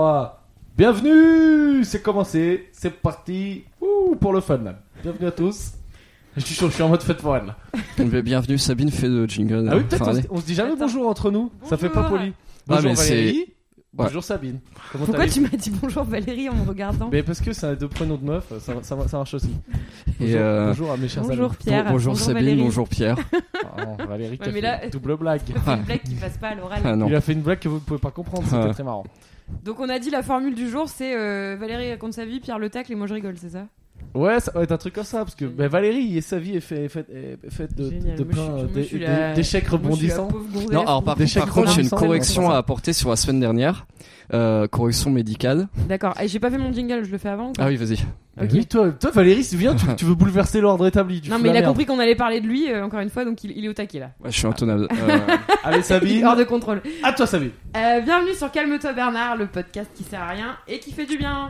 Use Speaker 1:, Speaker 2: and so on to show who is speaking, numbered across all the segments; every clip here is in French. Speaker 1: 3. Bienvenue C'est commencé, c'est parti Ouh, pour le fun là. Bienvenue à tous. Je suis chaud, je suis en mode fête foraine là.
Speaker 2: Donc, euh, bienvenue, Sabine fait le jingle.
Speaker 1: Ah oui, peut-être
Speaker 2: Enfin,
Speaker 1: on, se-
Speaker 2: allez.
Speaker 1: on se dit jamais bonjour entre nous. Ça fait pas
Speaker 3: Bonjour.
Speaker 1: poli.
Speaker 2: Ah,
Speaker 1: Bonjour
Speaker 2: mais c'est-
Speaker 1: Valérie.
Speaker 2: Ouais.
Speaker 1: Bonjour Sabine. Comment
Speaker 3: Pourquoi
Speaker 1: t'allais
Speaker 3: tu m'as dit bonjour Valérie en me regardant
Speaker 1: Mais parce que ça a deux prénoms de meuf, ça, ça- ça marche aussi.
Speaker 2: Et,
Speaker 1: Bonjour,
Speaker 2: euh,
Speaker 1: bonjour à mes chers
Speaker 3: Bonjour
Speaker 1: amis.
Speaker 3: Pierre.
Speaker 2: Bon- bonjour, Sabine,
Speaker 3: Valérie.
Speaker 2: bonjour Pierre.
Speaker 1: Oh, Valérie, t'as
Speaker 3: mais
Speaker 1: fait
Speaker 3: là-
Speaker 1: une double blague.
Speaker 3: Fais Une blague qui passe pas à l'oral.
Speaker 2: Ah non.
Speaker 1: Il a fait une blague que vous ne pouvez pas comprendre,
Speaker 2: Ouais.
Speaker 1: c'était très marrant.
Speaker 3: Donc on a dit la formule du jour, c'est euh, Valérie raconte sa vie, Pierre le tacle et moi je rigole, c'est ça
Speaker 1: Ouais, ça va être un truc comme ça, parce que bah, Valérie, sa vie est faite est faite- est faite de,
Speaker 3: Génial.
Speaker 1: de
Speaker 3: Moi, je
Speaker 1: plein
Speaker 3: suis-
Speaker 1: euh,
Speaker 3: moi, je
Speaker 1: d'é-
Speaker 3: suis
Speaker 1: d'é-
Speaker 3: la-
Speaker 1: d'échecs
Speaker 3: Moi, je suis la
Speaker 1: rebondissants.
Speaker 3: pauvre gonzesse.
Speaker 2: Non, alors par,
Speaker 1: Des chèques
Speaker 2: par contre, j'ai une
Speaker 3: hein,
Speaker 1: rebondissants, c'est
Speaker 2: correction
Speaker 1: bon.
Speaker 2: à apporter sur la semaine dernière. Euh, correction médicale.
Speaker 3: D'accord, et j'ai pas fait mon jingle, je le fais avant. ou pas
Speaker 2: Ah oui, vas-y.
Speaker 1: Bah oui, toi, toi, Valérie, c'est bien, tu, tu veux bouleverser l'ordre établi. tu
Speaker 3: Non
Speaker 1: fous
Speaker 3: mais
Speaker 1: la
Speaker 3: il a
Speaker 1: merde.
Speaker 3: compris qu'on allait parler de lui, euh, encore une fois, donc il, il est au taquet là.
Speaker 2: Ouais, je suis intenable. Euh,
Speaker 1: Allez,
Speaker 3: Il est
Speaker 1: Sabine,
Speaker 3: hors de contrôle.
Speaker 1: à toi, Sabine.
Speaker 3: Euh, bienvenue sur Calme-toi Bernard, le podcast qui sert à rien et qui fait du bien.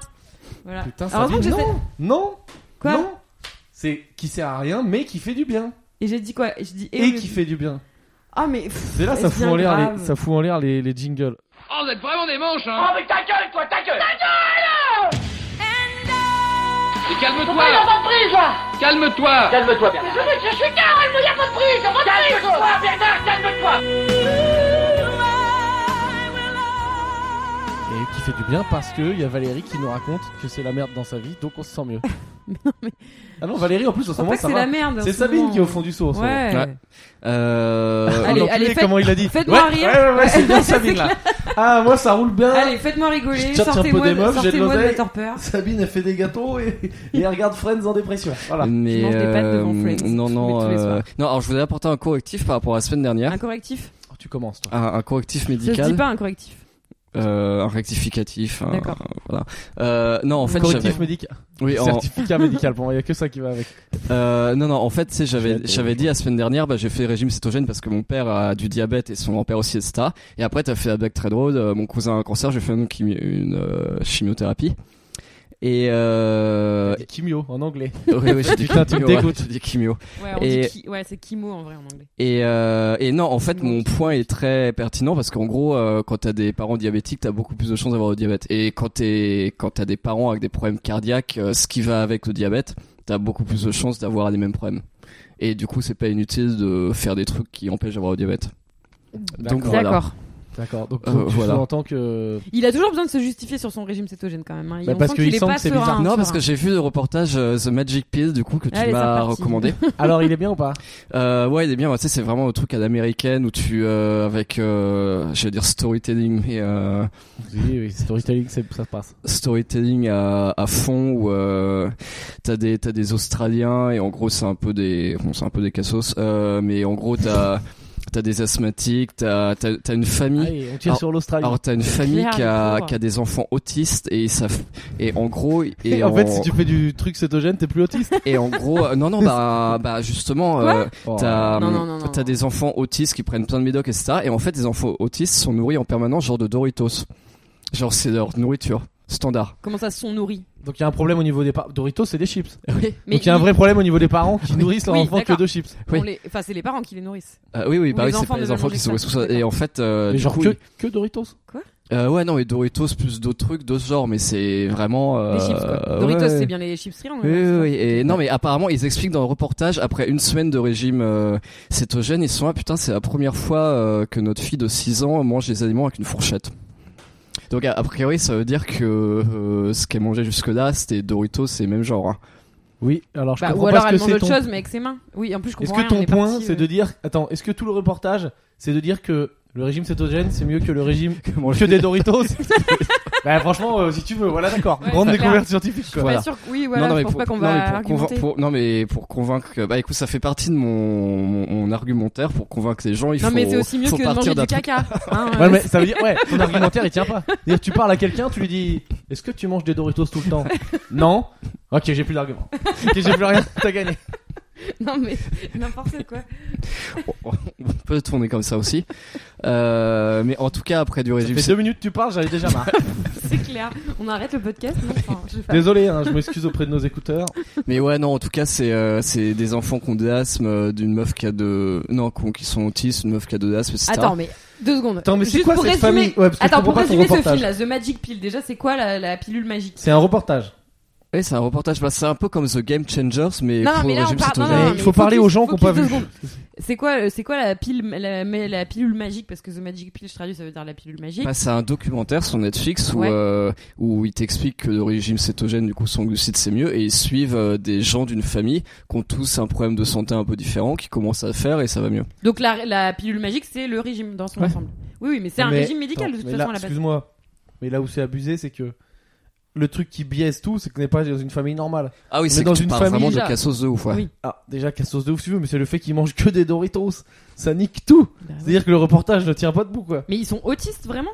Speaker 3: Voilà.
Speaker 1: Putain,
Speaker 3: Heureusement
Speaker 1: Sabine,
Speaker 3: que j'essaie-
Speaker 1: non, non,
Speaker 3: Quoi
Speaker 1: non. C'est qui sert à rien, mais qui fait du bien.
Speaker 3: Et j'ai dit quoi J'ai dit
Speaker 1: Et,
Speaker 3: au lieu
Speaker 1: qui
Speaker 3: de-
Speaker 1: fait du bien.
Speaker 3: Ah mais pff,
Speaker 1: C'est là, ça
Speaker 3: est-ce
Speaker 1: fout,
Speaker 3: bien
Speaker 1: en l'air les,
Speaker 3: grave
Speaker 1: ça fout en l'air les, les jingles.
Speaker 4: Oh, vous êtes vraiment des manches, hein
Speaker 5: Oh, mais ta gueule, toi, ta gueule
Speaker 4: Mais
Speaker 5: Moi, y a
Speaker 4: calme-toi
Speaker 5: Ah, pas de prise, là
Speaker 4: Calme-toi
Speaker 5: Calme-toi, Bernard Je, je, je suis calme, y a pas de prise, y a pas de prise Calme-toi, Bernard, calme-toi
Speaker 1: Et qui fait du bien parce qu'il y a Valérie qui nous raconte que c'est la merde dans sa vie, donc on se sent mieux. Ah non, Valérie, en plus, en ce
Speaker 3: je crois
Speaker 1: moment,
Speaker 3: pas que
Speaker 1: ça
Speaker 3: c'est la
Speaker 1: va.
Speaker 3: merde. en
Speaker 1: C'est
Speaker 3: ce
Speaker 1: Sabine
Speaker 3: moment. hein.
Speaker 1: qui est au fond du seau. en ce moment.
Speaker 3: Ouais.
Speaker 2: Ouais. euh,
Speaker 3: Allez,
Speaker 1: Oh, l'enculé,
Speaker 3: allez, faites-
Speaker 1: comment il a dit
Speaker 3: faites-moi
Speaker 1: ouais,
Speaker 3: rire.
Speaker 1: Ouais, ouais, ouais, c'est bien
Speaker 3: Ouais,
Speaker 1: Sabine
Speaker 3: c'est
Speaker 1: là. Ah, moi ça roule bien.
Speaker 3: Allez, faites-moi rigoler,
Speaker 1: Je tire un peu
Speaker 3: sortez-moi
Speaker 1: des meufs, j'ai de
Speaker 3: sortez-moi de ma
Speaker 1: l'oseille.
Speaker 3: torpeur.
Speaker 1: Sabine elle fait des gâteaux et, et elle regarde Friends en dépression. Voilà.
Speaker 2: mais
Speaker 3: Je mange des pâtes devant Friends,
Speaker 2: non,
Speaker 3: tous
Speaker 2: non,
Speaker 3: les- tous les
Speaker 2: euh,
Speaker 3: soirs.
Speaker 2: non. Alors, je voulais apporter un correctif par rapport à la semaine dernière.
Speaker 3: Un correctif
Speaker 1: Oh, tu commences toi.
Speaker 2: Un, un correctif
Speaker 3: Je dis
Speaker 2: médical,
Speaker 3: pas un correctif.
Speaker 2: euh, un rectificatif. un-
Speaker 3: D'accord.
Speaker 2: voilà. Euh, non, en fait,
Speaker 1: Correctif
Speaker 2: j'avais-
Speaker 1: médical.
Speaker 2: Oui, en,
Speaker 1: Certificat médical. Bon, il y a que ça qui va avec.
Speaker 2: Euh, non, non, en fait, tu sais, j'avais,
Speaker 1: J'ai
Speaker 2: j'avais dit la semaine dernière, bah, j'ai fait régime cétogène parce que mon père a du diabète et son grand-père aussi, etc. Et après, t'as fait la blague très drôle, euh, mon cousin a un cancer, j'ai fait une, chimi- une, euh, chimiothérapie. Et euh...
Speaker 1: Dit Kimio en anglais.
Speaker 2: oui, oui, j'ai dit
Speaker 1: Putain, tu me
Speaker 2: chimio, ouais,
Speaker 1: dégoûtes.
Speaker 2: j'ai dit chimio.
Speaker 3: Ouais, on
Speaker 2: Et-
Speaker 3: dit qui... ouais c'est Kimo en vrai en anglais.
Speaker 2: Et, euh, et non, en fait, mon point est très pertinent parce qu'en gros, euh, quand t'as des parents diabétiques, t'as beaucoup plus de chances d'avoir le diabète. Et quand t'es, quand t'as des parents avec des problèmes cardiaques, euh, ce qui va avec le diabète, t'as beaucoup plus de chances d'avoir les mêmes problèmes. Et du coup, c'est pas inutile de faire des trucs qui empêchent d'avoir le diabète. Donc
Speaker 1: D'accord.
Speaker 2: voilà.
Speaker 3: D'accord.
Speaker 1: D'accord. Donc
Speaker 2: Euh,
Speaker 1: donc, tu
Speaker 2: voilà.
Speaker 1: entends que.
Speaker 3: Il a toujours besoin de se justifier sur son régime cétogène quand même. Hein.
Speaker 1: Bah,
Speaker 3: on
Speaker 1: parce
Speaker 3: sent
Speaker 1: qu'il
Speaker 3: qu'il est
Speaker 1: sent
Speaker 3: pas
Speaker 1: que c'est
Speaker 3: serein,
Speaker 1: bizarre.
Speaker 2: Non,
Speaker 3: serein.
Speaker 2: parce que j'ai vu le reportage euh, The Magic Pill, du coup, que tu
Speaker 3: Allez, c'est
Speaker 2: m'as
Speaker 3: reparti.
Speaker 2: recommandé.
Speaker 1: Alors il est bien ou pas
Speaker 2: Euh, ouais, il est bien. ouais, tu sais, c'est vraiment le truc à l'américaine où tu, euh, avec, euh, j'allais dire storytelling, mais euh,
Speaker 1: Oui, oui. Storytelling, c'est- ça se passe.
Speaker 2: storytelling à, à fond où euh, t'as des t'as des Australiens et en gros c'est un peu des bon, c'est un peu des cassos euh, mais en gros t'as t'as des asthmatiques t'as t'as t'as une famille
Speaker 1: Allez, on tire
Speaker 2: Alors-
Speaker 1: sur l'Australie.
Speaker 2: alors t'as une famille
Speaker 3: Claire,
Speaker 2: qui a
Speaker 3: pauvre.
Speaker 2: qui a des enfants autistes et ils savent et en gros et,
Speaker 1: Et en fait, si tu fais du truc cétogène, t'es plus autiste.
Speaker 2: et en gros euh, non non bah bah justement euh,
Speaker 1: Oh.
Speaker 2: T'as hum,
Speaker 3: Non, non, non, non,
Speaker 2: t'as
Speaker 3: non.
Speaker 2: des enfants autistes qui prennent plein de médocs, etc. Et en fait, les enfants autistes sont nourris en permanence, genre de Doritos. Genre, c'est leur nourriture standard.
Speaker 3: Comment ça se sont nourris
Speaker 1: Donc il y a un problème au niveau des parents. Doritos, c'est des chips.
Speaker 2: Oui,
Speaker 3: Mais
Speaker 1: Donc il y a un vrai problème au niveau des parents qui nourrissent leur
Speaker 3: Oui, Euh,
Speaker 1: enfant que
Speaker 3: d'accord.
Speaker 1: de chips.
Speaker 3: on
Speaker 2: oui.
Speaker 3: les- Enfin, c'est les parents qui les nourrissent.
Speaker 2: oui, oui, bah
Speaker 3: Ou
Speaker 2: oui,
Speaker 3: les
Speaker 2: c'est
Speaker 3: enfants
Speaker 2: pas les
Speaker 3: ne
Speaker 2: enfants qui
Speaker 3: mangent
Speaker 2: sont
Speaker 3: ça.
Speaker 2: sous ça. Et en fait, euh,
Speaker 1: Mais
Speaker 2: du
Speaker 1: genre
Speaker 2: coup,
Speaker 1: que que Doritos.
Speaker 2: euh, ouais, non, mais Doritos plus d'autres trucs, d'autres genres, mais c'est vraiment. euh,
Speaker 3: Les chips quoi. Doritos,
Speaker 2: ouais.
Speaker 3: c'est bien les chips Sri Lanka.
Speaker 2: Oui,
Speaker 3: c'est
Speaker 2: oui,
Speaker 3: ça
Speaker 2: oui. Et non, mais apparemment, ils expliquent dans le reportage, après une semaine de régime euh, cétogène, ils sont là, putain, c'est la première fois euh, que notre fille de 6 ans mange des aliments avec une fourchette. Donc, a, a priori, ça veut dire que euh, ce qu'elle mangeait jusque-là, c'était Doritos et même genre. hein.
Speaker 1: Oui. Alors je
Speaker 3: Bah,
Speaker 1: comprends
Speaker 3: ou alors
Speaker 1: pas
Speaker 3: elle
Speaker 1: ce que
Speaker 3: mange
Speaker 1: c'est
Speaker 3: autre
Speaker 1: ton
Speaker 3: chose mais avec ses mains. Oui, en plus je
Speaker 1: Est-ce
Speaker 3: comprends
Speaker 1: que
Speaker 3: rien, on
Speaker 1: ton
Speaker 3: est
Speaker 1: point,
Speaker 3: parti,
Speaker 1: c'est
Speaker 3: euh,
Speaker 1: de dire, attends, est-ce que tout le reportage, c'est de dire que le régime cétogène, c'est mieux que le régime que des Doritos Bah franchement, euh, si tu veux, voilà, d'accord.
Speaker 3: Ouais,
Speaker 1: Grande
Speaker 3: c'est
Speaker 1: découverte scientifique. Quoi.
Speaker 3: Je suis
Speaker 2: Voilà.
Speaker 3: pas sûre. que- Oui, voilà, je pense pas qu'on
Speaker 2: non, mais
Speaker 3: va
Speaker 2: pour convain-
Speaker 3: argumenter.
Speaker 2: pour- non, mais pour convaincre. que- Bah écoute, ça fait partie de mon, mon, mon argumentaire pour convaincre les gens. Il
Speaker 3: Non,
Speaker 2: faut,
Speaker 3: mais c'est aussi mieux
Speaker 2: faut
Speaker 3: que de
Speaker 2: partir
Speaker 3: manger
Speaker 2: d'un
Speaker 3: du caca. hein,
Speaker 1: Ouais,
Speaker 3: euh,
Speaker 1: mais ça veut dire, ouais, ton argumentaire il tient pas. C'est-à-dire, tu parles à quelqu'un, tu lui dis, est-ce que tu manges des Doritos tout le temps Non. Ok, j'ai plus d'argument. Ok, j'ai plus rien, t'as gagné.
Speaker 3: Non, mais n'importe quoi.
Speaker 2: On peut tourner comme ça aussi. Euh, mais en tout cas, après du
Speaker 1: Ça
Speaker 2: régime.
Speaker 1: fait deux minutes, tu parles, j'avais déjà marre.
Speaker 3: C'est clair. On arrête le podcast non Enfin, je sais pas.
Speaker 1: Désolé, hein, je m'excuse auprès de nos écouteurs.
Speaker 2: Mais ouais, non, en tout cas, c'est euh, c'est des enfants qui ont de l'asthme, euh, d'une meuf qui a de. Non, qui ont- qui sont autistes, une meuf qui a de l'asthme, etc.
Speaker 3: Attends, mais Deux secondes.
Speaker 1: Attends, mais c'est
Speaker 3: Juste
Speaker 1: quoi
Speaker 3: pour
Speaker 1: cette
Speaker 3: résumer-
Speaker 1: famille Ouais, parce que je
Speaker 3: Attends,
Speaker 1: comprends
Speaker 3: pour
Speaker 1: pas ton
Speaker 3: résumer ce
Speaker 1: reportage.
Speaker 3: film là, The Magic Pill, déjà c'est quoi la, la pilule magique
Speaker 1: C'est un reportage.
Speaker 2: Oui, c'est un reportage. bah, c'est un peu comme The Game Changers, mais
Speaker 3: Non, non,
Speaker 2: pour
Speaker 3: mais
Speaker 2: le
Speaker 3: là, on
Speaker 2: régime
Speaker 3: parle- non,
Speaker 2: cétogène.
Speaker 1: Mais
Speaker 3: non,
Speaker 1: il
Speaker 3: mais
Speaker 1: faut parler aux
Speaker 3: focus-
Speaker 1: gens qui n'ont pas
Speaker 3: focus
Speaker 1: vu.
Speaker 3: deux secondes. C'est quoi, euh, c'est quoi la, pile, la, mais la pilule magique Parce que The Magic Pill, je traduis, ça veut dire la pilule magique.
Speaker 2: Bah, c'est un documentaire sur Netflix où,
Speaker 3: Ouais.
Speaker 2: euh, où ils t'expliquent que le régime cétogène, du coup, sans glucides, c'est mieux. Et ils suivent euh, des gens d'une famille qui ont tous un problème de santé un peu différent, qui commencent à le faire et ça va mieux.
Speaker 3: Donc la, la pilule magique, c'est le régime dans son
Speaker 2: Ouais.
Speaker 3: ensemble. Oui, oui, mais c'est un
Speaker 1: Mais-
Speaker 3: régime médical de
Speaker 1: attends,
Speaker 3: toute
Speaker 1: mais
Speaker 3: façon
Speaker 1: là,
Speaker 3: à la base.
Speaker 1: Excuse-moi, mais là où c'est abusé, c'est que le truc qui biaise tout, c'est qu'on n'est pas dans une famille normale.
Speaker 2: Ah oui,
Speaker 1: Mais
Speaker 2: c'est
Speaker 1: dans
Speaker 2: que tu
Speaker 1: une
Speaker 2: parles
Speaker 1: famille,
Speaker 2: vraiment
Speaker 3: là.
Speaker 2: de cassos de ouf, ouais.
Speaker 3: Oui.
Speaker 1: Ah, déjà, qu'un sauce de ouf, tu veux, mais c'est le fait qu'ils mangent que des Doritos. Ça nique tout.
Speaker 3: Bah ouais.
Speaker 1: C'est-à-dire que le reportage ne tient pas debout, quoi.
Speaker 3: Mais ils sont autistes vraiment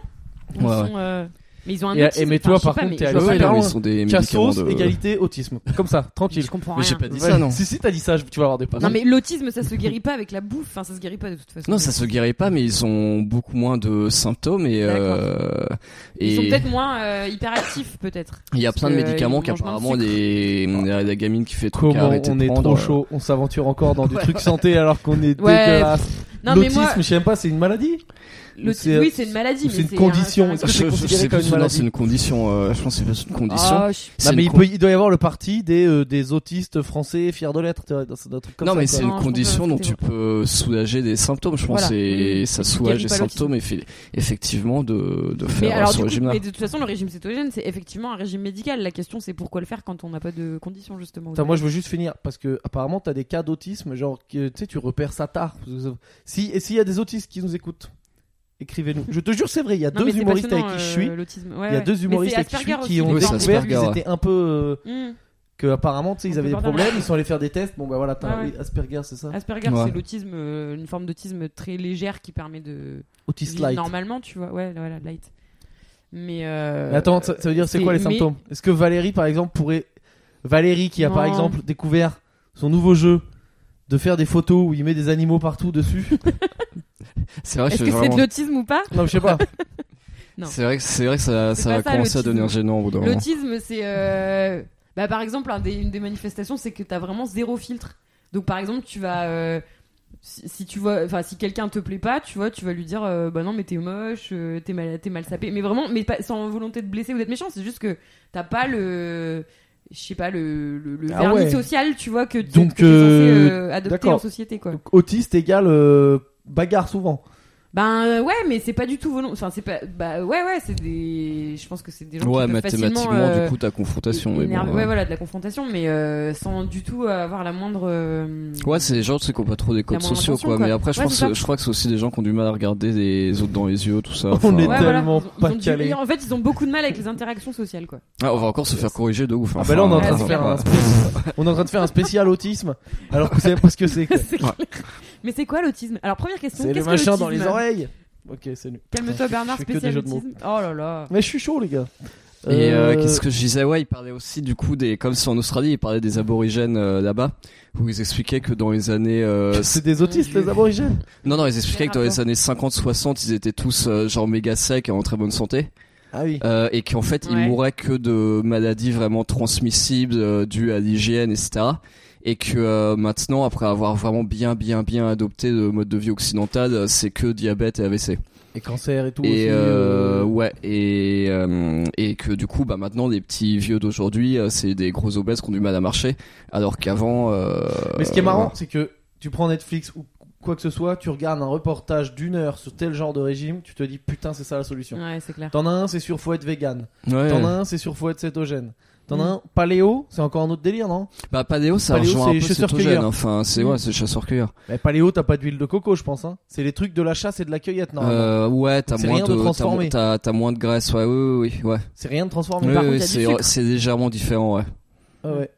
Speaker 3: Ils
Speaker 2: Ouais,
Speaker 3: sont, euh, Mais ils ont un
Speaker 1: Et-
Speaker 3: autisme.
Speaker 1: et mais
Speaker 3: enfin,
Speaker 1: toi,
Speaker 3: je sais
Speaker 1: par
Speaker 3: pas,
Speaker 1: contre,
Speaker 3: mais
Speaker 1: t'es
Speaker 3: je
Speaker 1: allé
Speaker 3: vois
Speaker 1: au
Speaker 3: pas
Speaker 2: Ouais,
Speaker 1: Parents,
Speaker 2: non, mais ils sont des médicaments
Speaker 1: bah Cassos,
Speaker 2: de...
Speaker 1: égalité, autisme. Comme ça,
Speaker 3: comment-
Speaker 1: tranquille.
Speaker 3: Je comprends
Speaker 2: Mais j'ai pas
Speaker 3: rien.
Speaker 2: dit
Speaker 1: Ouais.
Speaker 2: ça, non.
Speaker 1: Si, si, t'as dit ça, je- tu vas avoir des problèmes.
Speaker 3: Non mais l'autisme ça se guérit pas avec la bouffe, enfin ça se guérit pas de toute façon.
Speaker 2: Ah Non, ça se guérit pas, mais ils ont beaucoup moins de symptômes et euh,
Speaker 3: Ils sont
Speaker 2: et
Speaker 3: peut-être moins euh, hyperactifs peut-être.
Speaker 2: il y a
Speaker 3: parce
Speaker 2: plein de
Speaker 3: que, euh,
Speaker 2: médicaments
Speaker 3: ils mangent
Speaker 2: qu'apparemment
Speaker 3: moins de
Speaker 2: des la, la gamine qui fait trop
Speaker 1: Comment
Speaker 2: arrêter
Speaker 1: on
Speaker 2: de
Speaker 1: est
Speaker 2: prendre,
Speaker 1: trop
Speaker 2: euh,
Speaker 1: chaud, on s'aventure encore dans du truc santé alors qu'on est
Speaker 3: Ouais,
Speaker 1: dégueulasse.
Speaker 3: Non mais
Speaker 1: L'autisme,
Speaker 3: moi,
Speaker 1: je sais même pas, c'est une maladie
Speaker 3: l'autisme, oui c'est une maladie,
Speaker 1: ou
Speaker 3: mais
Speaker 1: c'est une
Speaker 3: un-
Speaker 1: condition,
Speaker 3: un-
Speaker 1: est-ce
Speaker 2: Je,
Speaker 1: que c'est
Speaker 2: je- je
Speaker 1: considéré
Speaker 2: sais
Speaker 1: comme
Speaker 2: plus,
Speaker 1: une
Speaker 2: non,
Speaker 1: maladie
Speaker 2: c'est une condition. euh, Ah, je pense que c'est plus une condition.
Speaker 3: Ah, je-
Speaker 2: C'est
Speaker 1: Non, mais
Speaker 2: une
Speaker 1: il,
Speaker 2: con-
Speaker 1: peut- il doit y avoir le parti des, euh, des autistes français fiers de l'être. tu vois, dans- dans un truc comme
Speaker 2: non,
Speaker 1: ça,
Speaker 2: mais
Speaker 1: quoi.
Speaker 2: c'est
Speaker 3: Non,
Speaker 2: une
Speaker 3: je pense
Speaker 2: condition
Speaker 3: pas,
Speaker 2: dont tu
Speaker 3: c'était
Speaker 2: peux soulager des symptômes, je pense,
Speaker 3: Voilà.
Speaker 2: et
Speaker 3: Mmh.
Speaker 2: ça
Speaker 3: Tu
Speaker 2: soulage
Speaker 3: guéris
Speaker 2: les
Speaker 3: pas l'autisme.
Speaker 2: symptômes, et fait- effectivement, de, de
Speaker 3: Mais
Speaker 2: faire euh,
Speaker 3: alors,
Speaker 2: ce
Speaker 3: du coup,
Speaker 2: régime-là.
Speaker 3: mais de toute façon, le régime cétogène, c'est effectivement un régime médical. La question, c'est pourquoi le faire quand on n'a pas de conditions, justement.
Speaker 1: Attends, moi je veux juste finir parce que apparemment t'as des cas d'autisme, genre que, tu sais, tu repères ça tard. Si, et s'il y a des autistes qui nous écoutent, écrivez-nous. Je te jure, c'est vrai, il y a
Speaker 3: Non, mais
Speaker 1: deux
Speaker 3: c'est
Speaker 1: humoristes avec
Speaker 3: passionnant,
Speaker 1: qui je suis.
Speaker 3: euh, l'autisme. Ouais,
Speaker 1: Il y a
Speaker 3: ouais. Mais
Speaker 1: deux
Speaker 3: c'est
Speaker 1: humoristes avec qui je
Speaker 3: Asperger
Speaker 1: suis
Speaker 3: aussi,
Speaker 1: qui
Speaker 3: hein,
Speaker 1: ont
Speaker 2: Oui, c'est
Speaker 1: découvert
Speaker 2: Asperger,
Speaker 1: qu'ils
Speaker 2: ouais.
Speaker 1: étaient un peu. euh,
Speaker 3: Hum,
Speaker 1: que apparemment, tu sais, ils
Speaker 3: Un
Speaker 1: avaient
Speaker 3: peu
Speaker 1: des
Speaker 3: borderline.
Speaker 1: problèmes, ils sont allés faire des tests. Bon, bah voilà, t'as
Speaker 3: Ouais, ouais.
Speaker 1: oui, Asperger, c'est ça
Speaker 3: Asperger,
Speaker 2: Ouais.
Speaker 3: c'est l'autisme, euh, une forme d'autisme très légère qui permet de
Speaker 1: Autiste
Speaker 3: vivre
Speaker 1: light.
Speaker 3: normalement, tu vois. Ouais, voilà, light. Mais euh,
Speaker 1: Mais attends, ça, ça veut dire c'est
Speaker 3: c'est-
Speaker 1: quoi les
Speaker 3: mais-
Speaker 1: symptômes Est-ce que Valérie par exemple pourrait Valérie qui a par
Speaker 3: Non.
Speaker 1: exemple découvert son nouveau jeu de faire des photos où il met des animaux partout dessus
Speaker 2: C'est vrai,
Speaker 3: Est-ce
Speaker 2: je suis
Speaker 3: que c'est de
Speaker 2: vraiment-
Speaker 3: l'autisme ou pas
Speaker 1: Non, je sais pas.
Speaker 3: Non.
Speaker 2: c'est vrai que c'est vrai que ça,
Speaker 3: C'est
Speaker 2: ça
Speaker 3: pas
Speaker 2: va
Speaker 3: ça,
Speaker 2: commencer à
Speaker 3: l'autisme.
Speaker 2: devenir gênant au bout d'un moment.
Speaker 3: L'autisme, c'est. euh, Bah, par exemple, un des- une des manifestations, c'est que t'as vraiment zéro filtre. Donc, par exemple, tu vas. euh, Si, si tu vois, enfin, si quelqu'un te plaît pas, tu vois, tu vas lui dire, euh, bah non, mais t'es moche, euh, t'es mal, t'es mal sapé. Mais vraiment, mais pas, sans volonté de blesser ou d'être méchant, c'est juste que t'as pas le. Je sais pas, le, le, le
Speaker 1: Ah
Speaker 3: vernis
Speaker 1: ouais.
Speaker 3: social, tu vois, que tu
Speaker 1: Donc,
Speaker 3: que t'es censé,
Speaker 1: euh,
Speaker 3: euh, adopter
Speaker 1: d'accord.
Speaker 3: en société, quoi.
Speaker 1: Donc, autiste égale euh, bagarre souvent.
Speaker 3: Ben euh, ouais, mais c'est pas du tout volontaire. Enfin, c'est pas. Bah ouais, ouais, c'est des. Je pense que c'est des gens
Speaker 2: Ouais,
Speaker 3: qui peuvent
Speaker 2: mathématiquement,
Speaker 3: facilement, euh,
Speaker 2: du coup, ta confrontation. mais bon,
Speaker 3: Énervé-
Speaker 2: euh,
Speaker 3: ouais, voilà, de la confrontation, mais euh, sans du tout avoir la moindre. euh,
Speaker 2: Ouais, c'est des gens tu sais, qui ont pas trop des codes
Speaker 3: moins
Speaker 2: sociaux,
Speaker 3: d'intention,
Speaker 2: quoi.
Speaker 3: quoi.
Speaker 2: Mais après, je,
Speaker 3: Ouais,
Speaker 2: pense,
Speaker 3: c'est ça.
Speaker 2: je crois que c'est aussi des gens qui ont du mal à regarder les autres dans les yeux, tout ça.
Speaker 1: On est
Speaker 3: Ouais,
Speaker 1: tellement
Speaker 3: voilà, ils ont- ils ont
Speaker 1: pas
Speaker 3: du-
Speaker 1: calés.
Speaker 3: En fait, ils ont beaucoup de mal avec les interactions sociales, quoi.
Speaker 2: Ah, on va encore se faire corriger de ouf. hein.
Speaker 1: Ah bah là on est en
Speaker 3: Ouais,
Speaker 1: train de
Speaker 3: c'est
Speaker 1: faire un
Speaker 2: ouais.
Speaker 1: on est en train de faire un spécial autisme alors que vous savez pas ce que c'est. quoi.
Speaker 3: C'est clair. Mais c'est quoi l'autisme Alors première question,
Speaker 1: C'est
Speaker 3: qu'est-ce
Speaker 1: le
Speaker 3: que
Speaker 1: machin dans les
Speaker 3: l'autisme
Speaker 1: oreilles. OK, c'est nul.
Speaker 3: Calme-toi Bernard,
Speaker 1: Je fais que des
Speaker 3: spécial
Speaker 1: jeux de mots.
Speaker 3: autisme. Oh là là.
Speaker 1: Mais je suis chaud les gars.
Speaker 2: Et euh,
Speaker 1: Euh,
Speaker 2: qu'est-ce que je disais Ouais, il parlait aussi du coup des. Comme c'est en Australie, il parlait des aborigènes euh, là-bas, où ils expliquaient que dans les années. euh,
Speaker 1: c'est des autistes les aborigènes
Speaker 2: non, non, ils expliquaient
Speaker 3: Les
Speaker 2: que dans les
Speaker 3: rapports.
Speaker 2: années 50-60, ils étaient tous euh, genre méga secs et en très bonne santé.
Speaker 1: Ah oui.
Speaker 2: Euh, et qu'en fait, ils
Speaker 3: Ouais.
Speaker 2: mouraient que de maladies vraiment transmissibles euh, dues à l'hygiène, etc. Et que euh, maintenant, après avoir vraiment bien, bien, bien adopté le mode de vie occidental, euh, c'est que diabète et AVC.
Speaker 1: Et cancer et tout aussi,
Speaker 2: Et euh,
Speaker 1: euh,
Speaker 2: ouais, et euh, et que du coup, bah maintenant, les petits vieux d'aujourd'hui, euh, c'est des gros obèses qui ont du mal à marcher, alors qu'avant. euh,
Speaker 1: Mais ce qui est marrant, c'est que tu prends Netflix ou quoi que ce soit, tu regardes un reportage d'une heure sur tel genre de régime, tu te dis putain, c'est ça la solution.
Speaker 3: Ouais, c'est clair.
Speaker 1: T'en as un, c'est sûr, faut être vegan.
Speaker 2: ouais.
Speaker 1: T'en as un, c'est sûr, faut être cétogène. T'en as
Speaker 3: Mm.
Speaker 1: un, paléo, c'est encore un autre délire, non
Speaker 2: Bah paléo, ça
Speaker 1: Paléo,
Speaker 2: rejoint un
Speaker 1: c'est
Speaker 2: peu
Speaker 1: chasseur-cueilleur.
Speaker 2: cétogène, hein. Enfin, c'est
Speaker 3: Mm.
Speaker 2: ouais, c'est chasseur cueilleur.
Speaker 1: Mais paléo, t'as pas d'huile de coco, je pense. Hein. C'est les trucs de la chasse et de la cueillette, normalement.
Speaker 2: Euh, ouais, t'as
Speaker 1: C'est
Speaker 2: moins
Speaker 1: rien de
Speaker 2: de, t'as mo-
Speaker 1: transformé.
Speaker 2: t'as t'as moins de graisse. Ouais, oui, oui, oui, ouais.
Speaker 1: C'est rien de transformé.
Speaker 2: Oui,
Speaker 3: par contre,
Speaker 2: oui,
Speaker 3: il y a du
Speaker 2: c'est
Speaker 3: sucre.
Speaker 2: c'est légèrement différent, ouais.
Speaker 1: Ah ouais.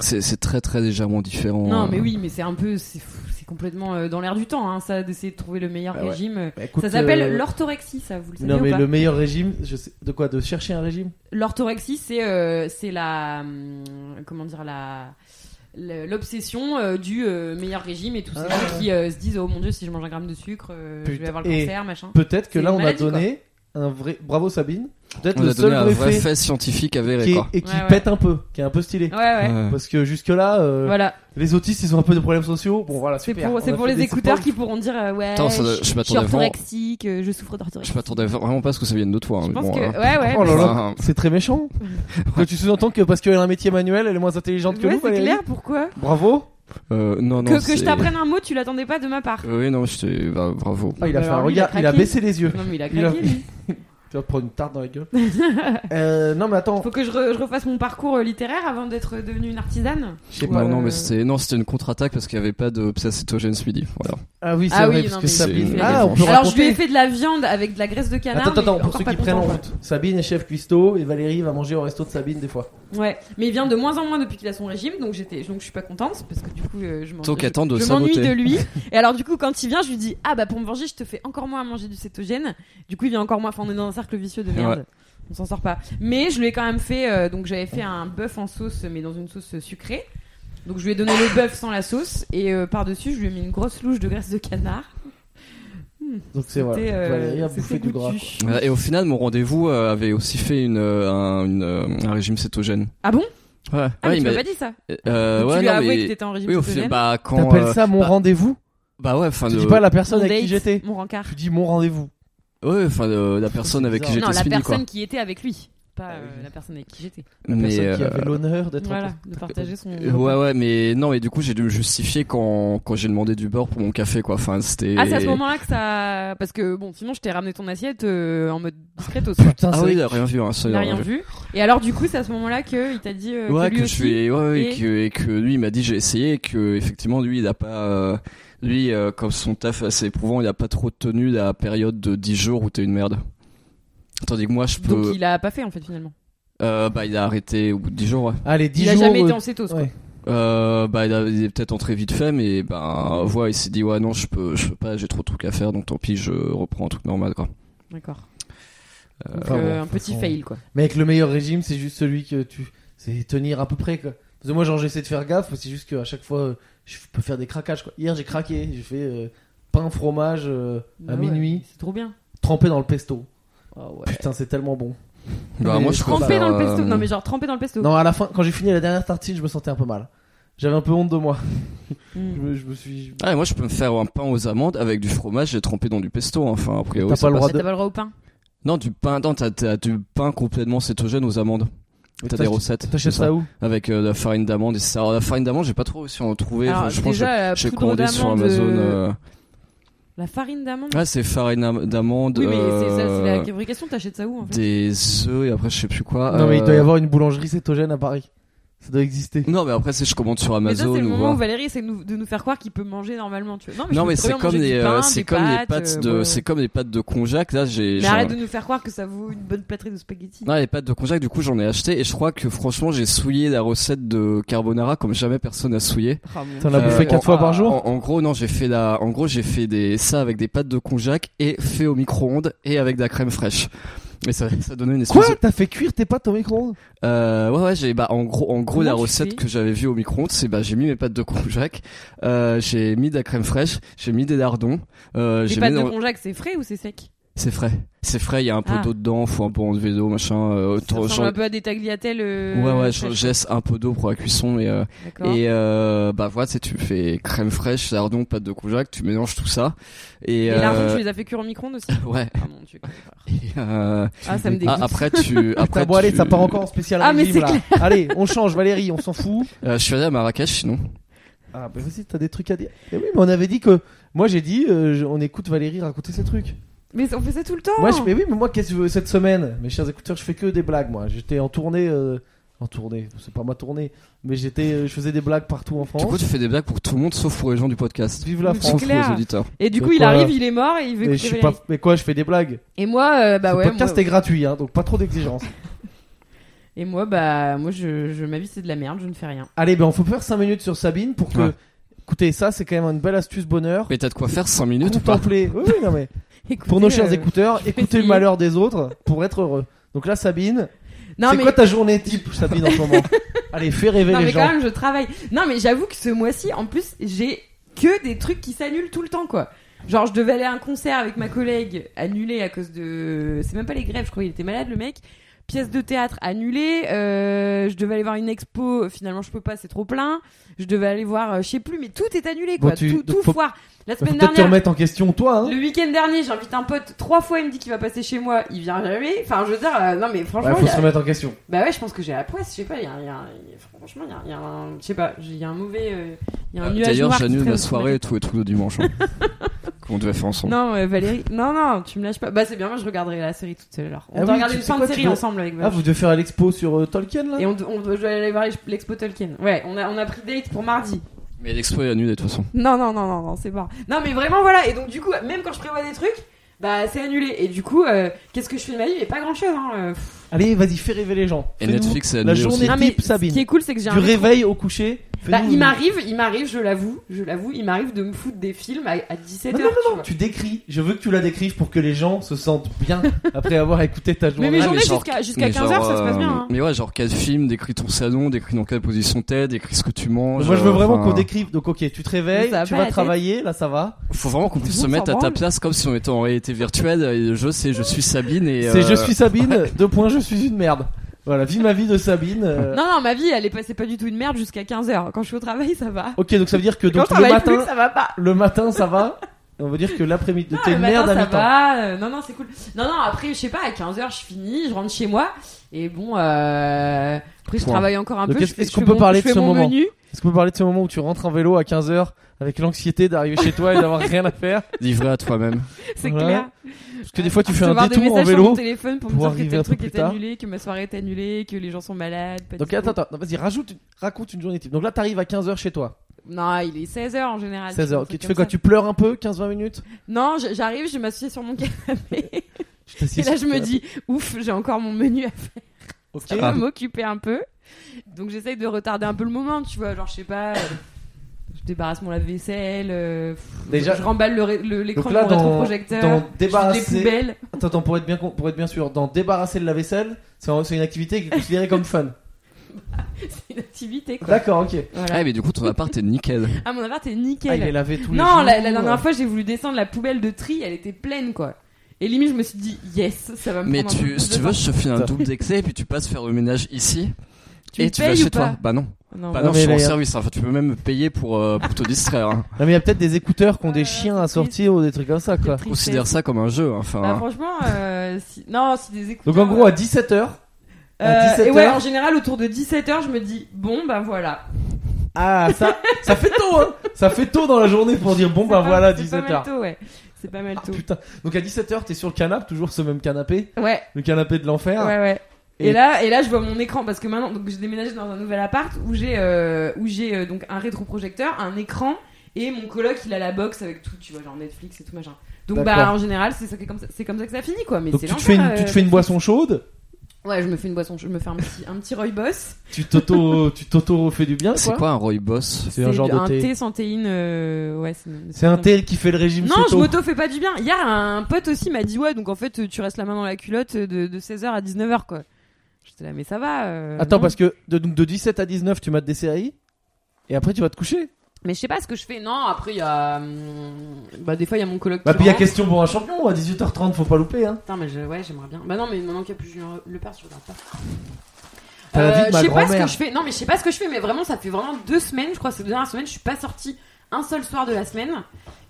Speaker 2: C'est c'est très très légèrement différent.
Speaker 3: Non,
Speaker 2: euh.
Speaker 3: mais oui, mais c'est un peu, c'est fou, c'est complètement euh, dans l'air du temps, hein, ça, d'essayer de trouver le meilleur
Speaker 1: Bah ouais.
Speaker 3: régime.
Speaker 1: Bah, écoute,
Speaker 3: ça s'appelle
Speaker 1: euh,
Speaker 3: l'orthorexie, ça, vous le savez
Speaker 1: Non,
Speaker 3: ou
Speaker 1: mais
Speaker 3: pas
Speaker 1: le meilleur régime, je sais... de quoi De chercher un régime
Speaker 3: L'orthorexie, c'est euh, c'est la hum, comment dire la le- l'obsession euh, du euh, meilleur régime et tous ces
Speaker 1: Ah.
Speaker 3: gens qui euh, se disent oh mon dieu si je mange un gramme de sucre euh, je vais
Speaker 1: Putain.
Speaker 3: avoir le
Speaker 1: Et
Speaker 3: cancer machin.
Speaker 1: Peut-être que
Speaker 3: C'est
Speaker 1: là,
Speaker 3: une
Speaker 1: on
Speaker 3: maladie,
Speaker 1: a donné un vrai. Bravo Sabine. Peut-être
Speaker 2: On
Speaker 1: le
Speaker 2: a donné
Speaker 1: seul
Speaker 2: un
Speaker 1: vrai
Speaker 2: vrai
Speaker 1: fait,
Speaker 2: fait scientifique avéré,
Speaker 1: qui est-
Speaker 2: quoi.
Speaker 1: et qui
Speaker 3: Ouais, ouais.
Speaker 1: pète un peu, qui est un peu stylé.
Speaker 3: Ouais, ouais.
Speaker 2: Ouais.
Speaker 1: Parce que jusque-là, euh,
Speaker 3: Voilà,
Speaker 1: les autistes, ils ont un peu de problèmes sociaux. Bon, voilà,
Speaker 3: c'est
Speaker 1: super.
Speaker 3: pour,
Speaker 1: On
Speaker 3: c'est
Speaker 1: a
Speaker 3: pour
Speaker 1: fait
Speaker 3: les
Speaker 1: des
Speaker 3: écouteurs
Speaker 1: spoils.
Speaker 3: qui pourront dire euh, ouais,
Speaker 2: Attends, ça-
Speaker 3: je,
Speaker 2: je
Speaker 3: je suis
Speaker 2: m'attendais vraiment-
Speaker 3: orthorexique, euh, je souffre d'orthorexie.
Speaker 2: Je m'attendais vraiment pas à ce que ça vienne de toi.
Speaker 3: Je
Speaker 2: hein,
Speaker 3: pense
Speaker 2: bon,
Speaker 3: que
Speaker 2: hein.
Speaker 3: ouais, ouais.
Speaker 1: Oh là là,
Speaker 2: Enfin,
Speaker 1: c'est très méchant. Que tu sous-entends que parce qu'elle a un métier manuel, elle est moins intelligente que
Speaker 3: Ouais,
Speaker 1: nous,
Speaker 3: c'est
Speaker 1: Valérie.
Speaker 3: clair. Pourquoi
Speaker 1: Bravo.
Speaker 2: euh, non, non.
Speaker 3: que, que je
Speaker 2: c'est-
Speaker 3: t'apprenne un mot, tu l'attendais pas de ma part.
Speaker 2: Euh, Oui, non, je te. bah, bravo.
Speaker 1: Ah, il a
Speaker 3: Alors,
Speaker 1: fait un
Speaker 3: lui, il a
Speaker 1: regard, il a
Speaker 3: craqué.
Speaker 1: baissé les yeux.
Speaker 3: Non mais il a
Speaker 1: Il a-
Speaker 3: craqué. lui.
Speaker 1: Tu vas te prendre une tarte dans la gueule. euh, non, mais attends.
Speaker 3: Faut que je, re- je refasse mon parcours euh, littéraire avant d'être devenue une artisane.
Speaker 1: Je sais
Speaker 3: Ouais.
Speaker 1: pas.
Speaker 2: bah, Non, non, mais c'était non, c'était une contre-attaque parce qu'il n'y avait pas de psacétogène ce midi. Voilà.
Speaker 1: Ah oui, c'est
Speaker 3: Ah
Speaker 1: vrai,
Speaker 3: oui,
Speaker 1: parce
Speaker 3: non,
Speaker 1: que
Speaker 3: mais
Speaker 1: Sabine.
Speaker 3: c'est-
Speaker 1: Ah, on peut
Speaker 3: Alors je lui ai
Speaker 1: raconter.
Speaker 3: fait de la viande avec de la graisse de canard.
Speaker 1: Attends, attends,
Speaker 3: mais
Speaker 1: pour
Speaker 3: encore
Speaker 1: ceux
Speaker 3: pas
Speaker 1: qui prennent en
Speaker 3: content,
Speaker 1: route. Sabine est chef cuistot et Valérie va manger au resto de Sabine des fois.
Speaker 3: quoi. Ouais, mais il vient de moins en moins depuis qu'il a son régime, donc j'étais, donc je suis pas contente parce que du coup euh, je m'en-
Speaker 2: Donc,
Speaker 3: je-
Speaker 2: attends de
Speaker 3: je m'ennuie
Speaker 2: saboter.
Speaker 3: de lui. Et alors du coup quand il vient, je lui dis ah bah pour me venger, je te fais encore moins à manger du cétogène. Du coup il vient encore moins. Enfin on est dans un cercle vicieux de merde.
Speaker 2: Ouais.
Speaker 3: On s'en sort pas. Mais je lui ai quand même fait, euh, donc j'avais fait un bœuf en sauce, mais dans une sauce sucrée. Donc je lui ai donné le bœuf sans la sauce et euh, par-dessus je lui ai mis une grosse louche de graisse de canard.
Speaker 1: Donc c'est voilà.
Speaker 3: C'était, euh,
Speaker 1: Valérie a
Speaker 3: c'était
Speaker 1: bouffé du
Speaker 3: goûtu.
Speaker 1: gras.
Speaker 2: Voilà, Et au final, mon rendez-vous euh, avait aussi fait une, euh, un, une, euh, un régime cétogène.
Speaker 3: Ah bon
Speaker 2: Ouais,
Speaker 3: Ah, mais
Speaker 2: ouais,
Speaker 3: tu
Speaker 2: il
Speaker 3: m'as
Speaker 2: m'a-
Speaker 3: pas dit ça.
Speaker 2: euh,
Speaker 3: Donc,
Speaker 2: ouais,
Speaker 3: tu lui as
Speaker 2: non,
Speaker 3: avoué
Speaker 2: mais-
Speaker 3: que t'étais en régime
Speaker 2: Oui, au final,
Speaker 3: cétogène.
Speaker 2: bah quand.
Speaker 1: T'appelles
Speaker 2: euh,
Speaker 1: ça mon
Speaker 2: bah-
Speaker 1: rendez-vous
Speaker 2: Bah ouais, enfin.
Speaker 1: Tu
Speaker 2: de-
Speaker 1: dis pas la personne
Speaker 3: Mon
Speaker 1: avec qui
Speaker 3: date,
Speaker 1: j'étais.
Speaker 3: Mon rencard.
Speaker 1: Tu dis mon rendez-vous.
Speaker 2: Ouais, enfin, de la personne avec qui
Speaker 1: bizarre.
Speaker 2: j'étais
Speaker 3: Non, la
Speaker 2: ce midi, quoi.
Speaker 3: personne qui était avec lui. Pas
Speaker 1: Ah oui.
Speaker 3: euh, la personne avec qui j'étais.
Speaker 1: La personne qui
Speaker 2: euh,
Speaker 1: avait l'honneur d'être. en
Speaker 3: Voilà,
Speaker 1: poste.
Speaker 3: de partager son.
Speaker 2: Euh, Ouais, ouais, mais non, et du coup, j'ai dû me justifier quand, quand j'ai demandé du beurre pour mon café, quoi. Enfin, c'était.
Speaker 3: Ah, c'est à ce moment-là que ça. Parce que bon, sinon je t'ai ramené ton assiette euh, en mode discretos. quoi.
Speaker 1: Putain,
Speaker 2: Ah
Speaker 1: c'est-
Speaker 2: oui, il a rien vu, hein, ça,
Speaker 3: Il
Speaker 2: il a
Speaker 3: n'a rien vu. Et alors, du coup, c'est à ce moment-là qu'il t'a dit. euh,
Speaker 2: Ouais,
Speaker 3: que
Speaker 2: que,
Speaker 3: lui
Speaker 2: je
Speaker 3: aussi.
Speaker 2: suis, ouais, ouais,
Speaker 3: et-
Speaker 2: et... que, et que lui, il m'a dit j'ai essayé, et que effectivement, lui, il a pas, euh, lui, euh, comme son taf est assez éprouvant, il a pas trop tenu la période de 10 jours où t'es une merde. Tandis que moi, je peux,
Speaker 3: Donc il a pas fait en fait finalement.
Speaker 2: euh, bah, il a arrêté au bout de 10 jours, ouais.
Speaker 1: Allez, 10
Speaker 3: Il a
Speaker 1: jours.
Speaker 3: jamais été
Speaker 1: euh,
Speaker 3: en cétose.
Speaker 1: ouais.
Speaker 2: Euh, bah, il, a- il est peut-être entré vite fait, mais bah, ouais, il s'est dit ouais, non, je peux, je peux pas, j'ai trop de trucs à faire, donc tant pis, je reprends un truc normal, quoi.
Speaker 3: quoi. D'accord.
Speaker 2: Euh,
Speaker 3: Donc,
Speaker 1: enfin,
Speaker 3: euh,
Speaker 1: bon,
Speaker 3: un petit
Speaker 1: façon-
Speaker 3: fail quoi.
Speaker 1: Mec, le meilleur régime, c'est juste celui que tu. C'est tenir à peu près, quoi. Parce que moi, genre, j'essaie de faire gaffe, c'est juste qu'à chaque fois, euh, je peux faire des craquages, quoi. Hier, j'ai craqué, j'ai fait euh, pain, fromage euh, à
Speaker 3: Bah ouais,
Speaker 1: minuit,
Speaker 3: C'est trop bien.
Speaker 1: trempé dans le pesto.
Speaker 3: Ah ouais.
Speaker 1: Putain, c'est tellement bon.
Speaker 2: Bah,
Speaker 1: Mais
Speaker 2: moi, je
Speaker 1: trempé
Speaker 3: Trempé
Speaker 2: préfère,
Speaker 3: dans le pesto.
Speaker 2: euh,
Speaker 3: Non, mais genre trempé dans le pesto.
Speaker 1: Non, à la fin, quand j'ai fini la dernière tartine, je me sentais un peu mal. J'avais un peu honte de moi.
Speaker 3: Mm.
Speaker 1: Je me, je me suis.
Speaker 2: Ah, et moi, je peux me faire un pain aux amandes avec du fromage et trempé dans du pesto. hein. Enfin, après,
Speaker 1: T'as pas le droit
Speaker 3: Bah, T'as pas le droit au pain.
Speaker 2: Non, du pain, non, t'as, t'as du pain complètement cétogène aux amandes. T'as des recettes.
Speaker 1: T'achètes
Speaker 2: de ça.
Speaker 1: ça où
Speaker 2: Avec euh, de la farine d'amande et ça. Alors, la farine d'amande, j'ai pas trop réussi à en trouver.
Speaker 3: Alors,
Speaker 2: Enfin, je pense que
Speaker 3: déjà, la
Speaker 2: j'ai- j'ai
Speaker 3: poudre
Speaker 2: commandé sur
Speaker 3: d'amande,
Speaker 2: Amazon.
Speaker 3: euh,
Speaker 2: euh,
Speaker 3: La farine d'amande.
Speaker 2: Ouais, c'est farine am- d'amande.
Speaker 3: Oui, mais c'est ça, c'est
Speaker 2: euh,
Speaker 3: la fabrication. T'achètes ça où en fait
Speaker 2: Des œufs et après, je sais plus quoi.
Speaker 1: Non, mais il doit y
Speaker 2: euh,
Speaker 1: avoir une boulangerie cétogène à Paris. Ça doit exister.
Speaker 2: Non, mais après, c'est je commande sur
Speaker 3: Mais ça,
Speaker 2: Amazon
Speaker 3: c'est le
Speaker 2: ou
Speaker 3: moment
Speaker 2: voir.
Speaker 3: où Valérie essaie de nous, de nous faire croire qu'il peut manger normalement. Tu vois. Non, mais,
Speaker 2: Non
Speaker 3: je
Speaker 2: mais
Speaker 3: peux très
Speaker 2: c'est
Speaker 3: bien
Speaker 2: comme
Speaker 3: manger
Speaker 2: les
Speaker 3: du
Speaker 2: euh,
Speaker 3: pain,
Speaker 2: c'est
Speaker 3: des
Speaker 2: comme les
Speaker 3: pâtes,
Speaker 2: pâtes
Speaker 3: euh,
Speaker 2: de
Speaker 3: ouais.
Speaker 2: c'est comme les pâtes de conjac là j'ai
Speaker 3: Mais
Speaker 2: j'ai un-
Speaker 3: arrête de nous faire croire que ça vaut une bonne plâtrée de spaghettis.
Speaker 2: Non, les pâtes de conjac, du coup, j'en ai acheté et je crois que franchement, j'ai souillé la recette de carbonara comme jamais personne n'a souillé.
Speaker 3: Oh, mon
Speaker 1: T'en as
Speaker 3: Dieu.
Speaker 1: bouffé
Speaker 2: en-
Speaker 1: quatre fois par jour
Speaker 2: Euh, En, en gros, non, j'ai fait la, en gros, j'ai fait des, ça avec des pâtes de conjac et fait au micro-ondes et avec de la crème fraîche. Mais ça, ça donnait une espèce
Speaker 1: Quoi T'as fait cuire tes pâtes au micro-ondes
Speaker 2: de- euh, ouais, ouais, j'ai, bah, en gros, en gros,
Speaker 3: Comment
Speaker 2: la
Speaker 3: tu
Speaker 2: recette
Speaker 3: fais
Speaker 2: que j'avais vue au micro-ondes, c'est, bah, j'ai mis mes pâtes de conjac, euh, j'ai mis de la crème fraîche, j'ai mis des lardons, euh,
Speaker 3: Les
Speaker 2: j'ai
Speaker 3: pâtes
Speaker 2: mis
Speaker 3: de
Speaker 2: dans-
Speaker 3: conjac, c'est frais ou c'est sec
Speaker 2: c'est frais, c'est frais, il y a un peu
Speaker 3: Ah.
Speaker 2: d'eau dedans, faut un peu enlever d'eau, machin, euh,
Speaker 3: Ça
Speaker 2: autant,
Speaker 3: ressemble un peu à des tagliatelles. euh,
Speaker 2: ouais, ouais,
Speaker 3: fraîches.
Speaker 2: je laisse un peu d'eau pour la cuisson, mais, euh,
Speaker 3: D'accord.
Speaker 2: Et euh, bah voilà, tu sais, tu fais crème fraîche, lardon, pâte de conjac, tu mélanges tout ça. Et,
Speaker 3: Et
Speaker 2: euh,
Speaker 3: l'argent, tu les as fait cuire au micro-ondes aussi
Speaker 2: ouais.
Speaker 3: Ah mon dieu. quelle horreur.
Speaker 2: Et, euh,
Speaker 3: Ah, ça me
Speaker 2: ah,
Speaker 3: dégoûte.
Speaker 2: après tu après
Speaker 1: T'as beau aller,
Speaker 2: tu-
Speaker 1: ça part encore en spécial
Speaker 3: Ah, mais
Speaker 1: régime,
Speaker 3: c'est
Speaker 1: là. Allez, on change, Valérie, on s'en fout.
Speaker 2: Euh, je suis allé à Marrakech sinon.
Speaker 1: Ah bah vas-y, t'as des trucs à dire. Eh oui, mais on avait dit que moi j'ai dit, euh, je- on écoute Valérie raconter ses trucs.
Speaker 3: Mais on fait ça tout le temps
Speaker 1: Moi, je, mais oui, mais moi qu'est-ce que je veux cette semaine, mes chers écouteurs, je fais que des blagues. Moi, j'étais en tournée, euh, en tournée, c'est pas ma tournée, mais j'étais, euh, je faisais des blagues partout en France.
Speaker 2: Du coup, tu fais des blagues pour tout le monde sauf pour les gens du podcast.
Speaker 1: Vive la
Speaker 3: Mais
Speaker 1: France.
Speaker 2: Sauf pour
Speaker 3: clair.
Speaker 2: les auditeurs.
Speaker 3: Et du
Speaker 1: Mais
Speaker 3: coup, il
Speaker 1: quoi
Speaker 3: arrive, il est mort et il veut
Speaker 1: Mais,
Speaker 3: écouter
Speaker 1: je suis pas,
Speaker 3: Valérie.
Speaker 1: mais quoi, je fais des blagues.
Speaker 3: Et moi, euh, bah
Speaker 1: Le
Speaker 3: ouais.
Speaker 1: podcast
Speaker 3: moi-
Speaker 1: est gratuit, hein, donc pas trop d'exigences.
Speaker 3: Et moi, bah, moi, je, je- ma vie, c'est de la merde, je ne fais rien.
Speaker 1: Allez, ben on faut faire 5 minutes sur Sabine pour que.
Speaker 2: Ouais.
Speaker 1: Écoutez, ça c'est quand même une belle astuce bonheur.
Speaker 2: Mais t'as de quoi faire 5 minutes ou pas
Speaker 1: Contempler. Oui, oui, non mais. Pour
Speaker 3: Écoutez,
Speaker 1: nos chers
Speaker 3: euh,
Speaker 1: écouteurs, écoutez le
Speaker 3: essayer.
Speaker 1: malheur des autres pour être heureux. Donc là, Sabine,
Speaker 3: Non,
Speaker 1: c'est
Speaker 3: mais
Speaker 1: quoi ta journée type, Sabine, en ce moment Allez, fais rêver
Speaker 3: Non,
Speaker 1: les
Speaker 3: mais
Speaker 1: gens.
Speaker 3: quand même, je travaille. Non, mais j'avoue que ce mois-ci, en plus, j'ai que des trucs qui s'annulent tout le temps, quoi. Genre, je devais aller à un concert avec ma collègue, annulé à cause de. C'est même pas les grèves, je crois, il était malade le mec. Pièce de théâtre annulée. euh, je devais aller voir une expo, finalement je peux pas, c'est trop plein. Je devais aller voir, euh, je sais plus, mais tout est annulé quoi,
Speaker 1: Bon, tu-
Speaker 3: tout, tout
Speaker 1: donc, faut-
Speaker 3: foire. La
Speaker 1: Faut
Speaker 3: semaine
Speaker 1: peut-être te
Speaker 3: dernière,
Speaker 1: remettre en question, toi. Hein.
Speaker 3: le week-end dernier, j'invite un pote trois fois, il me dit qu'il va passer chez moi, il vient jamais. Enfin, je veux dire, euh, non mais franchement,
Speaker 1: Ouais,
Speaker 3: il
Speaker 1: faut
Speaker 3: y a-
Speaker 1: se remettre en question.
Speaker 3: bah ouais, je pense que j'ai la presse, je sais pas, il y a, il y a- il y a- franchement, il y a, il y a un, je sais pas, il y a un mauvais, euh, il y a un nuage
Speaker 2: Ah, D'ailleurs,
Speaker 3: noir qui
Speaker 2: j'annule
Speaker 3: traîne
Speaker 2: la
Speaker 3: sur
Speaker 2: soirée et tous les trucs de dimanche. hein, Qu'on devait faire ensemble.
Speaker 3: Non, euh, Valérie, non, non, tu me lâches pas. Bah, c'est bien, moi je regarderai la série toute seule alors. On
Speaker 1: Ah
Speaker 3: doit
Speaker 1: oui,
Speaker 3: regarder
Speaker 1: tu
Speaker 3: une
Speaker 1: sais
Speaker 3: fin de
Speaker 1: quoi, tu
Speaker 3: série
Speaker 1: dois-
Speaker 3: ensemble avec
Speaker 1: Ah,
Speaker 3: Valérie.
Speaker 1: vous devez faire à l'expo sur euh, Tolkien là
Speaker 3: Et on, on, je vais aller voir l'expo Tolkien. Ouais, on a, on a pris date pour mardi.
Speaker 2: Mais l'expo est annulée de toute façon.
Speaker 3: Non, non, non, non, non, c'est mort. Non, mais vraiment, voilà. Et donc, du coup, même quand je prévois des trucs, bah, c'est annulé. Et du coup, euh, qu'est-ce que je fais de ma vie Mais pas grand chose, hein. euh, pff.
Speaker 1: Allez, vas-y, fais rêver les gens.
Speaker 2: Et
Speaker 1: Fais-nous
Speaker 2: Netflix est
Speaker 1: La
Speaker 2: annulé aussi.
Speaker 1: journée
Speaker 3: Non, mais
Speaker 1: type, Sabine.
Speaker 3: ce qui est cool, c'est que j'ai un
Speaker 1: Du
Speaker 3: rétro-
Speaker 1: réveil au coucher.
Speaker 3: Bah,
Speaker 1: fais-nous
Speaker 3: il
Speaker 1: une-
Speaker 3: m'arrive, il m'arrive, je l'avoue, je l'avoue, il m'arrive de me foutre des films à, à 17h.
Speaker 1: Non, non, non, non, tu décris. Je veux que tu la décrives pour que les gens se sentent bien après avoir écouté ta journée.
Speaker 3: Mais mes
Speaker 2: Ah,
Speaker 3: journées
Speaker 2: mais genre-
Speaker 3: jusqu'à jusqu'à
Speaker 2: mais
Speaker 3: 15h,
Speaker 2: genre,
Speaker 3: ça se passe bien.
Speaker 2: euh,
Speaker 3: hein.
Speaker 2: Mais ouais, genre quel film, décris ton salon, décris dans quelle position t'es, décris ce que tu manges.
Speaker 1: Moi, je veux
Speaker 2: euh,
Speaker 1: vraiment
Speaker 2: enfin,
Speaker 1: qu'on décrive. Donc, ok, tu te
Speaker 3: Mais
Speaker 1: réveilles,
Speaker 3: ça va
Speaker 1: tu
Speaker 3: pas
Speaker 1: vas
Speaker 3: la
Speaker 1: travailler, là, ça va.
Speaker 2: Faut vraiment qu'on puisse
Speaker 3: Tout
Speaker 2: se
Speaker 3: le monde
Speaker 2: mettre à
Speaker 3: s'en
Speaker 2: ta
Speaker 3: branle.
Speaker 2: place comme si on était en réalité virtuelle. Et je sais, je suis Sabine et.
Speaker 1: C'est
Speaker 2: euh,
Speaker 1: je suis Sabine, deux points, je suis une merde. Voilà, vive ma vie de Sabine. euh.
Speaker 3: Non, non, ma vie, elle est pas, c'est pas du tout une merde jusqu'à 15h. Quand je suis au travail, ça va.
Speaker 1: Ok, donc ça veut dire que
Speaker 3: Quand
Speaker 1: donc,
Speaker 3: je
Speaker 1: le,
Speaker 3: travaille
Speaker 1: matin,
Speaker 3: plus, ça va pas.
Speaker 1: le matin, ça va. On veut dire que l'après-midi,
Speaker 3: Non,
Speaker 1: t'es
Speaker 3: le
Speaker 1: une
Speaker 3: matin,
Speaker 1: merde à
Speaker 3: ça
Speaker 1: mi-temps.
Speaker 3: va. euh, Non, non, c'est cool. Non, non, après, je sais pas, à 15h, je finis, je rentre chez moi. Et bon, euh, après, je
Speaker 2: Point.
Speaker 3: travaille encore un
Speaker 1: Donc,
Speaker 3: peu.
Speaker 1: est-ce-
Speaker 3: je fais-
Speaker 1: est-ce
Speaker 3: je
Speaker 1: qu'on
Speaker 3: fais
Speaker 1: peut
Speaker 3: mon-
Speaker 1: parler
Speaker 3: je
Speaker 1: de
Speaker 3: fais
Speaker 1: ce
Speaker 3: mon
Speaker 1: moment
Speaker 3: menu.
Speaker 1: Est-ce qu'on peut parler de ce moment où tu rentres en vélo à 15h avec l'anxiété d'arriver chez toi et d'avoir rien à faire
Speaker 2: Livré à toi-même.
Speaker 3: C'est
Speaker 1: Voilà.
Speaker 3: clair.
Speaker 1: Parce que des fois, tu fais un
Speaker 3: Recevoir des
Speaker 1: détour en
Speaker 3: messages sur mon
Speaker 1: vélo.
Speaker 3: téléphone pour,
Speaker 1: pour
Speaker 3: me dire que
Speaker 1: arriver
Speaker 3: tel
Speaker 1: un peu
Speaker 3: truc
Speaker 1: plus
Speaker 3: est
Speaker 1: tard.
Speaker 3: annulé, que ma soirée est annulée, que les gens sont malades. pas
Speaker 1: Donc,
Speaker 3: dispo.
Speaker 1: attends, attends, vas-y, rajoute, une- raconte une journée type. Donc là, t'arrives à 15h chez toi.
Speaker 3: Non, il est 16h en général.
Speaker 1: 16h.
Speaker 3: un
Speaker 1: Ok,
Speaker 3: truc
Speaker 1: tu
Speaker 3: Ah, comme
Speaker 1: fais quoi
Speaker 3: ça.
Speaker 1: Tu pleures un peu 15-20 minutes
Speaker 3: Non, je- j'arrive, je m'assieds sur mon canapé.
Speaker 1: Je t'assieds
Speaker 3: Et là,
Speaker 1: sur
Speaker 3: je me
Speaker 1: ta- Ah.
Speaker 3: dis, ah, ouf, j'ai encore mon menu à faire.
Speaker 1: Ok.
Speaker 3: Ça va m'occuper un peu. Donc, j'essaye de retarder un peu le moment, tu vois. Genre, je sais pas, euh, je débarrasse mon lave-vaisselle, euh, pff,
Speaker 1: Ah, Déjà-
Speaker 3: je remballe le ré- le- l'écran
Speaker 1: Donc
Speaker 3: de
Speaker 1: là,
Speaker 3: mon
Speaker 1: dans-
Speaker 3: rétroprojecteur,
Speaker 1: dans
Speaker 3: je fous des
Speaker 1: débarrasser-
Speaker 3: poubelles.
Speaker 1: Attends, attends, pour être bien, con- pour être bien sûr, dans débarrasser de la vaisselle, c'est c'est une activité qui est considérée comme fun.
Speaker 3: C'est une activité, quoi.
Speaker 1: D'accord, ok.
Speaker 3: Voilà.
Speaker 2: Ah, mais du coup, ton appart est nickel.
Speaker 3: Ah, mon appart est
Speaker 1: Ah, il est
Speaker 3: nickel.
Speaker 1: lavé tous les jours.
Speaker 3: non, la, la dernière fois, j'ai voulu descendre la poubelle de tri, elle était pleine, quoi. Et limite, je me suis dit, yes, ça va me
Speaker 2: Mais
Speaker 3: prendre un peu
Speaker 2: tu,
Speaker 3: plus
Speaker 2: si
Speaker 3: de
Speaker 2: tu veux,
Speaker 3: temps.
Speaker 2: je te file un
Speaker 1: Putain.
Speaker 2: double d'excès et puis tu passes faire le ménage ici.
Speaker 3: Tu
Speaker 2: et
Speaker 3: me
Speaker 2: tu vas
Speaker 3: payes ou
Speaker 2: chez toi.
Speaker 3: pas
Speaker 2: Bah non.
Speaker 3: Non,
Speaker 2: Bah
Speaker 1: Non,
Speaker 2: non, je
Speaker 1: mais
Speaker 2: suis en
Speaker 1: les-
Speaker 2: service. hein. Enfin, tu peux même me payer pour, euh, pour te distraire. hein.
Speaker 1: Non, mais il y a peut-être des écouteurs qui ont des
Speaker 3: Ouais,
Speaker 1: chiens à
Speaker 3: c'est triste.
Speaker 1: sortir ou des trucs comme ça, quoi.
Speaker 3: tristesse.
Speaker 2: Considère ça comme un jeu. hein.
Speaker 3: Bah,
Speaker 2: Enfin,
Speaker 3: franchement, euh, si... non, si des écouteurs.
Speaker 1: Donc en gros, à 17h. à
Speaker 3: Euh, et
Speaker 1: 17
Speaker 3: ouais,
Speaker 1: heures.
Speaker 3: en général, autour de 17h, je me dis, bon, bah voilà.
Speaker 1: Ah, ça, ça fait tôt, hein. Ça fait tôt dans la journée pour dire bon,
Speaker 3: C'est
Speaker 1: bah
Speaker 3: pas-
Speaker 1: voilà,
Speaker 3: c'est pas mal
Speaker 1: 17h.
Speaker 3: tôt, ouais. C'est pas mal
Speaker 1: Ah,
Speaker 3: tôt.
Speaker 1: putain. Donc à 17h, t'es sur le canapé, toujours ce même canapé,
Speaker 3: Ouais,
Speaker 1: le canapé de
Speaker 3: ouais,
Speaker 1: l'enfer.
Speaker 3: ouais. Et,
Speaker 1: Et-
Speaker 3: là, et là, je vois mon écran parce que maintenant, donc j'ai déménagé dans un nouvel appart où j'ai, euh, où j'ai euh, donc un rétroprojecteur, un écran et mon coloc il a la box avec tout, tu vois, genre Netflix et tout machin. Donc bah
Speaker 1: D'accord.
Speaker 3: en général, c'est ça qui est comme ça, c'est comme ça que ça finit quoi. Mais
Speaker 1: Donc
Speaker 3: c'est
Speaker 1: tu te,
Speaker 3: l'enfer,
Speaker 1: fais une, tu
Speaker 3: euh,
Speaker 1: te fais une boisson chaude,
Speaker 3: Ouais, je me fais une boisson, je me fais un petit, un petit rooibos.
Speaker 1: tu t'auto, tu t'auto fais du bien,
Speaker 2: c'est
Speaker 1: quoi.
Speaker 2: quoi un Roy Boss
Speaker 1: C'est un genre de thé.
Speaker 3: sans théine. euh, ouais, c'est,
Speaker 1: C'est un thé qui fait le régime
Speaker 3: Non, je
Speaker 1: keto.
Speaker 3: m'auto fais pas du bien. Hier, un pote aussi m'a dit ouais, donc en fait, tu restes la main dans la culotte de, 16h à 19h quoi. J'étais là, mais ça va. euh,
Speaker 1: Attends,
Speaker 3: non.
Speaker 1: parce que de, donc de 17 à 19, tu mates des séries et après tu vas te coucher.
Speaker 3: Mais je sais pas ce que je fais. Non, après, il y a. hum, Bah, des fois, il y a mon coloc.
Speaker 1: Bah,
Speaker 3: qui
Speaker 1: puis il y a
Speaker 3: rentre.
Speaker 1: question pour un champion à 18h30, faut pas louper, hein.
Speaker 3: Putain, mais je- ouais, j'aimerais bien. Bah, non, mais maintenant qu'il n'y a plus Julien Le Père, je regarde pas. Euh,
Speaker 1: T'as la vie de
Speaker 3: je
Speaker 1: ma
Speaker 3: sais pas ce que
Speaker 1: grand-mère.
Speaker 3: je fais. Non, mais je sais pas ce que je fais, mais vraiment, ça fait vraiment deux semaines, je crois, ces deux dernières semaines, je suis pas sortie un seul soir de la semaine.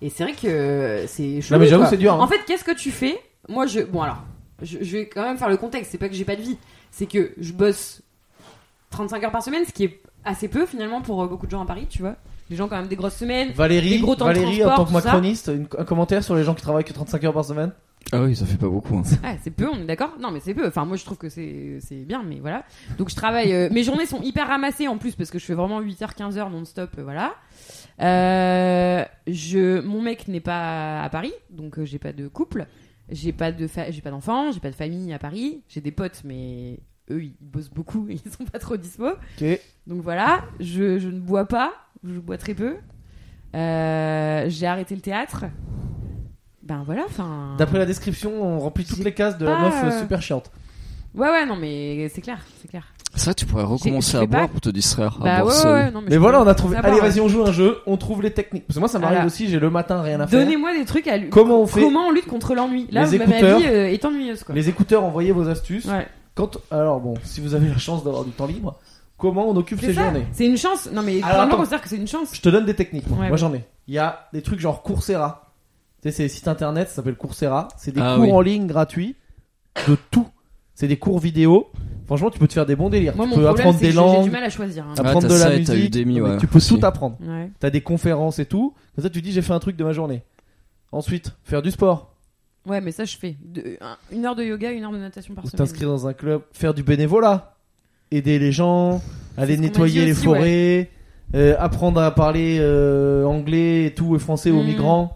Speaker 3: Et c'est vrai que euh, c'est chelou.
Speaker 1: Non, mais j'avoue,
Speaker 3: quoi.
Speaker 1: c'est dur, hein.
Speaker 3: En fait, qu'est-ce que tu fais Moi, je. Bon, alors, je, je vais quand même faire le contexte. C'est pas que j'ai pas de vie, c'est que je bosse 35 heures par semaine, ce qui est assez peu finalement pour euh, beaucoup de gens à Paris, tu vois. Les gens, quand même, des grosses semaines. Des
Speaker 1: Valérie,
Speaker 3: gros temps de
Speaker 1: Valérie en
Speaker 3: transport,
Speaker 1: tant que
Speaker 3: tout ça.
Speaker 1: macroniste, une- un commentaire sur les gens qui travaillent que 35 heures par semaine.
Speaker 2: Ah oui, ça fait pas beaucoup. hein.
Speaker 3: Ouais, Ah, c'est peu, on est d'accord Non, mais c'est peu. Enfin, moi, je trouve que c'est c'est bien, mais voilà. Donc, je travaille. euh, mes journées sont hyper ramassées en plus parce que je fais vraiment 8h, 15h non-stop, euh, voilà. Euh, je, mon mec n'est pas à Paris, donc euh, j'ai pas de couple, j'ai pas de fa- j'ai pas d'enfants, j'ai pas de famille à Paris. J'ai des potes, mais eux, ils bossent beaucoup, ils sont pas trop dispo.
Speaker 1: Ok.
Speaker 3: Donc voilà, je, je ne bois pas, je bois très peu. Euh, j'ai arrêté le théâtre. Ben voilà, enfin.
Speaker 1: D'après la description, on remplit toutes les cases de la
Speaker 3: pas,
Speaker 1: meuf euh,
Speaker 3: euh,
Speaker 1: super chiante.
Speaker 3: Ouais, ouais, non, mais c'est clair, c'est clair.
Speaker 2: Ça, tu pourrais recommencer
Speaker 3: je
Speaker 2: à
Speaker 3: fais
Speaker 2: boire
Speaker 3: pas.
Speaker 2: pour te distraire. à
Speaker 3: Bah
Speaker 2: boire
Speaker 3: ouais, ouais,
Speaker 2: seul.
Speaker 3: ouais, non, mais
Speaker 1: Mais
Speaker 3: je
Speaker 1: voilà,
Speaker 3: peux
Speaker 1: on a trouvé.
Speaker 3: savoir,
Speaker 1: Allez,
Speaker 3: ouais.
Speaker 1: vas-y, on joue à un jeu, on trouve les techniques. Parce que moi, ça m'arrive
Speaker 3: Voilà.
Speaker 1: aussi, j'ai le matin rien à faire.
Speaker 3: Donnez-moi des trucs à lui.
Speaker 1: Comment on fait
Speaker 3: Comment on lutte contre l'ennui Là,
Speaker 1: Les
Speaker 3: ma- ma
Speaker 1: écouteurs.
Speaker 3: vie euh, est ennuyeuse quoi.
Speaker 1: Les écouteurs, envoyez vos astuces.
Speaker 3: Ouais.
Speaker 1: Quand, alors bon, si vous avez la chance d'avoir du temps libre, comment on occupe
Speaker 3: C'est
Speaker 1: ses
Speaker 3: ça.
Speaker 1: journées
Speaker 3: C'est une chance. Non mais
Speaker 1: Alors,
Speaker 3: vraiment,
Speaker 1: attends.
Speaker 3: on considère que c'est une chance.
Speaker 1: Je te donne des techniques, moi,
Speaker 3: Ouais,
Speaker 1: Moi,
Speaker 3: ouais.
Speaker 1: j'en ai. Il y a des trucs genre Coursera. Tu sais, c'est des sites internet, ça s'appelle Coursera. C'est des
Speaker 2: Ah
Speaker 1: cours
Speaker 2: oui.
Speaker 1: en ligne gratuits de tout. C'est des cours vidéo. Franchement, tu peux te faire des bons délires.
Speaker 3: Moi,
Speaker 1: tu
Speaker 3: mon
Speaker 1: peux
Speaker 3: problème,
Speaker 1: apprendre
Speaker 3: c'est que
Speaker 1: des
Speaker 3: j'ai j'ai du
Speaker 1: langues, Ah.
Speaker 3: mal à choisir. hein.
Speaker 2: Ah,
Speaker 1: apprendre de
Speaker 2: t'as
Speaker 1: la
Speaker 2: ça et t'as
Speaker 1: musique.
Speaker 2: Udemy,
Speaker 1: Non, mais
Speaker 2: ouais,
Speaker 1: tu peux
Speaker 2: aussi.
Speaker 1: tout apprendre.
Speaker 3: Ouais.
Speaker 1: T'as des conférences et tout. Comme ça, tu dis, j'ai fait un truc de ma journée. Ensuite, faire du sport.
Speaker 3: Ouais, mais ça, je fais De- un- une heure de yoga, une heure de natation par
Speaker 1: Ou
Speaker 3: semaine.
Speaker 1: t'inscrire dans un club, faire du bénévolat, aider les gens, aller
Speaker 3: ce qu'on m'a
Speaker 1: nettoyer
Speaker 3: dit
Speaker 1: les
Speaker 3: aussi,
Speaker 1: forêts, euh, apprendre à parler euh, anglais et tout et français aux
Speaker 3: Mm.
Speaker 1: migrants,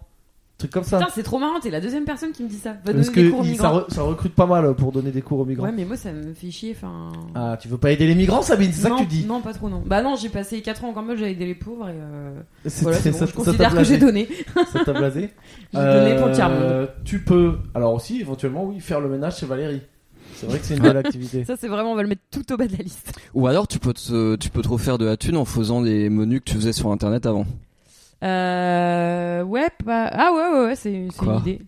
Speaker 1: trucs comme ça.
Speaker 3: Putain, c'est trop marrant. T'es la deuxième personne qui me dit ça. Va
Speaker 1: Parce
Speaker 3: donner
Speaker 1: que
Speaker 3: des cours aux
Speaker 1: il- ça,
Speaker 3: migrants.
Speaker 1: re- ça recrute pas mal euh, pour donner des cours aux migrants.
Speaker 3: Ouais, mais moi, ça me fait chier. Enfin.
Speaker 1: Ah, tu veux pas aider les migrants, Sabine C'est ça
Speaker 3: non,
Speaker 1: que tu dis
Speaker 3: Non, pas trop, non. Bah non, j'ai passé 4 ans en Cambodge à aider les pauvres et euh,
Speaker 1: C'est-
Speaker 3: voilà, c'est
Speaker 1: c'est-
Speaker 3: bon,
Speaker 1: ça-
Speaker 3: je
Speaker 1: ça
Speaker 3: considère
Speaker 1: t'a
Speaker 3: que j'ai
Speaker 1: blasé.
Speaker 3: donné.
Speaker 1: Ça t'a blasé.
Speaker 3: J'ai donné pour le tiers monde.
Speaker 1: Euh, Tu peux, alors aussi, éventuellement, oui, faire le ménage chez Valérie. C'est vrai que c'est une belle activité.
Speaker 3: Ça, c'est vraiment, on va le mettre tout au bas de la liste.
Speaker 2: Ou alors, tu peux, te, tu peux te refaire de la thune en faisant des menus que tu faisais sur internet avant.
Speaker 3: Euh, ouais, pas... ah ouais, ouais, ouais c'est c'est une
Speaker 2: Quoi
Speaker 3: idée.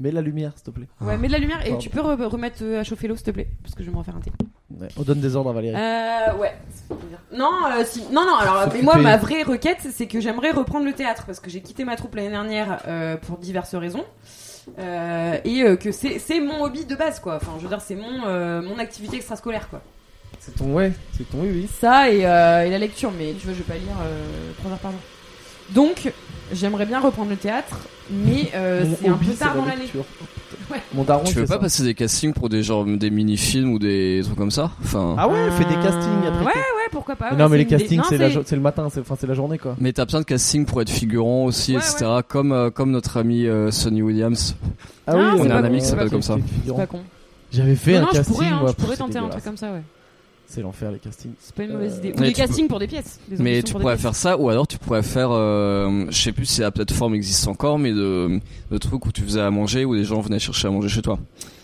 Speaker 1: Mets la lumière, s'il te plaît.
Speaker 3: Ouais, mets de la lumière et
Speaker 1: Ah. Pardon.
Speaker 3: tu peux re- remettre euh, à chauffer l'eau, s'il te plaît, parce que je vais me refaire un thé.
Speaker 1: Ouais, On donne des ordres à Valérie.
Speaker 3: Euh, ouais. c'est pour dire. Non, euh, si- non, non. Alors,
Speaker 1: S'occuper.
Speaker 3: mais moi, ma vraie requête, c'est que j'aimerais reprendre le théâtre parce que j'ai quitté ma troupe l'année dernière euh, pour diverses raisons Euh, et euh, que c'est c'est mon hobby de base, quoi. Enfin, je veux dire, c'est mon euh, mon activité extrascolaire, quoi.
Speaker 1: C'est ton ouais, c'est ton oui, oui.
Speaker 3: Ça et, euh, et la lecture, mais tu vois, je vais pas lire euh, 3 heures par jour. Donc, j'aimerais bien reprendre le théâtre, mais euh,
Speaker 1: Mon
Speaker 3: c'est un
Speaker 1: hobby,
Speaker 3: peu
Speaker 1: c'est
Speaker 3: tard
Speaker 1: la
Speaker 3: dans l'année.
Speaker 1: lecture.
Speaker 3: Ouais.
Speaker 1: Mon daron,
Speaker 2: tu veux
Speaker 1: fait
Speaker 2: pas
Speaker 1: ça.
Speaker 2: passer des castings pour des genre des mini-films ou des trucs comme ça Enfin.
Speaker 1: Ah ouais, fais des castings après.
Speaker 3: Ouais, ouais, pourquoi pas.
Speaker 1: Mais
Speaker 3: ouais,
Speaker 1: non, mais
Speaker 3: c'est
Speaker 1: les
Speaker 3: une idée.
Speaker 1: castings,
Speaker 3: Non,
Speaker 1: c'est la jo- c'est le matin, c'est enfin, c'est la journée quoi.
Speaker 2: Mais t'as besoin de castings pour être figurant aussi,
Speaker 3: Ouais,
Speaker 2: etc. Comme euh, comme notre ami euh, Sonny Williams.
Speaker 3: Ah, c'est
Speaker 2: On a
Speaker 3: pas
Speaker 2: un
Speaker 3: con,
Speaker 2: ami qui
Speaker 3: c'est
Speaker 2: s'appelle
Speaker 3: pas
Speaker 2: comme ça.
Speaker 3: C'est pas con.
Speaker 1: J'avais fait
Speaker 3: Non,
Speaker 1: un
Speaker 3: non, je
Speaker 1: casting.
Speaker 3: pourrais, hein,
Speaker 1: moi,
Speaker 3: je pourrais
Speaker 1: c'est
Speaker 3: tenter un truc
Speaker 1: dégueulasse.
Speaker 3: comme ça, ouais.
Speaker 1: C'est l'enfer les castings.
Speaker 3: C'est pas une mauvaise idée.
Speaker 2: Euh,
Speaker 3: Ou
Speaker 2: Mais
Speaker 3: des
Speaker 2: tu peux-
Speaker 3: castings pour des pièces. des
Speaker 2: Mais
Speaker 3: auditions
Speaker 2: tu
Speaker 3: pour des
Speaker 2: pourrais
Speaker 3: pièces.
Speaker 2: faire ça, ou alors tu pourrais faire, euh, je sais plus si la plateforme existe encore, mais de, de trucs où tu faisais à manger, où les gens venaient chercher à manger chez toi.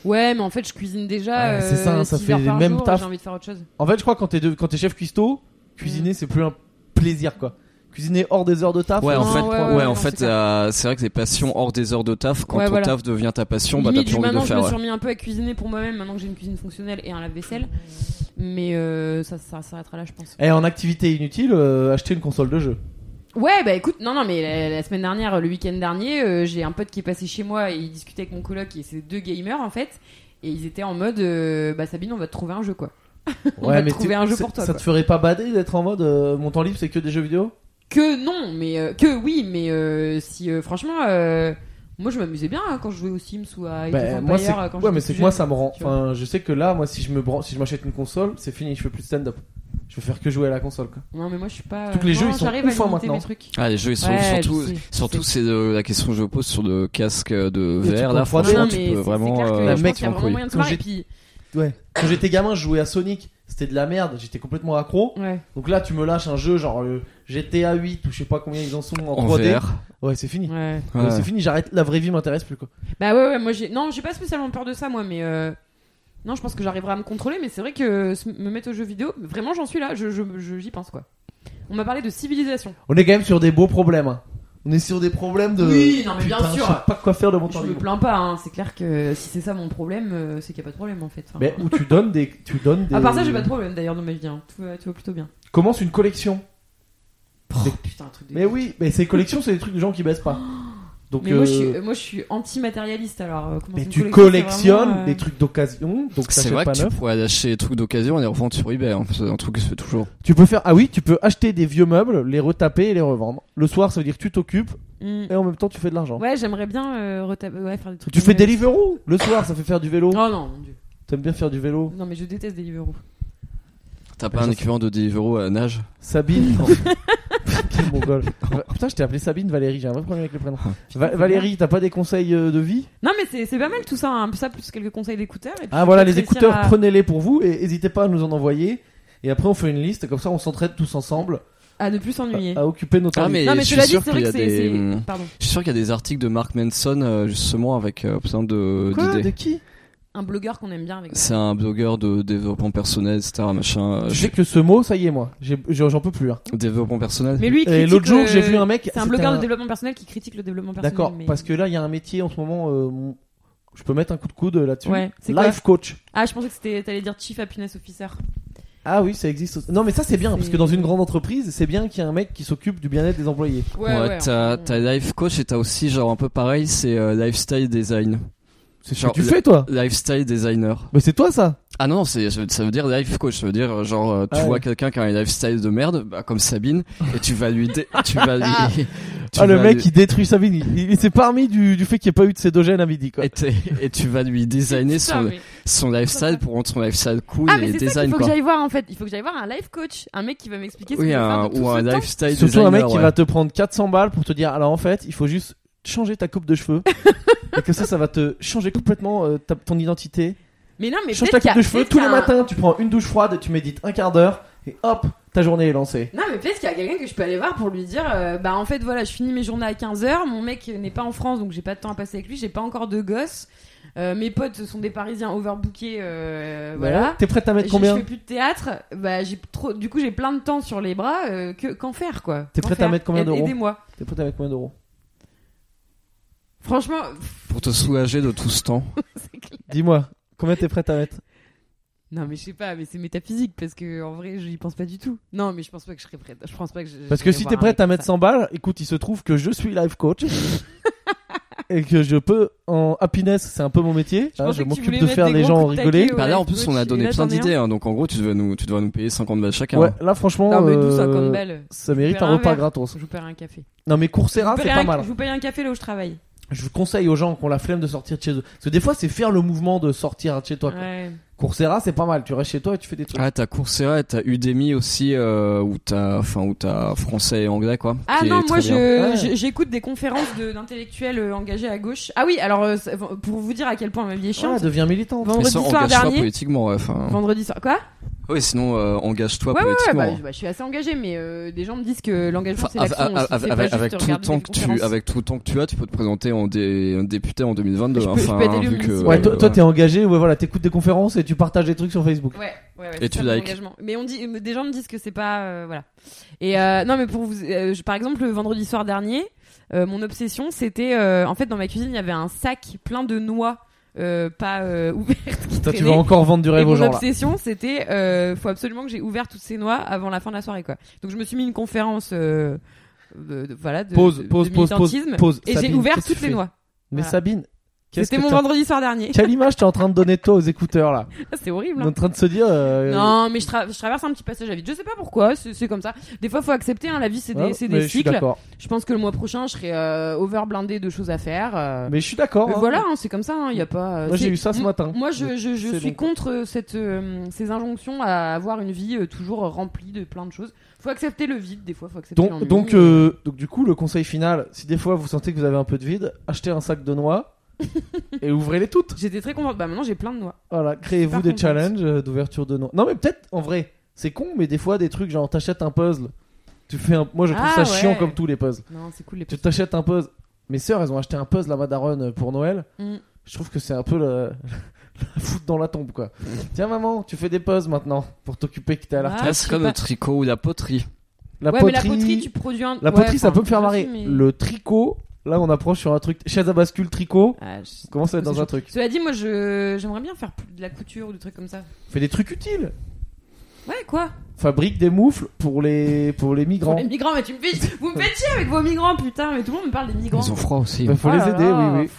Speaker 3: Ouais, mais en fait, je cuisine déjà.
Speaker 1: Ouais, c'est
Speaker 3: euh,
Speaker 1: ça, hein, ça
Speaker 3: six
Speaker 1: fait
Speaker 3: heures par
Speaker 1: les mêmes
Speaker 3: jour,
Speaker 1: taf.
Speaker 3: J'ai envie de faire autre chose.
Speaker 1: En fait, je crois que quand t'es de- quand t'es chef cuistot, cuisiner c'est plus un plaisir quoi. Cuisiner hors des heures de taf. euh,
Speaker 2: Ouais, en
Speaker 3: non,
Speaker 2: fait,
Speaker 3: Ah, ouais,
Speaker 2: ouais,
Speaker 3: ouais, non,
Speaker 2: en
Speaker 3: c'est
Speaker 2: fait,
Speaker 3: clair.
Speaker 2: euh, c'est vrai que les passions hors des heures de taf, quand
Speaker 3: Ouais,
Speaker 2: ton
Speaker 3: voilà.
Speaker 2: taf devient ta passion, bah t'as
Speaker 3: Limite,
Speaker 2: plus envie de
Speaker 3: maintenant,
Speaker 2: le
Speaker 3: je me
Speaker 2: faire.
Speaker 3: suis
Speaker 2: ouais.
Speaker 3: remis un peu à cuisiner pour moi-même, maintenant que j'ai une cuisine fonctionnelle et un lave-vaisselle. Mais euh, ça, ça s'arrêtera là, je pense.
Speaker 1: Et en activité inutile, euh, acheter une console de jeu.
Speaker 3: Ouais, bah écoute, non, non, mais la, la semaine dernière, le week-end dernier, euh, j'ai un pote qui est passé chez moi et il discutait avec mon coloc et c'est deux gamers en fait. Et ils étaient en mode, euh, bah Sabine, on va te trouver un jeu quoi. On va
Speaker 1: mais
Speaker 3: trouver
Speaker 1: t'es-
Speaker 3: un jeu
Speaker 1: c'est-
Speaker 3: pour toi,
Speaker 1: Ça
Speaker 3: quoi.
Speaker 1: te ferait pas bader d'être en mode euh, mon temps libre c'est que des jeux vidéo
Speaker 3: Que non, mais euh, que oui, mais euh, si euh, franchement, euh, moi je m'amusais bien hein, quand je jouais aux Sims ou à Age of
Speaker 1: Bah, moi, c'est
Speaker 3: Empires, quand
Speaker 1: ouais,
Speaker 3: j'étais
Speaker 1: mais
Speaker 3: plus
Speaker 1: c'est que moi
Speaker 3: jeune.
Speaker 1: ça me rend.
Speaker 3: tu vois.
Speaker 1: Enfin, je sais que là, moi, si je me bran- si je m'achète une console, c'est fini, je fais plus de stand-up. Je vais faire que jouer à la console. Quoi.
Speaker 3: Non, mais moi je suis pas.
Speaker 1: Surtout que les
Speaker 3: non,
Speaker 1: jeux, ils sont
Speaker 3: j'arrive à
Speaker 1: ouf, hein,
Speaker 3: limiter mes
Speaker 1: maintenant.
Speaker 3: trucs.
Speaker 2: Ah, les jeux, ils sont
Speaker 3: Ouais, je
Speaker 2: surtout,
Speaker 3: sais,
Speaker 2: surtout
Speaker 3: je sais.
Speaker 2: c'est euh, la question que je pose sur le casque euh, de
Speaker 1: Et tu
Speaker 2: verre.
Speaker 1: comprends
Speaker 2: Là,
Speaker 1: pas.
Speaker 2: franchement,
Speaker 3: Non,
Speaker 2: tu
Speaker 3: mais
Speaker 2: peux
Speaker 3: c'est-
Speaker 2: vraiment.
Speaker 3: C'est clair que
Speaker 2: euh,
Speaker 1: La
Speaker 3: je
Speaker 1: euh, mec,
Speaker 3: pense qu'il y a
Speaker 2: t'en
Speaker 3: vraiment
Speaker 2: couilles.
Speaker 3: moyen de se
Speaker 1: Quand
Speaker 3: marrer.
Speaker 1: j'ai-
Speaker 3: Et puis,
Speaker 1: Ouais. Quand j'étais gamin, je jouais à Sonic, c'était de la merde, j'étais complètement accro.
Speaker 3: ouais.
Speaker 1: Donc là, tu me lâches un jeu genre euh, le GTA 8 ou je sais pas combien ils en sont en,
Speaker 2: en
Speaker 1: 3D.
Speaker 2: VR.
Speaker 1: Ouais, c'est fini.
Speaker 3: ouais.
Speaker 1: Ouais,
Speaker 2: Ouais.
Speaker 1: C'est fini, j'arrête. La vraie vie m'intéresse plus quoi.
Speaker 3: Bah ouais, ouais, moi j'ai. Non, j'ai pas spécialement peur de ça, moi, mais. euh, Non, je pense que j'arriverai à me contrôler, mais c'est vrai que se- me mettre aux jeux vidéo, vraiment j'en suis là, je- je- je- j'y pense quoi. On m'a parlé de civilisation.
Speaker 1: On est quand même sur des beaux problèmes. hein. On est sur des problèmes de.
Speaker 3: Oui, non, mais bien
Speaker 1: Putain,
Speaker 3: sûr.
Speaker 1: Je sais pas quoi faire de mon
Speaker 3: Je
Speaker 1: temps
Speaker 3: me
Speaker 1: libre.
Speaker 3: plains pas, hein, c'est clair que si c'est ça mon problème, euh, c'est qu'il y a pas de problème en fait. Enfin,
Speaker 1: Mais euh, où tu donnes des, tu donnes des.
Speaker 3: À part ça, j'ai pas de problème d'ailleurs dans ma vie, hein. tout, va, tout va plutôt bien.
Speaker 1: Commence une collection.
Speaker 3: Oh, putain, un truc de.
Speaker 1: Mais oui, mais ces collections, c'est des trucs de gens qui baissent pas. Donc.
Speaker 3: Mais moi, je
Speaker 1: euh,
Speaker 3: suis, moi je suis anti-matérialiste alors. euh, comment
Speaker 1: Mais
Speaker 3: c'est une
Speaker 1: tu
Speaker 3: collection, c'est
Speaker 1: collectionnes
Speaker 3: vraiment, euh,
Speaker 1: des trucs d'occasion, donc
Speaker 2: C'est
Speaker 1: t'achètes
Speaker 2: vrai
Speaker 1: pas
Speaker 2: que tu
Speaker 1: neuf.
Speaker 2: pourrais lâcher des trucs d'occasion et les revendre sur eBay. hein. C'est un truc qui se fait toujours.
Speaker 1: Tu peux faire, ah oui, tu peux acheter des vieux meubles, les retaper et les revendre. Le soir, ça veut dire que tu t'occupes
Speaker 3: Mm.
Speaker 1: et en même temps tu fais de l'argent.
Speaker 3: Ouais, j'aimerais bien euh, retaper- ouais, faire des trucs.
Speaker 1: Tu fais
Speaker 3: manuels.
Speaker 1: Deliveroo le soir, ça fait faire du vélo.
Speaker 3: Oh non, mon dieu.
Speaker 1: T'aimes bien faire du vélo.
Speaker 3: Non, mais je déteste Deliveroo.
Speaker 2: T'as pas un équivalent de Deliveroo à nage
Speaker 1: Sabine. Quel mongol. Va- Putain, je t'ai appelé Sabine Valérie, j'ai un vrai problème avec le prénom.
Speaker 2: Ah.
Speaker 1: Va- Valérie, t'as pas des conseils euh, de vie
Speaker 3: Non, mais c'est- c'est pas mal tout ça, hein. ça plus quelques conseils d'écouteurs. et puis
Speaker 1: Ah voilà,
Speaker 3: peut-être
Speaker 1: les
Speaker 3: réussir
Speaker 1: écouteurs,
Speaker 3: à-
Speaker 1: prenez-les pour vous et n'hésitez pas à nous en envoyer. Et après, on fait une liste, comme ça, on s'entraide tous ensemble
Speaker 3: À ne plus s'ennuyer.
Speaker 1: à occuper nos temps.
Speaker 2: Ah,
Speaker 1: libres.
Speaker 2: mais
Speaker 3: non, mais
Speaker 2: je
Speaker 3: cela
Speaker 2: suis
Speaker 3: dit,
Speaker 2: sûr
Speaker 3: c'est
Speaker 2: qu'il
Speaker 3: vrai
Speaker 2: y
Speaker 3: que
Speaker 2: a
Speaker 3: c'est.
Speaker 2: des.
Speaker 3: c'est- Pardon.
Speaker 2: Je suis sûr qu'il y a des articles de Mark Manson euh, justement avec euh, plein de
Speaker 1: Quoi,
Speaker 2: d'idées.
Speaker 1: de qui
Speaker 3: un blogueur qu'on aime bien avec.
Speaker 2: C'est un blogueur de développement personnel, etc. Machin. euh,
Speaker 1: Je
Speaker 2: je-
Speaker 1: sais que ce mot, ça y est, moi. J'ai- J'en peux plus. hein.
Speaker 2: Développement personnel.
Speaker 3: Mais lui,
Speaker 1: Et
Speaker 3: il critique
Speaker 1: l'autre jour,
Speaker 3: le-
Speaker 1: j'ai vu un mec.
Speaker 3: C'est un
Speaker 1: c'était
Speaker 3: blogueur de développement personnel qui critique le développement personnel.
Speaker 1: D'accord,
Speaker 3: mais-
Speaker 1: parce que là, il y a un métier en ce moment. euh, mon- je peux mettre un coup de coude euh, là-dessus.
Speaker 3: Ouais, c'est quoi
Speaker 1: Life coach.
Speaker 3: Ah, je pensais que c'était t'allais dire chief happiness officer.
Speaker 1: Ah oui, ça existe. aussi. Non, mais ça, c'est bien, parce
Speaker 3: C'est-
Speaker 1: que dans une grande entreprise, c'est bien qu'il y ait un mec qui s'occupe du bien-être des employés.
Speaker 3: Ouais, ouais.
Speaker 2: t'as,
Speaker 3: on-
Speaker 2: t'as life coach et t'as aussi genre un peu pareil, c'est euh, lifestyle design.
Speaker 1: C'est ce
Speaker 2: Genre,
Speaker 1: que tu
Speaker 2: le-
Speaker 1: fais, toi.
Speaker 2: Lifestyle designer.
Speaker 1: Mais c'est toi, ça.
Speaker 2: Ah non, c'est, ça veut- ça veut dire life coach, ça veut dire euh, genre euh, tu
Speaker 1: Ah
Speaker 2: vois
Speaker 1: ouais.
Speaker 2: quelqu'un qui a un lifestyle de merde, bah, comme Sabine, et tu vas lui... dé- tu vas lui tu
Speaker 1: ah, le
Speaker 2: vas
Speaker 1: mec,
Speaker 2: lui-
Speaker 1: il détruit sa vie. Il, il s'est parmi du, du fait qu'il n'y ait pas eu de cédogène à midi, quoi.
Speaker 2: Et, t'es- et tu vas lui designer
Speaker 3: Putain,
Speaker 2: son,
Speaker 3: mais-
Speaker 2: son lifestyle pour rendre son lifestyle cool
Speaker 3: Ah,
Speaker 2: et
Speaker 3: mais c'est ça
Speaker 2: design
Speaker 3: qu'il faut
Speaker 2: quoi.
Speaker 3: que j'aille voir en fait. Il faut que j'aille voir un life coach, un mec qui va m'expliquer ce
Speaker 2: oui,
Speaker 3: qu'il faut
Speaker 2: un,
Speaker 3: faire de tout
Speaker 2: ou un
Speaker 3: ce temps.
Speaker 2: lifestyle
Speaker 1: Surtout
Speaker 2: designer.
Speaker 1: un mec qui
Speaker 2: ouais.
Speaker 1: va te prendre 400 balles pour te dire alors en fait, il faut juste changer ta coupe de cheveux. et que ça, ça va te changer complètement euh, ta- ton identité.
Speaker 3: Mais non, mais
Speaker 1: Change
Speaker 3: peut-être
Speaker 1: ta
Speaker 3: qu'il y
Speaker 1: coupe
Speaker 3: a-
Speaker 1: de cheveux
Speaker 3: peut-être
Speaker 1: tous
Speaker 3: qu'il y
Speaker 1: les
Speaker 3: a un-
Speaker 1: matins, tu prends une douche froide, tu médites un quart d'heure et hop, ta journée est lancée.
Speaker 3: Non, mais peut-être qu'il y a quelqu'un que je peux aller voir pour lui dire euh, Bah, en fait, voilà, je finis mes journées à 15h, mon mec n'est pas en France donc j'ai pas de temps à passer avec lui, j'ai pas encore de gosse. Euh, mes potes sont des parisiens overbookés, euh, voilà.
Speaker 1: T'es prête à
Speaker 3: Je-
Speaker 1: mettre
Speaker 3: je
Speaker 1: combien
Speaker 3: fais plus de théâtre, bah j'ai trop, du coup j'ai plein de temps sur les bras, euh, que qu'en faire quoi
Speaker 1: T'es
Speaker 3: Qu'en
Speaker 1: prête à
Speaker 3: faire
Speaker 1: mettre combien
Speaker 3: Aide-
Speaker 1: d'euros
Speaker 3: Aidez-moi.
Speaker 1: T'es prête à mettre combien d'euros
Speaker 3: Franchement, pff,
Speaker 2: Pour te soulager de tout ce temps.
Speaker 3: c'est clair.
Speaker 1: Dis-moi, combien t'es prête à mettre
Speaker 3: Non mais je sais pas, mais c'est métaphysique parce que en vrai j'y pense pas du tout. Non mais je pense pas que je serais prête. Je pense pas que. je-
Speaker 1: Parce
Speaker 3: je
Speaker 1: que
Speaker 3: serais
Speaker 1: si
Speaker 3: voir
Speaker 1: t'es
Speaker 3: un
Speaker 1: prête
Speaker 3: mec
Speaker 1: à
Speaker 3: comme
Speaker 1: mettre
Speaker 3: ça.
Speaker 1: 100 balles, écoute, il se trouve que je suis life coach. Et que je peux, en happiness, c'est un peu mon métier.
Speaker 3: Je
Speaker 1: hein,
Speaker 3: pensais
Speaker 1: je
Speaker 3: que tu
Speaker 1: m'occupe
Speaker 3: voulais
Speaker 1: de
Speaker 3: mettre
Speaker 1: faire
Speaker 3: des
Speaker 1: les
Speaker 3: gros
Speaker 1: gens
Speaker 3: coups de
Speaker 1: rigoler.
Speaker 3: taquet,
Speaker 2: bah
Speaker 3: Ouais,
Speaker 2: là en plus
Speaker 3: coach,
Speaker 2: on a
Speaker 3: et
Speaker 2: donné
Speaker 3: là,
Speaker 2: plein
Speaker 3: t'en es un.
Speaker 2: d'idées, hein, donc en gros tu dois nous, tu dois nous payer 50 balles chacun.
Speaker 1: Ouais,
Speaker 2: hein.
Speaker 1: là franchement,
Speaker 3: Non mais
Speaker 1: euh,
Speaker 3: d'où 50 balles
Speaker 1: ça mérite
Speaker 3: Faire
Speaker 1: un
Speaker 3: un
Speaker 1: repas
Speaker 3: verre.
Speaker 1: gratos.
Speaker 3: Je vous paierai un café.
Speaker 1: Non mais Coursera,
Speaker 3: je, vous
Speaker 1: Ah, c'est
Speaker 3: paierai
Speaker 1: pas
Speaker 3: un-
Speaker 1: mal.
Speaker 3: je vous paye un café là où je travaille.
Speaker 1: Je vous conseille aux gens qui ont la flemme de sortir de chez eux. Parce que des fois, c'est faire le mouvement de sortir de chez toi. quoi.
Speaker 3: Ouais.
Speaker 1: Coursera, c'est pas mal. Tu restes chez toi et tu fais des trucs.
Speaker 2: Ah, t'as Coursera et t'as Udemy aussi, euh, où t'as, enfin, où t'as français et anglais, quoi.
Speaker 3: Ah
Speaker 2: qui est
Speaker 3: non, moi
Speaker 2: très bien.
Speaker 1: Ouais.
Speaker 3: je- je- j'écoute des conférences de- d'intellectuels euh, engagés à gauche. Ah oui, alors euh, ça- pour vous dire à quel point ma vie est
Speaker 1: Ouais,
Speaker 3: chiante.
Speaker 1: deviens militant.
Speaker 2: Mais
Speaker 3: vendredi
Speaker 2: ça,
Speaker 3: soir
Speaker 2: engage-toi
Speaker 3: dernier-
Speaker 2: politiquement, ouais, enfin.
Speaker 3: Vendredi soir, quoi
Speaker 2: Oui, sinon, euh, engage-toi
Speaker 3: Ouais, ouais, ouais,
Speaker 2: politiquement. hein.
Speaker 3: bah, je- bah, je suis assez engagée, mais euh, des gens me disent que l'engagement
Speaker 2: Enfin,
Speaker 3: c'est
Speaker 2: av- av-
Speaker 3: l'action. aussi, c'est
Speaker 2: av-
Speaker 3: pas
Speaker 2: avec,
Speaker 3: juste
Speaker 2: avec tout le
Speaker 3: regarder
Speaker 2: temps
Speaker 3: des
Speaker 2: que tu,
Speaker 3: conférences.
Speaker 2: avec tout le temps que tu as, tu peux te présenter en dé- en député en 2022.
Speaker 3: Je peux- je
Speaker 2: enfin,
Speaker 3: peux être élu
Speaker 2: vu que,
Speaker 3: municipal.
Speaker 1: Ouais, toi,
Speaker 2: euh,
Speaker 1: toi, t'es engagé. Ouais, voilà, t'écoutes des conférences et tu partages des trucs sur Facebook.
Speaker 3: Ouais, ouais, ouais.
Speaker 2: Et
Speaker 3: c'est
Speaker 2: tu
Speaker 3: ça, mon
Speaker 2: likes.
Speaker 3: engagement. Mais on dit, mais des gens me disent que c'est pas, euh, voilà. Et euh, non, mais pour vous, euh, je- par exemple, le vendredi soir dernier, euh, mon obsession, c'était, euh, en fait, dans ma cuisine, il y avait un sac plein de noix, euh, pas euh, ouvertes. qui
Speaker 1: Toi, tu
Speaker 3: traînaient.
Speaker 1: vas encore vendre du
Speaker 3: Et
Speaker 1: rêve aux
Speaker 3: mon
Speaker 1: gens là.
Speaker 3: obsession, c'était, euh, faut absolument que j'ai ouvert toutes ces noix avant la fin de la soirée, quoi. Donc je me suis mis une conférence, euh, de, de- voilà, de,
Speaker 1: Pause,
Speaker 3: de-
Speaker 1: pause,
Speaker 3: de
Speaker 1: pause, pause,
Speaker 3: militantisme,
Speaker 1: pause.
Speaker 3: Et j'ai
Speaker 1: Sabine,
Speaker 3: ouvert
Speaker 1: qu'est-ce que
Speaker 3: toutes
Speaker 1: tu
Speaker 3: les
Speaker 1: fais
Speaker 3: noix.
Speaker 1: Mais
Speaker 3: Voilà.
Speaker 1: Sabine, qu'est-ce
Speaker 3: C'était
Speaker 1: que
Speaker 3: mon
Speaker 1: t'as-
Speaker 3: vendredi soir dernier.
Speaker 1: Quelle image t'es en train de donner toi aux écouteurs là
Speaker 3: C'est horrible.
Speaker 1: On
Speaker 3: hein.
Speaker 1: est en train de se dire. euh,
Speaker 3: Non, mais je, tra- je traverse un petit passage à vide. Je sais pas pourquoi, c'est c'est comme ça. Des fois, faut accepter. Hein, la vie, c'est des,
Speaker 1: ouais,
Speaker 3: c'est
Speaker 1: mais
Speaker 3: des
Speaker 1: je suis
Speaker 3: cycles.
Speaker 1: d'accord.
Speaker 3: Je pense que le mois prochain, je serai euh, overblindé de choses à faire. euh.
Speaker 1: Mais je suis d'accord.
Speaker 3: Mais
Speaker 1: hein.
Speaker 3: voilà, hein, c'est comme ça. Il y a pas. euh,
Speaker 1: Moi, j'ai
Speaker 3: c'est-
Speaker 1: eu ça ce
Speaker 3: M-
Speaker 1: matin.
Speaker 3: Moi, je, je, je
Speaker 1: C'est
Speaker 3: suis
Speaker 1: bon.
Speaker 3: contre euh, cette, euh, ces injonctions à avoir une vie euh, toujours remplie de plein de choses. Faut accepter le vide. Des fois, faut accepter.
Speaker 1: Donc,
Speaker 3: l'ennui.
Speaker 1: donc, euh, donc du coup, le conseil final, si des fois vous sentez que vous avez un peu de vide, achetez un sac de noix et ouvrez-les toutes.
Speaker 3: J'étais très contente. Bah maintenant, j'ai plein de noix.
Speaker 1: Voilà,
Speaker 3: Par
Speaker 1: créez-vous
Speaker 3: contre,
Speaker 1: des challenges euh, d'ouverture de noix. Non, mais peut-être, en vrai, c'est con, mais des fois, des trucs genre t'achètes un puzzle. Tu fais un... Moi, je trouve
Speaker 3: Ah,
Speaker 1: ça chiant
Speaker 3: ouais.
Speaker 1: comme tous les puzzles.
Speaker 3: Non, c'est cool les
Speaker 1: Tu
Speaker 3: petits.
Speaker 1: t'achètes un puzzle. Mes sœurs, elles ont acheté un puzzle à Madaron euh, pour Noël.
Speaker 3: Mm.
Speaker 1: Je trouve que c'est un peu la, la foutre dans la tombe, quoi. Tiens, maman, tu fais des puzzles maintenant pour t'occuper que t'es à la
Speaker 3: Ah,
Speaker 1: retraite.
Speaker 2: là,
Speaker 3: je
Speaker 2: c'est
Speaker 3: sais
Speaker 2: comme
Speaker 3: pas.
Speaker 2: le tricot ou la poterie.
Speaker 1: La
Speaker 3: ouais, mais la poterie, tu produis un.
Speaker 1: La
Speaker 3: Ouais,
Speaker 1: poterie, ça
Speaker 3: enfin,
Speaker 1: peut me faire
Speaker 3: je
Speaker 1: marrer.
Speaker 3: sais, mais-
Speaker 1: Le tricot, là, on approche sur un truc. Chaise à bascule, tricot.
Speaker 3: Ah, je-
Speaker 1: On commence à être dans
Speaker 3: C'est
Speaker 1: un truc.
Speaker 3: Cela dit, moi, je j'aimerais bien faire plus de la couture ou des trucs comme ça.
Speaker 1: Fais des trucs utiles.
Speaker 3: Ouais, quoi
Speaker 1: Fabrique des moufles pour les pour les
Speaker 3: Pour
Speaker 1: migrants.
Speaker 3: les migrants, mais tu me fais, vous me faites chier avec vos migrants, putain, mais tout le monde me parle des migrants.
Speaker 2: Ils ont froid aussi.
Speaker 1: Bah, faut
Speaker 3: Oh
Speaker 1: les
Speaker 3: là
Speaker 1: aider,
Speaker 3: là.
Speaker 1: oui, oui.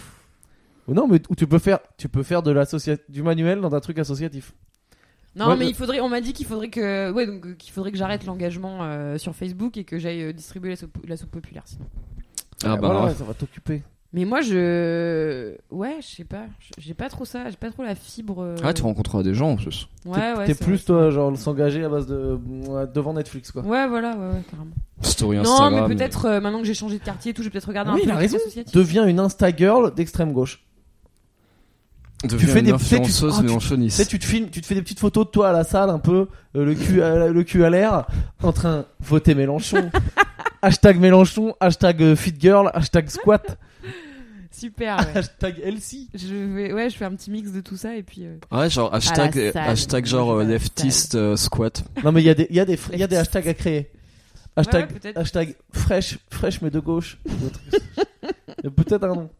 Speaker 1: Ou non, mais ou tu peux faire tu peux faire de l'associa- du manuel dans un truc associatif.
Speaker 3: Non,
Speaker 1: Ouais,
Speaker 3: mais
Speaker 1: le-
Speaker 3: il faudrait, on m'a dit qu'il faudrait que, ouais, donc euh, qu'il faudrait que j'arrête l'engagement euh, sur Facebook et que j'aille euh, distribuer la soupe, la soupe populaire. sinon.
Speaker 2: Ah, bah,
Speaker 1: Voilà,
Speaker 2: ouais.
Speaker 1: ça va t'occuper.
Speaker 3: Mais moi, je, ouais, je sais pas, Je- j'ai pas trop ça, j'ai pas trop la fibre. euh,
Speaker 2: Ouais, Ah, tu rencontreras des gens en plus.
Speaker 3: ouais,
Speaker 1: Ah, T'es-
Speaker 3: ouais,
Speaker 1: T'es
Speaker 3: c'est
Speaker 1: plus toi genre s'engager à base de ouais, devant Netflix quoi.
Speaker 3: vrai. Ouais, voilà, ouais, ouais, carrément.
Speaker 2: Story
Speaker 3: non,
Speaker 2: Instagram.
Speaker 3: mais peut-être euh, maintenant que j'ai changé de quartier et tout, j'ai peut-être regardé
Speaker 1: Oui,
Speaker 3: un peu
Speaker 1: il a
Speaker 3: les trucs
Speaker 1: raison.
Speaker 3: associatifs.
Speaker 1: Deviens une Insta girl d'extrême gauche.
Speaker 2: Tu
Speaker 1: fais
Speaker 2: fais
Speaker 1: des-
Speaker 2: des
Speaker 1: tu sais, tu-
Speaker 2: influenceuse,
Speaker 1: oh,
Speaker 2: mais en
Speaker 1: Tu sais,
Speaker 2: chenisse.
Speaker 1: tu te filmes, tu te fais des petites photos de toi à la salle, un peu euh, le cul, à, le cul à l'air, en train de voter Mélenchon. hashtag Mélenchon, hashtag euh, fit girl, hashtag squat.
Speaker 3: Si Super. Ah ouais.
Speaker 1: Hashtag Elsie.
Speaker 3: je vais, ouais, je fais un petit mix de tout ça et puis. euh,
Speaker 2: Ouais, genre hashtag,
Speaker 3: salle.
Speaker 2: hashtag genre
Speaker 3: À
Speaker 2: euh,
Speaker 3: la
Speaker 2: leftist euh, squat.
Speaker 1: Non, mais il y a des, il y a des, fr- il y a des hashtags à créer. Hashtag,
Speaker 3: ouais, peut-être.
Speaker 1: hashtag fraîche, fraîche mais de gauche. Il y a Peut-être un nom.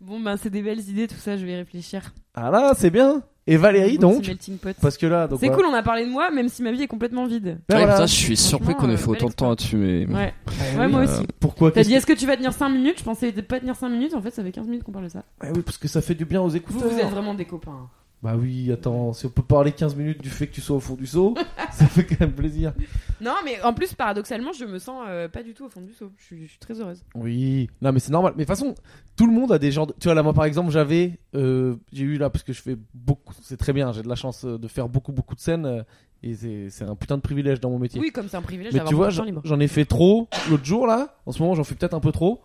Speaker 3: Bon, ben c'est des belles idées, tout ça. Je vais y réfléchir.
Speaker 1: Ah là, c'est bien. Et Valérie,
Speaker 3: Bon, petit
Speaker 1: donc.
Speaker 3: melting pot.
Speaker 1: Parce que là, donc.
Speaker 3: C'est
Speaker 1: voilà.
Speaker 3: cool, on a parlé de moi, même si ma vie est complètement vide.
Speaker 1: Ben
Speaker 2: Ouais,
Speaker 1: voilà.
Speaker 2: putain, je suis surpris qu'on ait fait
Speaker 3: Franchement, euh,
Speaker 2: autant de temps là-dessus, mais.
Speaker 3: Ouais,
Speaker 1: Eh
Speaker 3: ouais
Speaker 1: oui.
Speaker 3: moi
Speaker 2: euh,
Speaker 3: aussi.
Speaker 1: Pourquoi
Speaker 3: T'as
Speaker 1: qu'est-ce
Speaker 3: dit est-ce que tu vas tenir 5 minutes Je pensais pas tenir 5 minutes, en fait ça fait 15 minutes qu'on parle de ça.
Speaker 1: que- Eh oui, parce que ça fait du bien aux
Speaker 3: Vous,
Speaker 1: écouteurs.
Speaker 3: vous êtes vraiment des copains. hein.
Speaker 1: Bah oui, attends, si on peut parler 15 minutes du fait que tu sois au fond du seau, ça fait quand même plaisir.
Speaker 3: Non, mais en plus, paradoxalement, je me sens euh, pas du tout au fond du seau. Je suis, je suis très heureuse.
Speaker 1: Oui, non mais c'est normal. Mais de toute façon, tout le monde a des genres. De... Tu vois là, moi par exemple, j'avais, euh, j'ai eu là parce que je fais beaucoup. C'est très bien. J'ai de la chance euh, de faire beaucoup beaucoup de scènes euh, et c'est c'est un putain de privilège dans mon métier.
Speaker 3: Oui, comme c'est un privilège
Speaker 1: mais
Speaker 3: d'avoir
Speaker 1: tu vois,
Speaker 3: beaucoup de temps
Speaker 1: j'en
Speaker 3: libre.
Speaker 1: j'en ai fait trop l'autre jour là. En ce moment, j'en fais peut-être un peu trop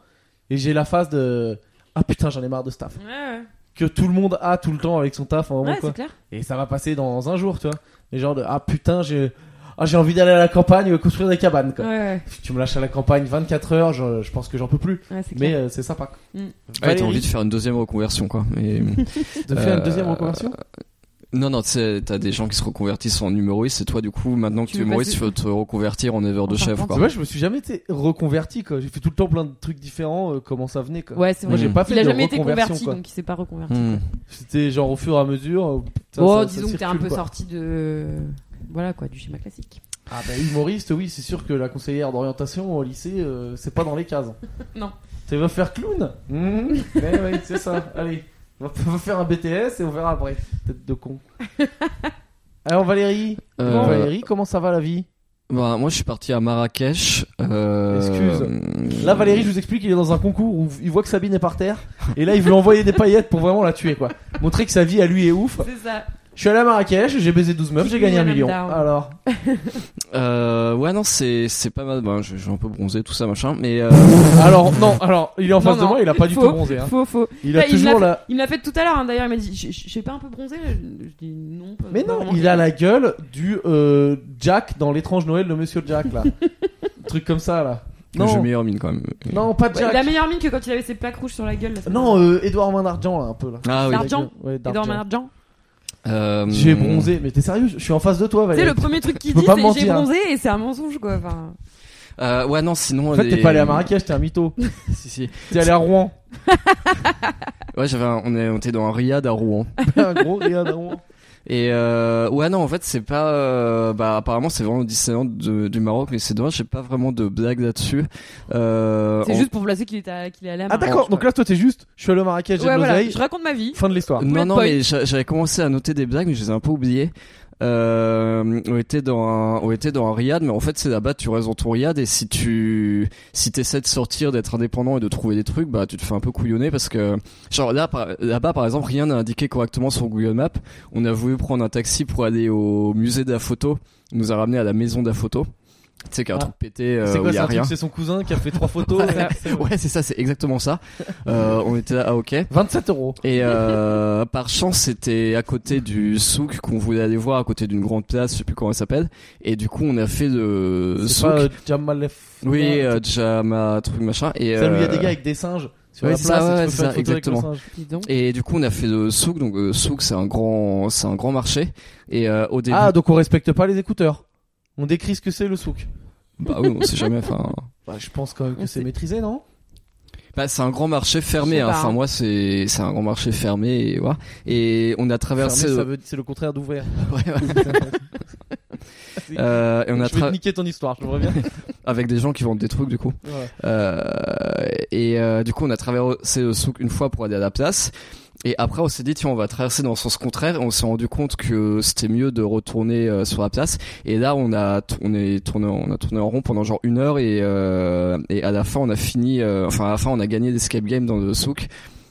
Speaker 1: et j'ai la phase de ah putain, j'en ai marre de ce taf
Speaker 3: Ouais, ouais,
Speaker 1: que tout le monde a tout le temps avec son taf à un moment
Speaker 3: ouais
Speaker 1: quoi.
Speaker 3: c'est clair.
Speaker 1: Et ça va passer dans un jour, tu vois. Les genres de ah putain, j'ai ah, j'ai envie d'aller à la campagne euh, construire des cabanes quoi.
Speaker 3: Ouais, ouais,
Speaker 1: Tu me lâches à la campagne 24 heures, je, je pense que j'en peux plus.
Speaker 3: ouais, c'est
Speaker 1: Mais
Speaker 3: clair.
Speaker 1: euh, c'est sympa.
Speaker 3: Mm.
Speaker 2: Ouais, t'as
Speaker 1: Valérie,
Speaker 2: envie de faire une deuxième reconversion, quoi. Et...
Speaker 1: de faire une
Speaker 2: euh,
Speaker 1: deuxième reconversion
Speaker 2: non, non, tu sais, t'as des gens qui se reconvertissent en humoriste, et toi, du coup, maintenant que
Speaker 3: Tu
Speaker 2: tu,
Speaker 3: veux
Speaker 2: es humoriste, tu
Speaker 3: passer-
Speaker 2: veux te reconvertir en éleveur de
Speaker 3: En
Speaker 2: chef,
Speaker 3: serpent.
Speaker 1: C'est
Speaker 2: quoi.
Speaker 1: vrai, je me suis jamais été reconverti quoi. J'ai fait tout le temps plein de trucs différents, euh, comment ça venait quoi.
Speaker 3: Ouais, c'est
Speaker 1: Moi
Speaker 3: vrai.
Speaker 1: j'ai
Speaker 2: Mm.
Speaker 1: pas fait
Speaker 3: Il a
Speaker 1: de
Speaker 3: jamais été
Speaker 1: reconversion
Speaker 3: converti,
Speaker 1: quoi.
Speaker 3: donc il s'est pas reconverti.
Speaker 2: Hmm.
Speaker 1: C'était genre au fur et à mesure. euh, ça-
Speaker 3: oh,
Speaker 1: ça- ça
Speaker 3: disons que t'es un
Speaker 1: circule,
Speaker 3: peu
Speaker 1: quoi.
Speaker 3: sorti de. Voilà quoi, du schéma classique.
Speaker 1: Ah bah humoriste, oui, c'est sûr que la conseillère d'orientation au lycée, euh, c'est pas dans les cases.
Speaker 3: Non.
Speaker 1: Tu vas faire clown Mhm. Ouais, ouais, c'est ça. Allez, on va- on va faire un BTS et on verra après. Tête de con. Alors Valérie,
Speaker 2: Euh,
Speaker 1: Bon, Valérie, comment ça va la vie
Speaker 2: bah, moi, je suis parti à Marrakech. Euh... Excuse.
Speaker 1: Là, Valérie, je vous explique, il est dans un concours où il voit que Sabine est par terre. Et là, il veut envoyer des paillettes pour vraiment la tuer, quoi. Montrer que sa vie à lui est ouf.
Speaker 3: C'est ça.
Speaker 1: Je suis allé à Marrakech, j'ai baisé 12 meufs, j'ai gagné un
Speaker 3: Madame
Speaker 1: million.
Speaker 3: Down.
Speaker 1: Alors,
Speaker 2: Euh, ouais, non, c'est, c'est pas mal. Bon, je, je suis un peu bronzé, tout ça, machin, mais euh,
Speaker 1: alors, non, alors, il est en
Speaker 3: Non,
Speaker 1: face de
Speaker 3: non.
Speaker 1: moi, il a pas du
Speaker 3: Faux.
Speaker 1: tout bronzé. Hein.
Speaker 3: Faux, faux.
Speaker 1: Il a
Speaker 3: Là, il
Speaker 1: toujours
Speaker 3: l'a
Speaker 1: la.
Speaker 3: Il me l'a fait tout à l'heure, hein, d'ailleurs. Il m'a dit Je je- je suis pas un peu bronzé là Je je dis non. pas-
Speaker 1: Mais
Speaker 3: pas
Speaker 1: non,
Speaker 3: vraiment.
Speaker 1: il a la gueule du euh, Jack dans l'étrange Noël de Monsieur Jack, là. Un truc comme ça, là.
Speaker 2: j'ai
Speaker 1: Non,
Speaker 2: meilleure mine quand même.
Speaker 1: non, pas
Speaker 3: Ouais, il a
Speaker 1: Jack.
Speaker 3: meilleure mine que quand il avait ses plaques rouges sur la gueule. la semaine
Speaker 1: Non, euh, Edouard Main d'Argent, là, un peu, là.
Speaker 2: Ah
Speaker 1: Il
Speaker 2: oui.
Speaker 1: a
Speaker 3: D'argent.
Speaker 1: gueule. Ouais,
Speaker 3: Et dans mon
Speaker 1: d'argent.
Speaker 3: argent.
Speaker 2: Euh,
Speaker 1: J'ai bronzé, mais t'es sérieux Je suis en face de toi,
Speaker 3: Tu sais,
Speaker 1: Valérie.
Speaker 3: le premier truc qu'il
Speaker 1: Je peux
Speaker 3: dit,
Speaker 1: pas
Speaker 3: c'est j'ai
Speaker 1: mentir, hein.
Speaker 3: bronzé et c'est un mensonge quoi. Enfin,
Speaker 2: Euh, ouais, non, sinon.
Speaker 1: En fait,
Speaker 2: les-
Speaker 1: t'es pas allé à Marrakech, t'es un mytho.
Speaker 2: Si, si.
Speaker 1: T'es allé à Rouen.
Speaker 2: Ouais, j'avais, un- on, est, on était dans un riad à Rouen.
Speaker 1: un gros rien à Rouen.
Speaker 2: Et euh, ouais, non, en fait, c'est pas. euh, bah, apparemment, c'est vraiment le Disneyland de- du Maroc, mais c'est dommage, j'ai pas vraiment de blague là-dessus. Euh,
Speaker 3: c'est
Speaker 2: en-
Speaker 3: juste pour placer qu'il est, à- qu'il est allé à
Speaker 1: Ah
Speaker 3: Marrakech.
Speaker 1: d'accord, donc là toi t'es juste, je suis allé au Marrakech, j'ai
Speaker 3: Ouais,
Speaker 1: de
Speaker 3: voilà,
Speaker 1: l'oseille,
Speaker 3: je raconte ma vie.
Speaker 1: fin de l'histoire.
Speaker 2: Non,
Speaker 3: Bullet
Speaker 2: non,
Speaker 3: point.
Speaker 2: mais j'a- j'avais commencé à noter des blagues, mais je les ai un peu oubliées. Euh, on était dans un, on était dans un riad, mais en fait c'est là-bas tu restes dans ton riad et si tu, si t'essaies de sortir, d'être indépendant et de trouver des trucs, bah tu te fais un peu couillonner parce que, genre là, par- là-bas par exemple rien n'a indiqué correctement sur Google Maps. On a voulu prendre un taxi pour aller au musée de la photo. On nous a ramené à la maison de la photo. Tu sais qu'un
Speaker 1: Ah.
Speaker 2: truc pété, euh,
Speaker 1: c'est
Speaker 2: où
Speaker 1: quoi
Speaker 2: y
Speaker 1: c'est
Speaker 2: a
Speaker 1: un
Speaker 2: rien.
Speaker 1: truc, c'est son cousin qui a fait trois photos. euh, c'est-
Speaker 2: Ouais, c'est ça, c'est exactement ça. Euh, on était là, ah ok.
Speaker 1: 27 euros.
Speaker 2: Et euh, par chance, c'était à côté du souk qu'on voulait aller voir, à côté d'une grande place, je sais plus comment elle s'appelle. Et du coup, on a fait le
Speaker 1: C'est
Speaker 2: souk.
Speaker 1: pas euh, Jamalef.
Speaker 2: oui,
Speaker 1: Ouais.
Speaker 2: euh, Jama, truc machin. Et,
Speaker 1: C'est là où il y a
Speaker 2: euh,
Speaker 1: des gars avec des singes sur
Speaker 2: ouais,
Speaker 1: la
Speaker 2: c'est ça,
Speaker 1: place et
Speaker 2: ouais,
Speaker 1: tu peux
Speaker 2: c'est
Speaker 1: faire une
Speaker 2: ça,
Speaker 1: photo avec le
Speaker 2: exactement.
Speaker 1: singe.
Speaker 3: Dis donc.
Speaker 2: Et du coup, on a fait le souk. Donc euh, souk, c'est un grand, c'est un grand marché. Et euh, au début,
Speaker 1: Ah donc on respecte pas les écouteurs. On décrit ce que c'est le souk.
Speaker 2: bah oui, on sait jamais. Enfin,
Speaker 1: Bah je pense quand même que
Speaker 3: On
Speaker 1: c'est
Speaker 3: sait.
Speaker 1: maîtrisé non
Speaker 2: bah, c'est un grand marché
Speaker 3: Je
Speaker 2: fermé.
Speaker 3: sais
Speaker 2: hein.
Speaker 3: pas.
Speaker 2: Enfin, moi, c'est, c'est un grand marché fermé. Et voilà. Et on a
Speaker 1: Fermé,
Speaker 2: traversé.
Speaker 1: ça veut C'est le contraire d'ouvert.
Speaker 2: Ouais, ouais.
Speaker 1: C'est-
Speaker 2: Euh, et on a
Speaker 1: Je vais te
Speaker 2: tra-
Speaker 1: niquer ton histoire, je vous reviens.
Speaker 2: avec des gens qui vendent des trucs du coup.
Speaker 1: Voilà.
Speaker 2: Euh, et euh, du coup, on a traversé le souk une fois pour aller à la place. Et après, on s'est dit, tiens, on va traverser dans le sens contraire. Et on s'est rendu compte que c'était mieux de retourner euh, sur la place. Et là, on a tourné, tourné, on a tourné en rond pendant genre une heure. Et, euh, et à la fin, on a fini. euh, enfin, à la fin, on a gagné l'escape game dans le souk.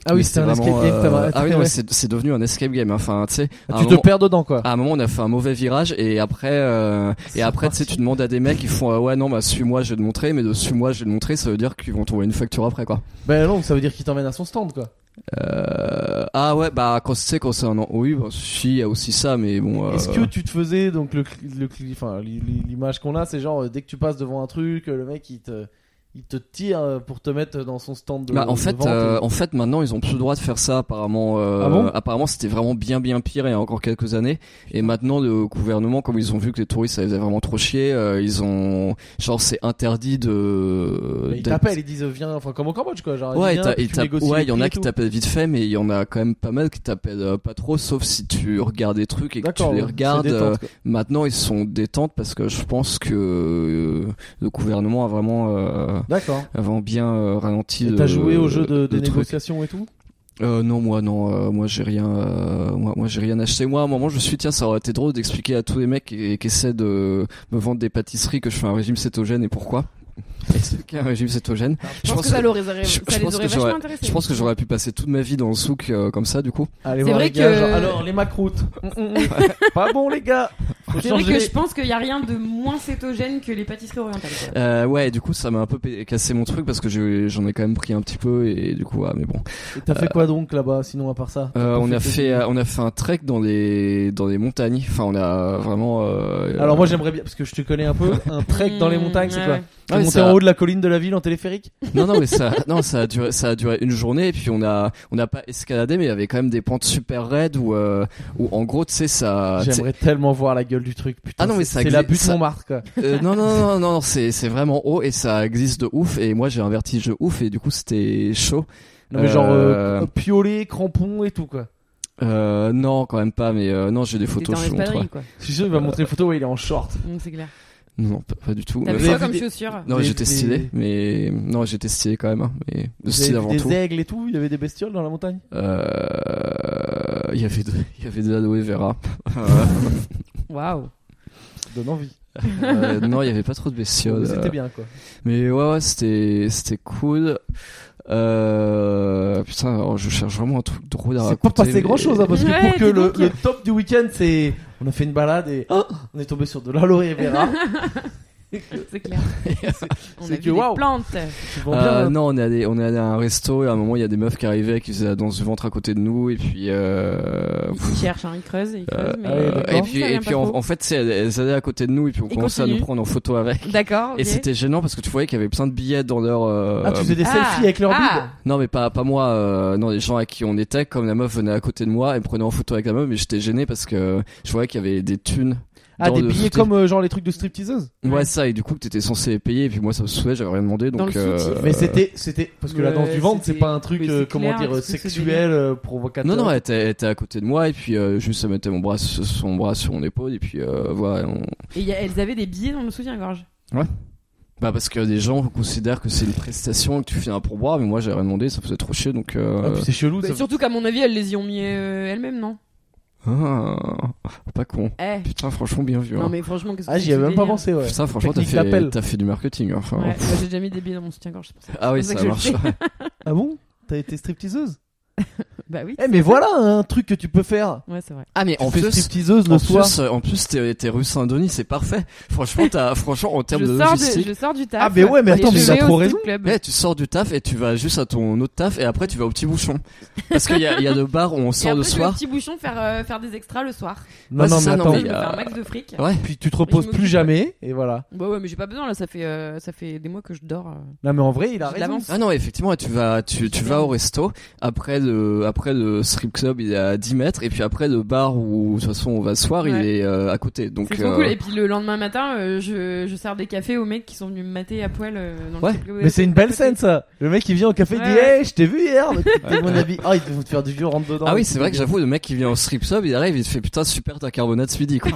Speaker 1: Ah
Speaker 2: Mais
Speaker 1: oui c'était un
Speaker 2: vraiment,
Speaker 1: escape game.
Speaker 2: euh,
Speaker 1: t'as marre-
Speaker 2: ah oui, non,
Speaker 1: ouais.
Speaker 2: mais c'est c'est devenu un escape game. Enfin, tu sais, à
Speaker 1: Ah,
Speaker 2: un
Speaker 1: Tu te
Speaker 2: moment-
Speaker 1: perds dedans quoi.
Speaker 2: à un moment, on a fait un mauvais virage et après, euh,
Speaker 1: C'est
Speaker 2: et après, tu
Speaker 1: parti.
Speaker 2: sais, tu demandes à des mecs, ils font euh, ouais non bah suis-moi, je vais te montrer, mais de suis-moi, je vais te montrer, ça veut dire qu'ils vont t'envoyer une facture après quoi.
Speaker 1: Ben non ça veut dire qu'il t'emmène à son stand quoi.
Speaker 2: Euh, ah ouais bah quand c'est quand c'est un an, oui bah si il y a aussi ça, mais bon. euh,
Speaker 1: Est-ce que tu te faisais donc le, cli- le cli- enfin, li- li- l'image qu'on a c'est genre euh, dès que tu passes devant un truc euh, le mec il te il te tire euh, pour te mettre dans son stand de.
Speaker 2: Bah, en
Speaker 1: de
Speaker 2: fait,
Speaker 1: vente.
Speaker 2: euh, en fait, maintenant ils ont plus le droit de faire ça. Apparemment, euh,
Speaker 1: Ah bon
Speaker 2: apparemment c'était vraiment bien bien pire il y a encore quelques années. Et maintenant le gouvernement, comme ils ont vu que les touristes ça les faisait vraiment trop chier, euh, ils ont genre c'est interdit de.
Speaker 1: Bah, ils
Speaker 2: d'être-
Speaker 1: t'appellent, ils disent viens, enfin comme au Cambodge quoi. Genre,
Speaker 2: euh, Ouais,
Speaker 1: viens,
Speaker 2: t'as-
Speaker 1: puis
Speaker 2: et
Speaker 1: Ah, tu
Speaker 2: t'as-
Speaker 1: négocies
Speaker 2: ouais,
Speaker 1: les
Speaker 2: il y en
Speaker 1: prix
Speaker 2: a
Speaker 1: et
Speaker 2: qui
Speaker 1: tout.
Speaker 2: t'appellent vite fait, mais il y en a quand même pas mal qui t'appellent euh, pas trop, sauf si tu regardes des trucs et que tu
Speaker 1: D'accord,
Speaker 2: les
Speaker 1: ouais, c'est
Speaker 2: regardes. euh,
Speaker 1: détente, quoi.
Speaker 2: maintenant, ils sont détentes parce que je pense que euh, le gouvernement a vraiment, euh,
Speaker 1: D'accord.
Speaker 2: a vraiment bien euh, ralenti.
Speaker 1: Et
Speaker 2: le-
Speaker 1: T'as joué au jeu de,
Speaker 2: le
Speaker 1: des
Speaker 2: truc.
Speaker 1: négociations et tout
Speaker 2: Euh, non, moi, non, euh, moi, j'ai rien, euh, moi, moi, j'ai rien acheté. Moi, à un moment, je me suis dit, tiens, ça aurait été drôle d'expliquer à tous les mecs qui, qui essaient de me vendre des pâtisseries que je fais un régime cétogène et pourquoi. Expliquer un régime cétogène.
Speaker 3: Je pense que ça l'aurait- ça les aurait,
Speaker 2: je- je pense que
Speaker 3: vachement
Speaker 2: j'aurais-
Speaker 3: intéressés.
Speaker 2: Je pense que j'aurais pu passer toute ma vie dans le souk euh, comme ça, du coup.
Speaker 1: Allez,
Speaker 3: C'est
Speaker 1: voir
Speaker 3: vrai
Speaker 1: les gars,
Speaker 3: que-
Speaker 1: genre, alors les macroutes. Mm, mm, mm. pas bon les gars. Faut
Speaker 3: C'est vrai
Speaker 1: changer.
Speaker 3: que je pense qu'il n'y a rien de moins cétogène que les pâtisseries orientales. quoi.
Speaker 2: Euh, ouais, et du coup, ça m'a un peu pé- cassé mon truc parce que j'ai- j'en ai quand même pris un petit peu et du coup, ah, mais bon.
Speaker 1: Et T'as fait quoi donc là-bas sinon à part ça
Speaker 2: Euh,
Speaker 1: T'as
Speaker 2: on a
Speaker 1: que-
Speaker 2: fait, euh, on a fait un trek dans les, dans les montagnes. Enfin, on a vraiment. euh,
Speaker 1: Alors moi j'aimerais bien parce que je te connais un peu. Un trek dans les
Speaker 3: Mmh,
Speaker 1: montagnes, c'est
Speaker 3: ouais,
Speaker 1: quoi
Speaker 3: ouais.
Speaker 1: T'es
Speaker 2: ouais,
Speaker 1: monté
Speaker 2: Ah, ça-
Speaker 1: en haut de la colline de la ville en téléphérique
Speaker 2: Non, non, mais ça, non, ça a duré, ça a duré une journée, et puis on a, on n'a pas escaladé, mais il y avait quand même des pentes super raides où, euh, où en gros, tu sais, ça. tu sais-
Speaker 1: J'aimerais tellement voir la gueule du truc. Putain,
Speaker 2: Ah non, mais
Speaker 1: c'est-
Speaker 2: ça
Speaker 1: c'est la
Speaker 2: existe,
Speaker 1: butte
Speaker 2: ça-
Speaker 1: Montmartre quoi.
Speaker 2: euh, non, non, non, non, non, c'est, c'est vraiment haut et ça existe de ouf. Et moi, j'ai un vertige de ouf, et du coup, c'était chaud.
Speaker 1: Non mais genre euh,
Speaker 2: Euh,
Speaker 1: piolet, crampons et tout quoi.
Speaker 2: Euh, non, quand même pas, mais euh, non, j'ai des
Speaker 3: T'étais
Speaker 2: photos.
Speaker 3: en
Speaker 2: je vous montrerai.
Speaker 3: espadrille, quoi.
Speaker 1: Je suis sûr il va montrer les photos ouais il est en short.
Speaker 3: Donc c'est clair.
Speaker 2: Non, non, pas, pas du tout.
Speaker 3: T'as
Speaker 2: Mais-
Speaker 3: vu quoi
Speaker 1: avez
Speaker 3: comme
Speaker 1: des-
Speaker 3: chaussures
Speaker 2: Non,
Speaker 1: Vous avez
Speaker 2: j'étais
Speaker 1: vu
Speaker 2: stylé, mais non, j'étais stylé quand même. hein, mais le
Speaker 1: Vous avez
Speaker 2: style
Speaker 1: vu
Speaker 2: avant
Speaker 1: des
Speaker 2: tout.
Speaker 1: aigles et tout. Il y avait des bestioles dans la montagne.
Speaker 2: Euh, Il y avait, de... il y avait de l'aloe vera.
Speaker 3: Waouh.
Speaker 1: Ça donne envie.
Speaker 2: Euh, non, il y avait pas trop de bestioles.
Speaker 1: Mais
Speaker 2: euh,
Speaker 1: C'était bien quoi.
Speaker 2: Mais ouais, ouais, c'était, c'était cool. Euh, putain, alors, je cherche vraiment un truc drôle à
Speaker 1: C'est
Speaker 2: raconter.
Speaker 1: pas passé
Speaker 2: mais-
Speaker 1: grand chose, parce que
Speaker 3: Ouais,
Speaker 1: pour que
Speaker 3: dis
Speaker 1: le,
Speaker 3: donc.
Speaker 1: le top du week-end, c'est. On a fait une balade et. oh, on est tombé sur de l'aloe vera.
Speaker 3: C'est clair. On a
Speaker 1: c'est
Speaker 3: vu
Speaker 1: que
Speaker 3: des
Speaker 1: waouh.
Speaker 3: plantes.
Speaker 1: Tu vends bien,
Speaker 2: Euh,
Speaker 1: hein.
Speaker 2: non, on est allé, on est allé à un resto et à un moment il y a des meufs qui arrivaient qui faisaient la danse du ventre à côté de nous et puis euh,
Speaker 3: Ils cherchent, hein, ils creusent, ils creusent.
Speaker 1: Ah
Speaker 3: mais-
Speaker 1: ouais,
Speaker 2: euh,
Speaker 1: d'accord.
Speaker 2: et puis
Speaker 3: Ça
Speaker 2: et
Speaker 3: vient
Speaker 2: puis
Speaker 3: pas
Speaker 2: en,
Speaker 3: trop.
Speaker 2: en fait c'est elles, elles allaient à côté de nous et puis on
Speaker 3: Ils
Speaker 2: commençait à nous
Speaker 3: continuent.
Speaker 2: prendre en photo avec
Speaker 3: D'accord. ok.
Speaker 2: et c'était gênant parce que tu voyais qu'il y avait plein de billets dans leur euh,
Speaker 1: Ah, tu faisais des
Speaker 3: Ah,
Speaker 1: selfies avec leur
Speaker 3: ah.
Speaker 1: bide.
Speaker 2: Non, mais pas, pas moi, euh, non, les gens à qui on était, comme la meuf venait à côté de moi et me prenait en photo avec la meuf, mais j'étais gêné parce que je voyais qu'il y avait des thunes.
Speaker 1: Ah,
Speaker 2: dans
Speaker 1: des
Speaker 2: le
Speaker 1: billets
Speaker 2: fauteuil.
Speaker 1: comme euh, genre les trucs de stripteaseuse.
Speaker 2: Ouais, ça, et du coup, que t'étais censé les payer, et puis moi, ça me saoulait, j'avais rien demandé,
Speaker 3: Dans
Speaker 2: donc.
Speaker 3: le
Speaker 2: euh,
Speaker 3: soutif.
Speaker 1: Mais c'était. c'était Parce que la
Speaker 3: Ouais,
Speaker 1: danse du ventre, c'est
Speaker 3: c'était-
Speaker 1: pas un truc,
Speaker 3: mais c'est
Speaker 1: euh, comment
Speaker 3: clair,
Speaker 1: dire, euh,
Speaker 3: c'est ce que je
Speaker 1: sexuel, euh, provocateur.
Speaker 2: Non, non, elle était, elle était à côté de moi, et puis euh, juste, elle mettait mon bras, sur- son bras sur mon épaule, et puis euh, voilà. on-
Speaker 3: Et il y a- elles avaient des billets dans le soutien-gorge.
Speaker 2: Bah, parce que des gens considèrent que c'est une prestation, que tu fais un pourboire, mais moi, j'avais rien demandé, ça me faisait trop chier, donc. euh,
Speaker 1: Ah, puis c'est chelou, ça.
Speaker 3: Bah, surtout qu'à mon avis, elles les y ont mis euh, elles-mêmes, non
Speaker 2: ah, pas con.
Speaker 3: Eh.
Speaker 2: Putain, franchement, bien vu.
Speaker 3: Non,
Speaker 2: hein.
Speaker 3: mais franchement, qu'est-ce que
Speaker 1: Ah,
Speaker 3: c'est
Speaker 1: j'y
Speaker 3: que
Speaker 1: avais
Speaker 3: ce
Speaker 1: même pas
Speaker 3: délire
Speaker 1: pensé, ouais.
Speaker 2: Ça, franchement, t'as
Speaker 1: Technique
Speaker 2: fait,
Speaker 1: d'appel.
Speaker 2: t'as fait du marketing, enfin.
Speaker 3: Ouais, moi, j'ai déjà mis des billets dans mon soutien-gorge. c'est pour ça.
Speaker 2: Ah oui,
Speaker 3: C'est
Speaker 2: ça,
Speaker 3: pour ça que
Speaker 2: marche.
Speaker 3: je le
Speaker 1: Ah bon T'as été stripteaseuse
Speaker 3: Bah oui.
Speaker 1: Eh, mais voilà un truc que tu peux faire.
Speaker 3: Ouais, c'est vrai.
Speaker 2: Ah mais
Speaker 1: Tu
Speaker 2: en
Speaker 1: fais
Speaker 2: plus,
Speaker 1: stripteaseuse le
Speaker 2: en
Speaker 1: soir.
Speaker 2: plus, euh, en plus, t'es, t'es rue Saint-Denis, c'est parfait. Franchement, t'as, franchement, en termes
Speaker 3: je,
Speaker 2: de
Speaker 3: sors
Speaker 2: logistique.
Speaker 3: du, je sors du taf.
Speaker 1: Ah, mais ouais, mais
Speaker 3: et
Speaker 1: attends,
Speaker 3: je
Speaker 1: mais il a
Speaker 3: vais au
Speaker 1: trop
Speaker 3: strip
Speaker 1: raison.
Speaker 3: club.
Speaker 2: eh, tu sors du taf et tu vas juste à ton autre taf et après tu vas au petit bouchon. Parce qu'il y a, il y a le bar où on
Speaker 3: Et
Speaker 2: sort
Speaker 3: après,
Speaker 2: le
Speaker 3: je vais au
Speaker 2: soir.
Speaker 3: petit bouchon faire, euh, faire des extras le soir.
Speaker 1: Non,
Speaker 2: Ouais,
Speaker 1: non,
Speaker 2: Ah, c'est
Speaker 1: mais euh, oh.
Speaker 2: ça, non,
Speaker 1: attends.
Speaker 3: Là,
Speaker 2: mais il
Speaker 3: je me
Speaker 2: y
Speaker 3: fais
Speaker 2: a-
Speaker 3: un max de fric.
Speaker 2: Ouais.
Speaker 1: Puis tu te reposes
Speaker 3: m'occupe,
Speaker 1: plus
Speaker 3: ouais.
Speaker 1: jamais, et voilà.
Speaker 3: Bah ouais, mais j'ai pas besoin là, ça fait euh, ça fait des mois que je dors. euh.
Speaker 1: Non, mais en vrai, il a raison.
Speaker 3: J'ai de l'avance.
Speaker 2: Ah non, effectivement, tu vas, tu, tu vas au resto. Après le, après le strip club, il est à 10 mètres. Et puis après le bar où, de toute façon, on va se soir, il
Speaker 3: Ouais.
Speaker 2: est euh, à côté. Donc,
Speaker 3: C'est trop
Speaker 2: euh,
Speaker 3: cool. Et puis le lendemain matin, euh, je, je sers des cafés aux mecs qui sont venus me mater à poil euh, dans
Speaker 2: Ouais.
Speaker 3: le strip club.
Speaker 1: Mais c'est une belle scène ça. Le mec il vient au café, il dit
Speaker 3: Ouais.
Speaker 1: Hey, je t'ai vu hier, donc t'es mon ami. Ah, il te faire du vieux rentre dedans.
Speaker 2: ah oui, c'est vrai que j'avoue, le mec qui vient au strip club, il arrive, il te fait putain, super ta carbonate ce midi, quoi.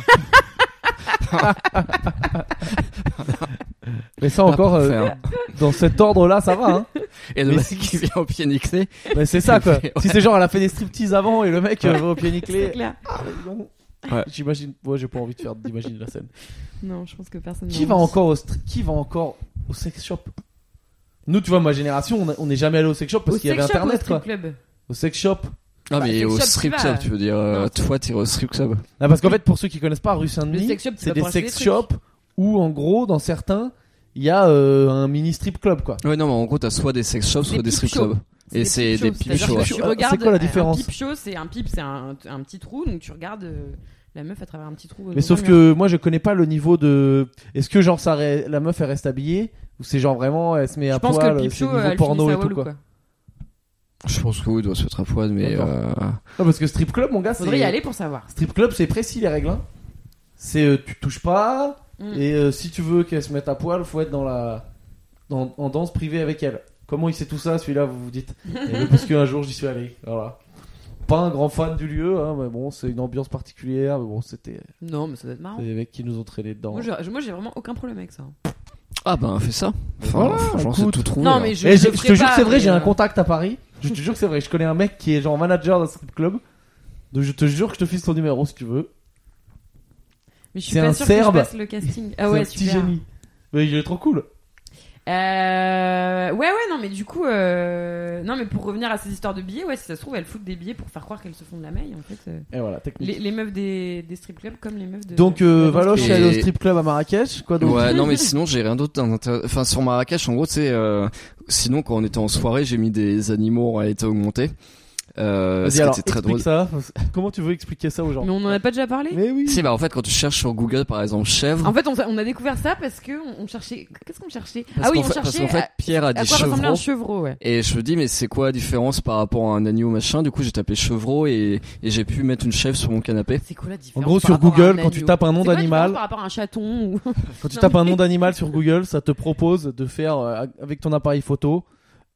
Speaker 1: Mais ça encore, euh,
Speaker 2: Parfait, hein.
Speaker 1: dans cet ordre là, ça va. Hein.
Speaker 2: Et le
Speaker 1: mais
Speaker 2: mec
Speaker 1: si-
Speaker 2: qui vient au pied nickelé,
Speaker 1: Mais c'est ça quoi.
Speaker 2: Ouais.
Speaker 1: Si c'est genre, elle a fait des striptease avant et le mec euh, va au pied
Speaker 3: C'est
Speaker 1: nickelé.
Speaker 3: clair.
Speaker 1: Ah, mais non.
Speaker 2: Ouais.
Speaker 1: J'imagine, moi j'ai pas envie de faire d'imaginer la scène.
Speaker 3: Non, je pense que personne.
Speaker 1: Qui
Speaker 3: n'a
Speaker 1: va
Speaker 3: envie.
Speaker 1: encore au stri- qui va encore au sex shop Nous, tu vois, ma génération, on a- on n'est jamais allé au sex shop parce
Speaker 3: Au
Speaker 1: qu'il y avait
Speaker 3: sex shop ou au
Speaker 1: internet
Speaker 3: strip
Speaker 1: quoi.
Speaker 3: club
Speaker 1: Au sex shop.
Speaker 2: Ah
Speaker 3: Bah,
Speaker 2: mais
Speaker 3: c'est le
Speaker 2: au
Speaker 3: shop qui
Speaker 2: strip
Speaker 3: va.
Speaker 2: club, tu veux dire, euh,
Speaker 3: Non,
Speaker 2: toi t'irais au strip club.
Speaker 1: Ah, parce qu'en fait, pour ceux qui connaissent pas rue Saint-Denis,
Speaker 3: Le sex shop, c'est
Speaker 1: c'est
Speaker 3: pas
Speaker 1: des
Speaker 3: pour acheter
Speaker 1: sex
Speaker 3: des trucs.
Speaker 1: shops où, en gros, dans certains, il y a euh, un mini strip club,
Speaker 3: Euh,
Speaker 1: quoi.
Speaker 2: Ouais non mais en gros t'as soit des sex shops, soit
Speaker 3: Des
Speaker 2: des strip
Speaker 3: peep shows.
Speaker 2: clubs. Et c'est des
Speaker 3: peep
Speaker 2: peep
Speaker 3: shows, c'est-à-dire
Speaker 2: shows,
Speaker 3: que
Speaker 2: ouais.
Speaker 3: tu
Speaker 1: Ah,
Speaker 3: regardes- euh,
Speaker 1: c'est quoi la
Speaker 3: Un
Speaker 1: différence
Speaker 3: peep show, c'est un pipe, c'est un, un petit trou, donc tu regardes euh, la meuf à travers un petit trou. euh,
Speaker 1: Mais
Speaker 3: dans
Speaker 1: sauf
Speaker 3: un mur.
Speaker 1: que moi je connais pas le niveau de. Est-ce que genre ça re- la meuf elle reste habillée ou c'est genre vraiment elle se met
Speaker 3: je
Speaker 1: à
Speaker 3: pense que
Speaker 1: poil,
Speaker 3: le
Speaker 1: c'est
Speaker 3: peep show,
Speaker 1: niveau
Speaker 3: euh, elle
Speaker 1: porno
Speaker 3: finit
Speaker 1: et
Speaker 3: sa
Speaker 1: tout
Speaker 3: wall ou
Speaker 1: quoi.
Speaker 3: quoi.
Speaker 2: Je pense que oui, il doit se mettre à poil, mais.
Speaker 1: D'accord.
Speaker 2: euh,
Speaker 1: Non parce que strip club mon gars,
Speaker 3: Faudrait
Speaker 1: c'est-
Speaker 3: y aller pour savoir.
Speaker 1: Strip club c'est précis les règles. hein. C'est euh, tu touches pas
Speaker 3: Mm.
Speaker 1: et euh, si tu veux qu'elle se mette à poil, faut être dans la dans- en danse privée avec elle. Comment il sait tout ça celui-là vous vous dites Eh ben, parce qu'un jour j'y suis allé. Voilà. Pas un grand fan du lieu, hein, mais bon, c'est une ambiance particulière. Mais bon, c'était
Speaker 3: Non, mais ça doit être marrant.
Speaker 1: c'était les mecs qui nous ont traînés dedans.
Speaker 3: Ah. Moi, j'ai- moi, j'ai vraiment aucun problème avec ça.
Speaker 2: Ah ben, fais ça. Enfin,
Speaker 1: Voilà,
Speaker 2: franchement, c'est
Speaker 1: écoute.
Speaker 2: tout trouvé.
Speaker 3: Non,
Speaker 2: hein.
Speaker 3: mais je,
Speaker 1: Eh,
Speaker 3: je
Speaker 1: je,
Speaker 3: le
Speaker 1: je
Speaker 3: ferai
Speaker 1: te jure
Speaker 3: pas,
Speaker 1: que c'est vrai,
Speaker 3: mais,
Speaker 1: j'ai
Speaker 3: euh,
Speaker 1: un contact à Paris. Je te jure que c'est vrai, je connais un mec qui est genre manager d'un strip club. Donc je te jure que je te file son numéro si tu veux.
Speaker 3: Mais je suis
Speaker 1: c'est
Speaker 3: pas
Speaker 1: un
Speaker 3: sûre que je
Speaker 1: Serbe.
Speaker 3: passe le casting. Ah
Speaker 1: c'est un
Speaker 3: ouais,
Speaker 1: petit
Speaker 3: super.
Speaker 1: génie. Mais il est trop cool.
Speaker 3: Euh, ouais, ouais, non, mais du coup, euh, non, mais pour revenir à ces histoires de billets, ouais, si ça se trouve, elles foutent des billets pour faire croire qu'elles se font de la maille, en fait. euh.
Speaker 1: Et voilà, technique.
Speaker 3: Les, les meufs des, des strip clubs comme les meufs de.
Speaker 1: Donc
Speaker 3: de
Speaker 1: euh,
Speaker 3: la danse
Speaker 1: Valoche
Speaker 3: club.
Speaker 1: est allé au
Speaker 2: Et-
Speaker 1: strip club à Marrakech, quoi donc
Speaker 2: Ouais, non, mais sinon, j'ai rien d'autre. d'intéressant. Enfin, sur Marrakech, en gros, tu sais, euh, sinon, quand on était en soirée, j'ai mis des animaux en réalité augmentée. Euh,
Speaker 1: Vas-y
Speaker 2: ce
Speaker 1: alors,
Speaker 2: qui était très
Speaker 1: explique
Speaker 2: drôle.
Speaker 1: ça. Comment tu veux expliquer ça aux gens
Speaker 3: Mais on en a pas déjà parlé
Speaker 1: Mais oui.
Speaker 2: Si, bah, en fait, quand tu cherches sur Google, par exemple,
Speaker 1: Mm.
Speaker 2: chèvre.
Speaker 3: En fait, on, s'a- on a découvert ça parce que on, on cherchait. Qu'est-ce qu'on cherchait
Speaker 2: parce
Speaker 3: Ah
Speaker 2: qu'en
Speaker 3: oui, on
Speaker 2: fait, parce
Speaker 3: cherchait
Speaker 2: qu'en fait, Pierre a
Speaker 3: à, à
Speaker 2: dit
Speaker 3: quoi ressemblait un
Speaker 2: chevreau.
Speaker 3: chevreau, ouais.
Speaker 2: Et je me dis, mais c'est quoi la différence par rapport à un agneau machin Du coup, j'ai tapé chevreau et, et j'ai pu mettre une chèvre sur mon canapé.
Speaker 3: C'est quoi la différence
Speaker 1: En gros,
Speaker 3: par
Speaker 1: sur
Speaker 3: rapport à
Speaker 1: Google,
Speaker 3: un
Speaker 1: quand tu
Speaker 3: agneau
Speaker 1: tapes un nom
Speaker 3: C'est quoi la différence
Speaker 1: d'animal,
Speaker 3: Par rapport à un chaton ou.
Speaker 1: quand tu
Speaker 3: Non,
Speaker 1: tapes un
Speaker 3: mais-
Speaker 1: nom d'animal sur Google, ça te propose de faire euh, avec ton appareil photo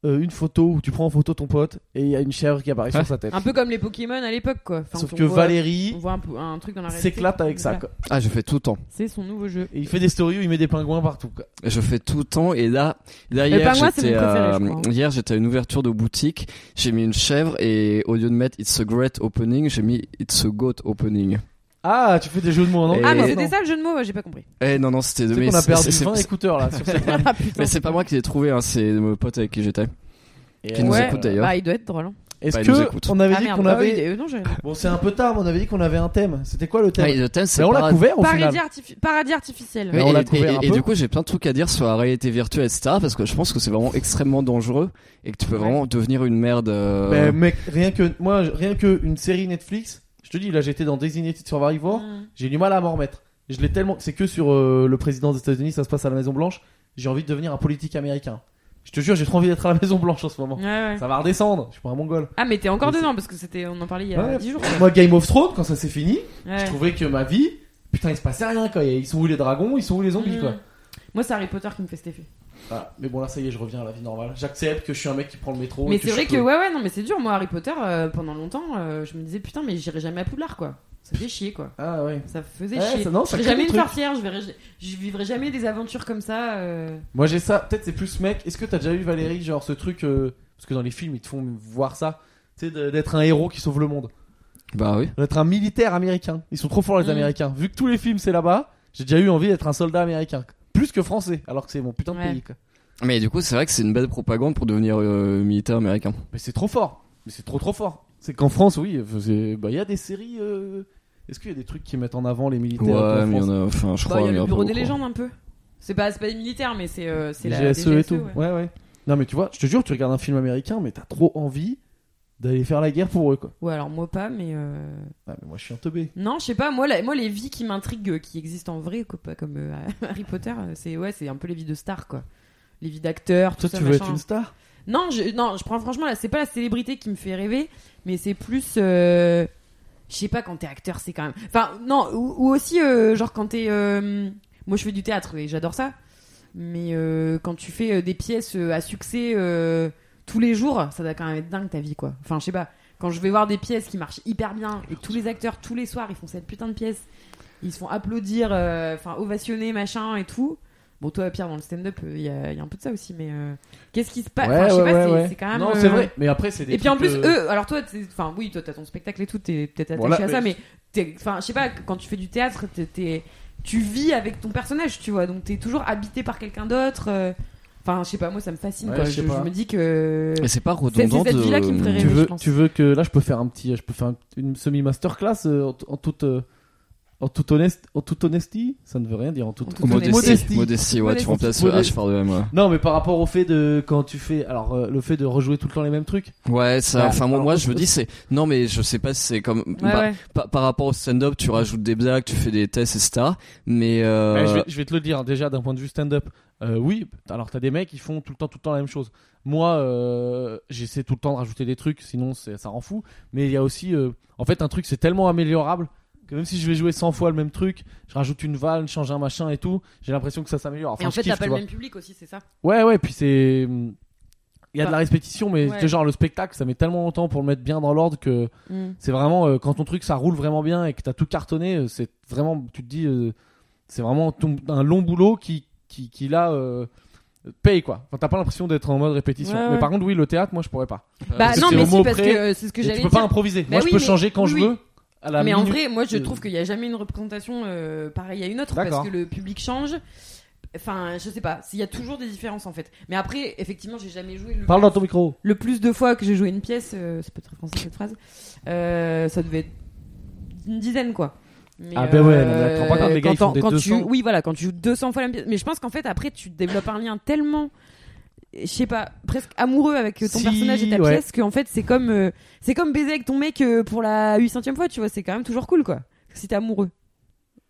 Speaker 1: euh, une photo où tu prends en photo ton pote et il y a une chèvre qui apparaît
Speaker 2: Ouais.
Speaker 1: sur sa tête.
Speaker 3: Un peu comme les Pokémon à l'époque, quoi. Ah, bah, Enfin,
Speaker 1: Sauf
Speaker 3: on
Speaker 1: que
Speaker 3: voit-
Speaker 1: Valérie
Speaker 3: On voit un, peu- un truc dans la réalité.
Speaker 1: s'éclate avec ça.
Speaker 3: Voilà.
Speaker 1: quoi.
Speaker 2: Ah, je fais tout le temps.
Speaker 3: C'est son nouveau jeu.
Speaker 1: Et il fait des stories où il met des pingouins partout. quoi.
Speaker 2: Je fais tout le temps et là, là hier
Speaker 3: pingouin, Euh, c'est
Speaker 2: j'étais
Speaker 3: mon préféré,
Speaker 2: à-
Speaker 3: je crois, hein.
Speaker 2: hier j'étais à une ouverture de boutique, j'ai mis une chèvre et au lieu de mettre it's a great opening, j'ai mis it's a goat opening.
Speaker 1: Ah, tu fais des jeux de mots en anglais.
Speaker 3: Ah, mais
Speaker 2: Et-
Speaker 3: c'était ça le jeu de mots, ouais, j'ai pas compris.
Speaker 2: Eh non non c'était
Speaker 1: C'est
Speaker 2: mais
Speaker 1: qu'on a
Speaker 2: c'est-
Speaker 1: perdu
Speaker 2: c'est-
Speaker 1: 20
Speaker 2: c'est-
Speaker 1: écouteurs là sur cette vanne.
Speaker 3: Ah, putain.
Speaker 2: mais c'est pas moi qui l'ai trouvé hein, c'est mon pote avec qui j'étais.
Speaker 1: Et,
Speaker 2: Qui nous
Speaker 1: euh,
Speaker 2: écoute d'ailleurs.
Speaker 3: Bah, il doit être drôle. hein.
Speaker 1: Est-ce
Speaker 2: Bah, il nous écoute.
Speaker 1: que on avait
Speaker 3: ah
Speaker 1: dit
Speaker 3: merde,
Speaker 1: qu'on
Speaker 3: bah
Speaker 1: avait
Speaker 3: oui, euh, non, j'avais-
Speaker 1: Bon, c'est un peu tard, mais on avait dit qu'on avait un thème. C'était quoi Ah, le thème
Speaker 2: Ouais, le thème c'est
Speaker 1: Mais Ben, on l'a
Speaker 2: parad-
Speaker 1: couvert au final.
Speaker 3: Paradis, artifi- paradis artificiel.
Speaker 1: Mais
Speaker 2: Oui,
Speaker 1: on
Speaker 2: et-
Speaker 1: l'a couvert
Speaker 2: et-
Speaker 1: un
Speaker 2: et
Speaker 1: peu.
Speaker 2: du coup, j'ai plein de trucs à dire sur la réalité virtuelle, etc. Parce que je pense que c'est vraiment extrêmement dangereux et que tu peux
Speaker 3: Ouais.
Speaker 2: vraiment devenir une merde. euh,
Speaker 1: Ben, mec, rien que moi, je- rien que une série Netflix. Je te dis, là, j'étais dans Designated Survivor.
Speaker 3: Mm.
Speaker 1: J'ai du mal à m'en remettre. Je l'ai tellement. C'est que sur euh, le président des États-Unis, ça se passe à la Maison Blanche. J'ai envie de devenir un politique américain. Je te jure, j'ai trop envie d'être à la Maison Blanche en ce moment.
Speaker 3: Ouais, ouais.
Speaker 1: Ça va redescendre. Je suis pas un mongol.
Speaker 3: Ah, mais t'es encore
Speaker 1: Mais
Speaker 3: dedans parce que c'était, on en parlait il y
Speaker 1: Ouais.
Speaker 3: a 10 jours. quoi.
Speaker 1: Moi, Game of Thrones, quand ça s'est fini,
Speaker 3: Ouais.
Speaker 1: je trouvais que ma vie, putain, il se passait rien quoi. Ils sont où les dragons Ils sont où les zombies
Speaker 3: Mm.
Speaker 1: quoi
Speaker 3: Moi, c'est Harry Potter qui me fait cet effet.
Speaker 1: Voilà. Mais bon, là, ça y est, je reviens à la vie normale. J'accepte que je suis un mec qui prend le métro. et
Speaker 3: mais c'est
Speaker 1: je
Speaker 3: vrai
Speaker 1: suis
Speaker 3: que,
Speaker 1: cool.
Speaker 3: ouais, ouais, non, mais c'est dur. Moi, Harry Potter, euh, pendant longtemps, euh, je me disais, putain, mais j'irai jamais à Poudlard, quoi. Ça fait chier, quoi.
Speaker 1: Ah ouais.
Speaker 3: Ça faisait
Speaker 1: Ouais,
Speaker 3: chier.
Speaker 1: ça- non,
Speaker 3: je
Speaker 1: ça
Speaker 3: serai
Speaker 1: crée
Speaker 3: jamais
Speaker 1: des
Speaker 3: une
Speaker 1: trucs.
Speaker 3: sorcière, je, verrai, je, je vivrai jamais des aventures comme ça. euh.
Speaker 1: Moi j'ai ça, peut-être c'est plus mec. Est-ce que t'as déjà vu Valérie, genre ce truc, euh, parce que dans les films ils te font voir ça, tu sais, de- d'être un héros qui sauve le monde,
Speaker 2: Bah oui.
Speaker 1: d'être un militaire américain. Ils sont trop forts les
Speaker 3: Mm.
Speaker 1: Américains. Vu que tous les films c'est là-bas, j'ai déjà eu envie d'être un soldat américain, plus que français, alors que c'est mon putain de
Speaker 3: Ouais.
Speaker 1: pays. Quoi.
Speaker 2: Mais du coup, c'est vrai que c'est une belle propagande pour devenir euh, militaire américain.
Speaker 1: Mais c'est trop fort. Mais c'est trop trop fort. C'est qu'en France, oui, c'est- bah, il y a des séries. euh, Est-ce qu'il y a des trucs qui mettent en avant les militaires
Speaker 2: Ouais,
Speaker 1: en
Speaker 2: mais il y en
Speaker 1: France
Speaker 2: a, enfin, je
Speaker 3: Bah,
Speaker 2: crois.
Speaker 3: il y a
Speaker 2: mais
Speaker 3: le
Speaker 2: pas
Speaker 3: bureau des
Speaker 2: beaucoup.
Speaker 3: légendes un peu. C'est pas, c'est pas des militaires, mais c'est euh, c'est
Speaker 1: Les
Speaker 3: la des
Speaker 1: GSE et tout.
Speaker 3: ouais.
Speaker 1: ouais, ouais. Non mais tu vois, je te jure, tu regardes un film américain, mais t'as trop envie d'aller faire la guerre pour eux, quoi.
Speaker 3: Ouais, alors moi pas, mais. euh,
Speaker 1: Ah, mais moi je suis un teubé.
Speaker 3: Non, je sais pas, moi, la- moi les vies qui m'intriguent, euh, qui existent en vrai, co- pas comme euh, Harry Potter, euh, c'est ouais, c'est un peu les vies de stars, quoi. Les vies d'acteurs, tout
Speaker 1: Toi,
Speaker 3: ça,
Speaker 1: tu veux
Speaker 3: machin.
Speaker 1: être une star
Speaker 3: Non, je, non, je prends franchement, là, c'est pas la célébrité qui me fait rêver, mais c'est plus. euh, Je sais pas, quand t'es acteur, c'est quand même. Enfin, non, ou, ou aussi, euh, genre, quand t'es. euh, Moi, je fais du théâtre et j'adore ça. Mais euh, quand tu fais euh, des pièces euh, à succès euh, tous les jours, ça doit quand même être dingue ta vie, quoi. Enfin, je sais pas. Quand je vais voir des pièces qui marchent hyper bien et que tous les acteurs, tous les soirs, ils font cette putain de pièce, ils se font applaudir, euh, enfin, ovationner, machin et tout. Bon, toi, Pierre, dans le stand-up, euh, il y, a- y a un peu de ça aussi, mais euh, qu'est-ce qui se passe Enfin, Je sais pas, c'est- c'est quand même.
Speaker 1: Non, c'est
Speaker 3: euh,
Speaker 1: vrai. Mais après, c'est des.
Speaker 3: et puis en
Speaker 1: trucs,
Speaker 3: plus,
Speaker 1: euh,
Speaker 3: eux, alors toi, t'es- enfin oui, toi t'as ton spectacle et tout, t'es peut-être attaché
Speaker 1: Voilà,
Speaker 3: à
Speaker 1: mais-
Speaker 3: ça, mais t'es- enfin je sais pas, quand tu fais du théâtre, t'es- t'es- tu vis avec ton personnage, tu vois, donc t'es toujours habité par quelqu'un d'autre. euh, Enfin je sais pas, moi ça me fascine.
Speaker 1: Ouais,
Speaker 3: quoi.
Speaker 1: je
Speaker 3: Je,
Speaker 1: sais
Speaker 3: je
Speaker 1: pas.
Speaker 3: me dis que
Speaker 2: Mais c'est pas
Speaker 3: c'est
Speaker 2: redondant.
Speaker 3: cette
Speaker 2: de-
Speaker 3: vie-là qui me ferait
Speaker 1: Tu
Speaker 3: je
Speaker 1: veux,
Speaker 3: pense.
Speaker 1: tu veux que là, je peux faire un petit, je peux faire un- une semi masterclass en, en toute, euh, En toute, honnête, en toute honnêteté, ça ne veut rien dire. En toute,
Speaker 3: En toute
Speaker 2: Modestie.
Speaker 1: modestie.
Speaker 2: Modestie, ouais,
Speaker 3: Modestie.
Speaker 2: tu remplaces le H
Speaker 1: Modestie.
Speaker 2: par le M. ouais.
Speaker 1: Non, mais par rapport au fait de quand tu fais, alors euh, le fait de rejouer tout le temps les mêmes trucs.
Speaker 2: Ouais, ça.
Speaker 1: Bah,
Speaker 2: Enfin, moi,
Speaker 1: alors,
Speaker 2: moi, je me dis, c'est. Non, mais je sais pas si c'est comme.
Speaker 3: Ouais,
Speaker 2: bah,
Speaker 3: ouais.
Speaker 2: pa- par rapport au stand-up, tu rajoutes des blagues, tu fais des tests, etc. Mais. Euh...
Speaker 1: Ouais, Eh, je, vais, je vais te le dire hein, déjà d'un point de vue stand-up. Euh, oui, alors t'as des mecs qui font tout le temps, tout le temps la même chose. Moi, euh, j'essaie tout le temps de rajouter des trucs, sinon c'est- ça rend fou. Mais il y a aussi, euh, en fait, un truc c'est tellement améliorable que même si je vais jouer 100 fois le même truc, je rajoute une vanne, change un machin et tout, j'ai l'impression que ça s'améliore. Enfin,
Speaker 3: Et en
Speaker 1: je
Speaker 3: fait,
Speaker 1: kiffe,
Speaker 3: t'as pas
Speaker 1: tu
Speaker 3: le
Speaker 1: vois.
Speaker 3: même public aussi, c'est ça
Speaker 1: Ouais, ouais, puis c'est. Il y a de la répétition, mais
Speaker 3: Bah, Ouais.
Speaker 1: que genre le spectacle, ça met tellement longtemps pour le mettre bien dans l'ordre que
Speaker 3: Mm.
Speaker 1: c'est vraiment. euh, quand ton truc, ça roule vraiment bien et que t'as tout cartonné, euh, c'est vraiment. Tu te dis. euh, c'est vraiment ton- un long boulot qui, qui, qui là. euh, paye quoi. Enfin, t'as pas l'impression d'être en mode répétition.
Speaker 3: Ouais, ouais.
Speaker 1: Mais par contre, oui, le théâtre, moi, je pourrais pas.
Speaker 3: Bah
Speaker 1: Parce
Speaker 3: non,
Speaker 1: que
Speaker 3: mais
Speaker 1: au
Speaker 3: si,
Speaker 1: mot
Speaker 3: parce
Speaker 1: près,
Speaker 3: que euh, c'est ce que
Speaker 1: Et
Speaker 3: j'allais
Speaker 1: tu
Speaker 3: dire.
Speaker 1: peux pas improviser.
Speaker 3: Bah
Speaker 1: moi,
Speaker 3: oui,
Speaker 1: je peux
Speaker 3: mais-
Speaker 1: changer quand
Speaker 3: oui.
Speaker 1: je veux. À la
Speaker 3: mais en
Speaker 1: minute.
Speaker 3: vrai, moi, je
Speaker 1: Euh,
Speaker 3: trouve qu'il n'y a jamais une représentation euh, pareille à une autre parce
Speaker 1: D'accord.
Speaker 3: que le public change. Enfin, je sais pas. Il y a toujours des différences en fait. Mais après, effectivement, j'ai jamais joué le,
Speaker 1: Parle dans ton micro.
Speaker 3: le plus de fois que j'ai joué une pièce. euh, c'est pas très français cette phrase. euh, ça devait être une dizaine quoi. Mais,
Speaker 1: Ah bah ouais, non, mais attends, pas quand les gars, ils font
Speaker 3: on-
Speaker 1: des
Speaker 3: tu,
Speaker 1: 200.
Speaker 3: oui voilà, quand tu joues 200 fois la même pièce. Mais je pense qu'en fait, après, tu développes un lien tellement, je sais pas, presque amoureux avec ton
Speaker 1: Si,
Speaker 3: personnage et ta
Speaker 1: ouais.
Speaker 3: pièce qu'en fait, c'est comme, euh, c'est comme baiser avec ton mec euh, pour la 800ème fois. Tu vois, c'est quand même toujours cool quoi. Si t'es amoureux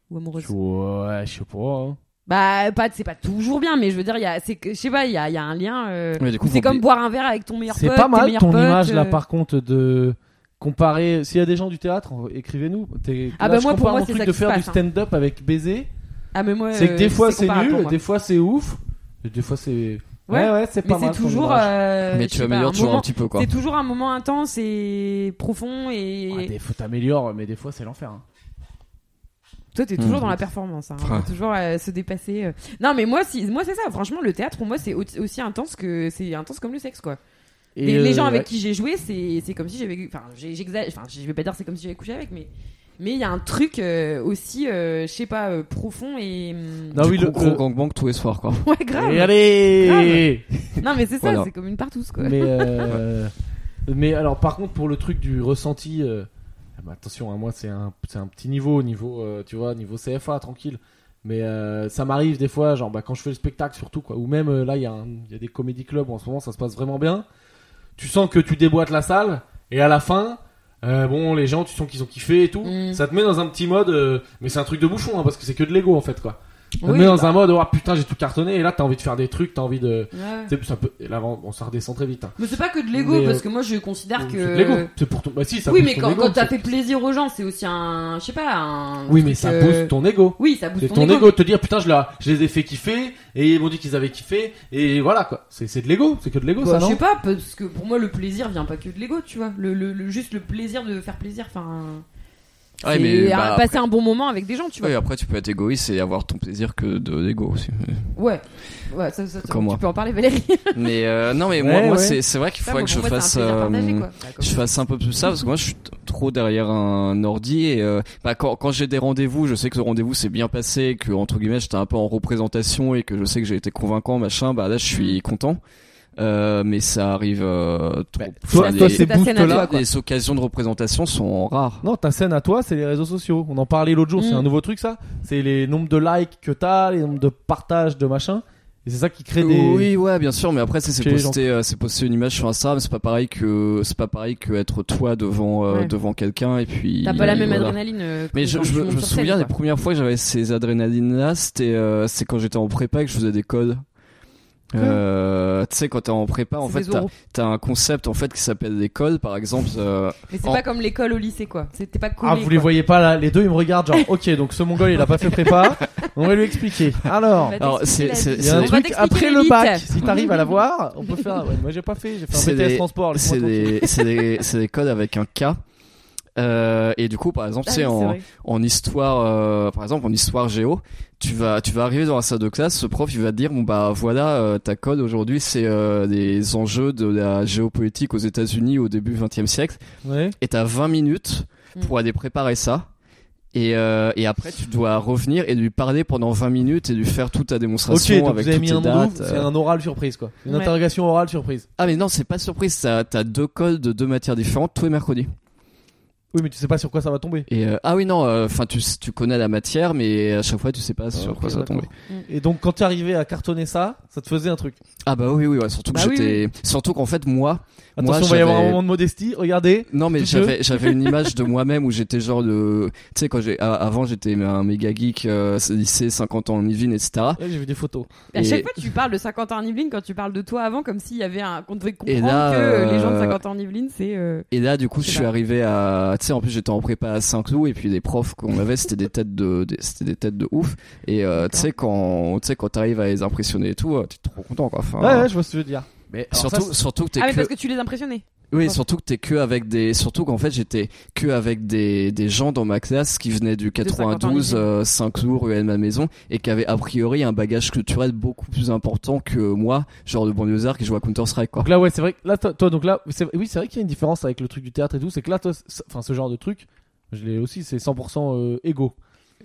Speaker 3: ou amoureuse.
Speaker 1: Ouais, je sais pas. hein.
Speaker 3: Bah pas, c'est pas toujours bien, mais je veux dire, il y a, c'est, que- je sais pas, il y a, il y a un lien. euh,
Speaker 2: Mais du coup,
Speaker 3: c'est
Speaker 2: faut
Speaker 3: comme
Speaker 2: oublier-
Speaker 3: boire un verre avec ton meilleur pote.
Speaker 1: C'est pas
Speaker 3: tes
Speaker 1: mal
Speaker 3: meilleurs
Speaker 1: ton
Speaker 3: potes,
Speaker 1: image là
Speaker 3: euh.
Speaker 1: par contre de comparer. S'il y a des gens du théâtre, écrivez-nous. T'es-
Speaker 3: Ah
Speaker 1: là,
Speaker 3: bah
Speaker 1: je
Speaker 3: moi, pour
Speaker 1: compare
Speaker 3: moi,
Speaker 1: mon
Speaker 3: c'est
Speaker 1: truc
Speaker 3: ça
Speaker 1: de
Speaker 3: qui se
Speaker 1: faire
Speaker 3: passe,
Speaker 1: du
Speaker 3: hein.
Speaker 1: stand-up avec baiser.
Speaker 3: Ah mais moi,
Speaker 1: c'est que des
Speaker 3: euh,
Speaker 1: fois c'est
Speaker 3: comparable pour
Speaker 1: nul,
Speaker 3: moi.
Speaker 1: des fois c'est ouf, et des fois c'est.
Speaker 3: Ouais,
Speaker 1: ouais, c'est
Speaker 3: mais
Speaker 1: pas mal.
Speaker 3: c'est
Speaker 1: ton
Speaker 3: toujours.
Speaker 1: image.
Speaker 3: euh,
Speaker 2: Mais
Speaker 3: je
Speaker 2: tu
Speaker 3: sais pas,
Speaker 2: améliores
Speaker 3: un
Speaker 2: toujours
Speaker 3: moment-
Speaker 2: un petit peu, quoi.
Speaker 3: C'est toujours un moment intense et profond et.
Speaker 1: Ouais, Ah, des fois t'améliores, mais des fois c'est l'enfer. hein.
Speaker 3: Toi, t'es toujours
Speaker 2: Mmh.
Speaker 3: dans la performance, hein.
Speaker 2: Ah.
Speaker 3: Faut toujours euh, se dépasser. euh. Non, mais moi, si, moi c'est ça. Franchement, le théâtre pour moi, c'est au- aussi intense que c'est intense comme le sexe, quoi.
Speaker 1: Et
Speaker 3: les, les gens
Speaker 1: euh,
Speaker 3: avec
Speaker 1: ouais.
Speaker 3: qui j'ai joué, c'est c'est comme si j'avais. Enfin, j'ai- j'exagère. Enfin, je vais pas dire c'est comme si j'avais couché avec, mais mais il y a un truc euh, aussi, euh, je sais pas, euh, profond et. hum,
Speaker 1: Non,
Speaker 2: du
Speaker 1: oui,
Speaker 2: gros-
Speaker 1: le-
Speaker 2: gros
Speaker 1: le-
Speaker 2: gangbang tous les soirs, quoi.
Speaker 3: Ouais, grave.
Speaker 1: Et allez
Speaker 3: Non, mais c'est ça.
Speaker 2: Voilà.
Speaker 3: C'est comme une partouze, quoi.
Speaker 1: Mais euh, mais alors par contre pour le truc du ressenti, euh, ah bah, attention, hein, moi c'est un c'est un petit niveau, niveau euh, tu vois, niveau CFA tranquille. Mais euh, ça m'arrive des fois, genre bah, quand je fais le spectacle surtout quoi, ou même euh, là il y, a un- il y a des comédie clubs où en ce moment ça se passe vraiment bien. Tu sens que tu déboîtes la salle et à la fin. euh, bon, les gens, tu sens qu'ils ont kiffé et tout.
Speaker 3: Mm.
Speaker 1: Ça te met dans un petit mode, euh, mais c'est un truc de bouchon hein, parce que c'est que de l'ego en fait quoi. Ça
Speaker 3: Oui, bah,
Speaker 1: te met dans un mode, oh putain, j'ai tout cartonné. Et là, t'as envie de faire des trucs, t'as envie de,
Speaker 3: Ouais.
Speaker 1: tu sais, ça peut- et là, on on- ça redescend très vite. hein.
Speaker 3: Mais c'est pas que de l'ego,
Speaker 1: Mais, euh,
Speaker 3: parce que moi, je considère
Speaker 1: C'est
Speaker 3: que.
Speaker 1: de l'ego. C'est pour ton. Bah si, ça
Speaker 3: oui,
Speaker 1: booste
Speaker 3: mais
Speaker 1: ton
Speaker 3: quand,
Speaker 1: ego,
Speaker 3: quand t'as
Speaker 1: c'est-
Speaker 3: fait plaisir aux gens, c'est aussi un, je sais pas, un.
Speaker 1: Oui, mais
Speaker 3: truc,
Speaker 1: ça
Speaker 3: euh,
Speaker 1: booste ton ego.
Speaker 3: Oui, ça booste
Speaker 1: C'est
Speaker 3: ton,
Speaker 1: ton
Speaker 3: ego.
Speaker 1: ego de te dire putain, je, la- je les ai fait kiffer et ils m'ont dit qu'ils avaient kiffé et voilà quoi. C'est c'est de l'ego, c'est que de l'ego
Speaker 3: Bah,
Speaker 1: ça
Speaker 3: je sais
Speaker 1: non
Speaker 3: pas, parce que pour moi, le plaisir vient pas que de l'ego, tu vois. Le, le- le- juste le plaisir de faire plaisir, enfin.
Speaker 2: Ouais,
Speaker 3: c'est
Speaker 2: mais.
Speaker 3: un-
Speaker 2: bah,
Speaker 3: passer
Speaker 2: après-
Speaker 3: un bon moment avec des gens, tu vois.
Speaker 2: Ouais, après, tu peux être égoïste et avoir ton plaisir que de l'ego aussi.
Speaker 3: Ouais, ouais, ça, ça, ça-
Speaker 2: Comme moi.
Speaker 3: tu peux en parler, Valérie.
Speaker 2: mais euh, non, mais moi,
Speaker 1: Ouais,
Speaker 2: moi
Speaker 1: ouais.
Speaker 2: c'est c'est vrai qu'il
Speaker 3: Ça,
Speaker 2: faudrait
Speaker 3: moi,
Speaker 2: que je
Speaker 3: pour moi, c'est un
Speaker 2: fasse.
Speaker 3: plaisir
Speaker 2: euh,
Speaker 3: partagé, quoi. Bah, comme-
Speaker 2: je fasse un peu plus ça parce que moi je suis t- trop derrière un ordi et euh, bah, quand, quand j'ai des rendez-vous je sais que le rendez-vous s'est bien passé que entre guillemets j'étais un peu en représentation et que je sais que j'ai été convaincant machin bah là je
Speaker 1: Mm.
Speaker 2: suis content Euh, mais ça arrive euh, trop
Speaker 1: Bah, toi,
Speaker 2: enfin,
Speaker 1: toi,
Speaker 2: les,
Speaker 1: ces
Speaker 3: ta scène à
Speaker 1: boosts
Speaker 3: toi,
Speaker 1: là.
Speaker 3: quoi.
Speaker 2: les occasions de représentation sont rares
Speaker 1: Non, ta scène à toi, c'est les réseaux sociaux. On en parlait l'autre jour, c'est
Speaker 3: Mm.
Speaker 1: un nouveau truc ça. C'est les nombres de likes que t'as, les nombres de partages de machin. Et c'est ça qui crée des.
Speaker 2: Oui, ouais, bien sûr, mais après, c'est c'est
Speaker 1: Chez les gens.
Speaker 2: poster, euh, c'est poster une image sur Instagram, c'est pas pareil que c'est pas pareil que être toi devant euh,
Speaker 3: Ouais.
Speaker 2: devant quelqu'un et puis.
Speaker 3: T'as pas la même
Speaker 2: voilà.
Speaker 3: adrénaline. euh,
Speaker 2: Mais
Speaker 3: que
Speaker 2: je,
Speaker 3: quand
Speaker 2: je,
Speaker 3: tu
Speaker 2: me-
Speaker 3: montes
Speaker 2: je me
Speaker 3: sur scène,
Speaker 2: souviens des
Speaker 3: quoi.
Speaker 2: premières fois que j'avais ces adrénalines là, c'était euh, c'est quand j'étais en prépa et que je faisais des codes. Euh, tu sais quand t'es en prépa en
Speaker 3: C'est
Speaker 2: fait
Speaker 3: des
Speaker 2: t'as
Speaker 3: oraux.
Speaker 2: t'as un concept en fait qui s'appelle des codes par exemple euh,
Speaker 3: Mais c'est
Speaker 2: en-
Speaker 3: pas comme l'école au lycée, quoi. C'était pas collé.
Speaker 1: Ah, vous les
Speaker 3: quoi.
Speaker 1: voyez pas là, les deux ils me regardent genre, ok, donc ce mongol il a pas fait prépa, on va lui expliquer. Alors,
Speaker 3: On va
Speaker 2: alors, c'est-
Speaker 3: t'expliquer la
Speaker 2: c'est-
Speaker 3: vie.
Speaker 1: Il y a
Speaker 3: On
Speaker 1: un
Speaker 3: va
Speaker 1: truc
Speaker 3: t'expliquer Ah,
Speaker 1: après le
Speaker 3: l'élite.
Speaker 1: bac. Si t'arrives à l'avoir, on peut faire. ouais, moi j'ai pas fait, j'ai fait
Speaker 2: C'est
Speaker 1: un BTS
Speaker 2: des-
Speaker 1: transport. laisse-moi
Speaker 2: c'est
Speaker 1: tranquille.
Speaker 2: des c'est des c'est des codes avec un K euh, et du coup par exemple
Speaker 3: Ah,
Speaker 2: c'est
Speaker 3: oui,
Speaker 2: en
Speaker 3: vrai.
Speaker 2: en histoire euh, par exemple en histoire géo tu vas tu vas arriver dans la salle de classe ce prof il va te dire bon bah voilà euh, ta code aujourd'hui c'est euh, les enjeux de la géopolitique aux États-Unis au début 20e siècle
Speaker 1: Ouais.
Speaker 2: et t'as 20 minutes
Speaker 3: Hmm.
Speaker 2: pour aller préparer ça. Et, euh, et après, tu dois revenir et lui parler pendant 20 minutes et lui faire toute ta
Speaker 1: Ok,
Speaker 2: démonstration
Speaker 1: donc
Speaker 2: avec
Speaker 1: vous avez
Speaker 2: toutes
Speaker 1: mis
Speaker 2: tes
Speaker 1: un nom
Speaker 2: dates.
Speaker 1: d'ouvre, c'est
Speaker 2: euh.
Speaker 1: un oral surprise quoi. Une
Speaker 3: Ouais.
Speaker 1: interrogation orale surprise.
Speaker 2: Ah mais non, c'est pas surprise, t'as t'as deux codes de deux matières différentes tous les mercredis.
Speaker 1: Oui, mais tu sais pas sur quoi ça va tomber.
Speaker 2: Et euh, ah oui non, enfin tu, s- tu connais la matière, mais à chaque fois tu sais pas sur
Speaker 1: ok,
Speaker 2: quoi ça va tomber.
Speaker 1: d'accord. Et donc, quand tu arrivais à cartonner ça, ça te faisait un truc.
Speaker 2: Ah bah oui oui ouais, surtout que
Speaker 3: Bah oui,
Speaker 2: j'étais, surtout qu'en fait moi,
Speaker 1: Attention,
Speaker 2: moi
Speaker 1: il va y avoir un
Speaker 2: j'avais-
Speaker 1: moment de modestie. Regardez.
Speaker 2: Non mais
Speaker 1: Tout
Speaker 2: j'avais j'avais une image de moi-même où j'étais genre de tu sais quand j'ai a- avant j'étais un méga geek euh, lycée 50 ans living etc
Speaker 1: Ouais, J'ai vu des photos.
Speaker 3: À chaque
Speaker 2: Et-
Speaker 3: fois, tu parles de 50 ans en Yvelines quand tu parles de toi avant, comme s'il y avait un. qu'on devait comprendre
Speaker 2: Et là,
Speaker 3: que euh, les gens de
Speaker 2: euh,
Speaker 3: 50 ans en Yvelines, c'est. euh,
Speaker 2: et là du coup
Speaker 3: C'est
Speaker 2: je suis
Speaker 3: pas-
Speaker 2: arrivé à tu sais en plus j'étais en prépa à Saint-Cloud et puis les profs qu'on avait c'était des têtes de des- c'était des têtes de ouf et euh, tu sais quand tu sais quand t'arrives à les impressionner et tout euh, t'es trop content quoi enfin
Speaker 1: Ouais, ouais, je vois ce que tu veux dire.
Speaker 2: mais
Speaker 1: alors
Speaker 2: surtout
Speaker 1: ça,
Speaker 2: surtout que t'es
Speaker 3: Ah, mais
Speaker 2: que-
Speaker 3: parce que tu les impressionnais.
Speaker 2: Oui,
Speaker 3: Enfin-
Speaker 2: surtout que t'es que avec des, surtout qu'en fait j'étais que avec des, des gens dans ma classe qui venaient du 92,
Speaker 3: 50 ans,
Speaker 2: euh, Saint-Cloud, UL ma maison, et qui avaient a priori un bagage culturel beaucoup plus important que moi, genre de banlieusard qui joue à Counter-Strike, quoi.
Speaker 1: Donc là, ouais, c'est vrai que là, toi, toi, donc là, c'est- oui, c'est vrai qu'il y a une différence avec le truc du théâtre et tout. C'est que là, toi, c'est- enfin, ce genre de truc, je l'ai aussi, c'est 100% euh, égo.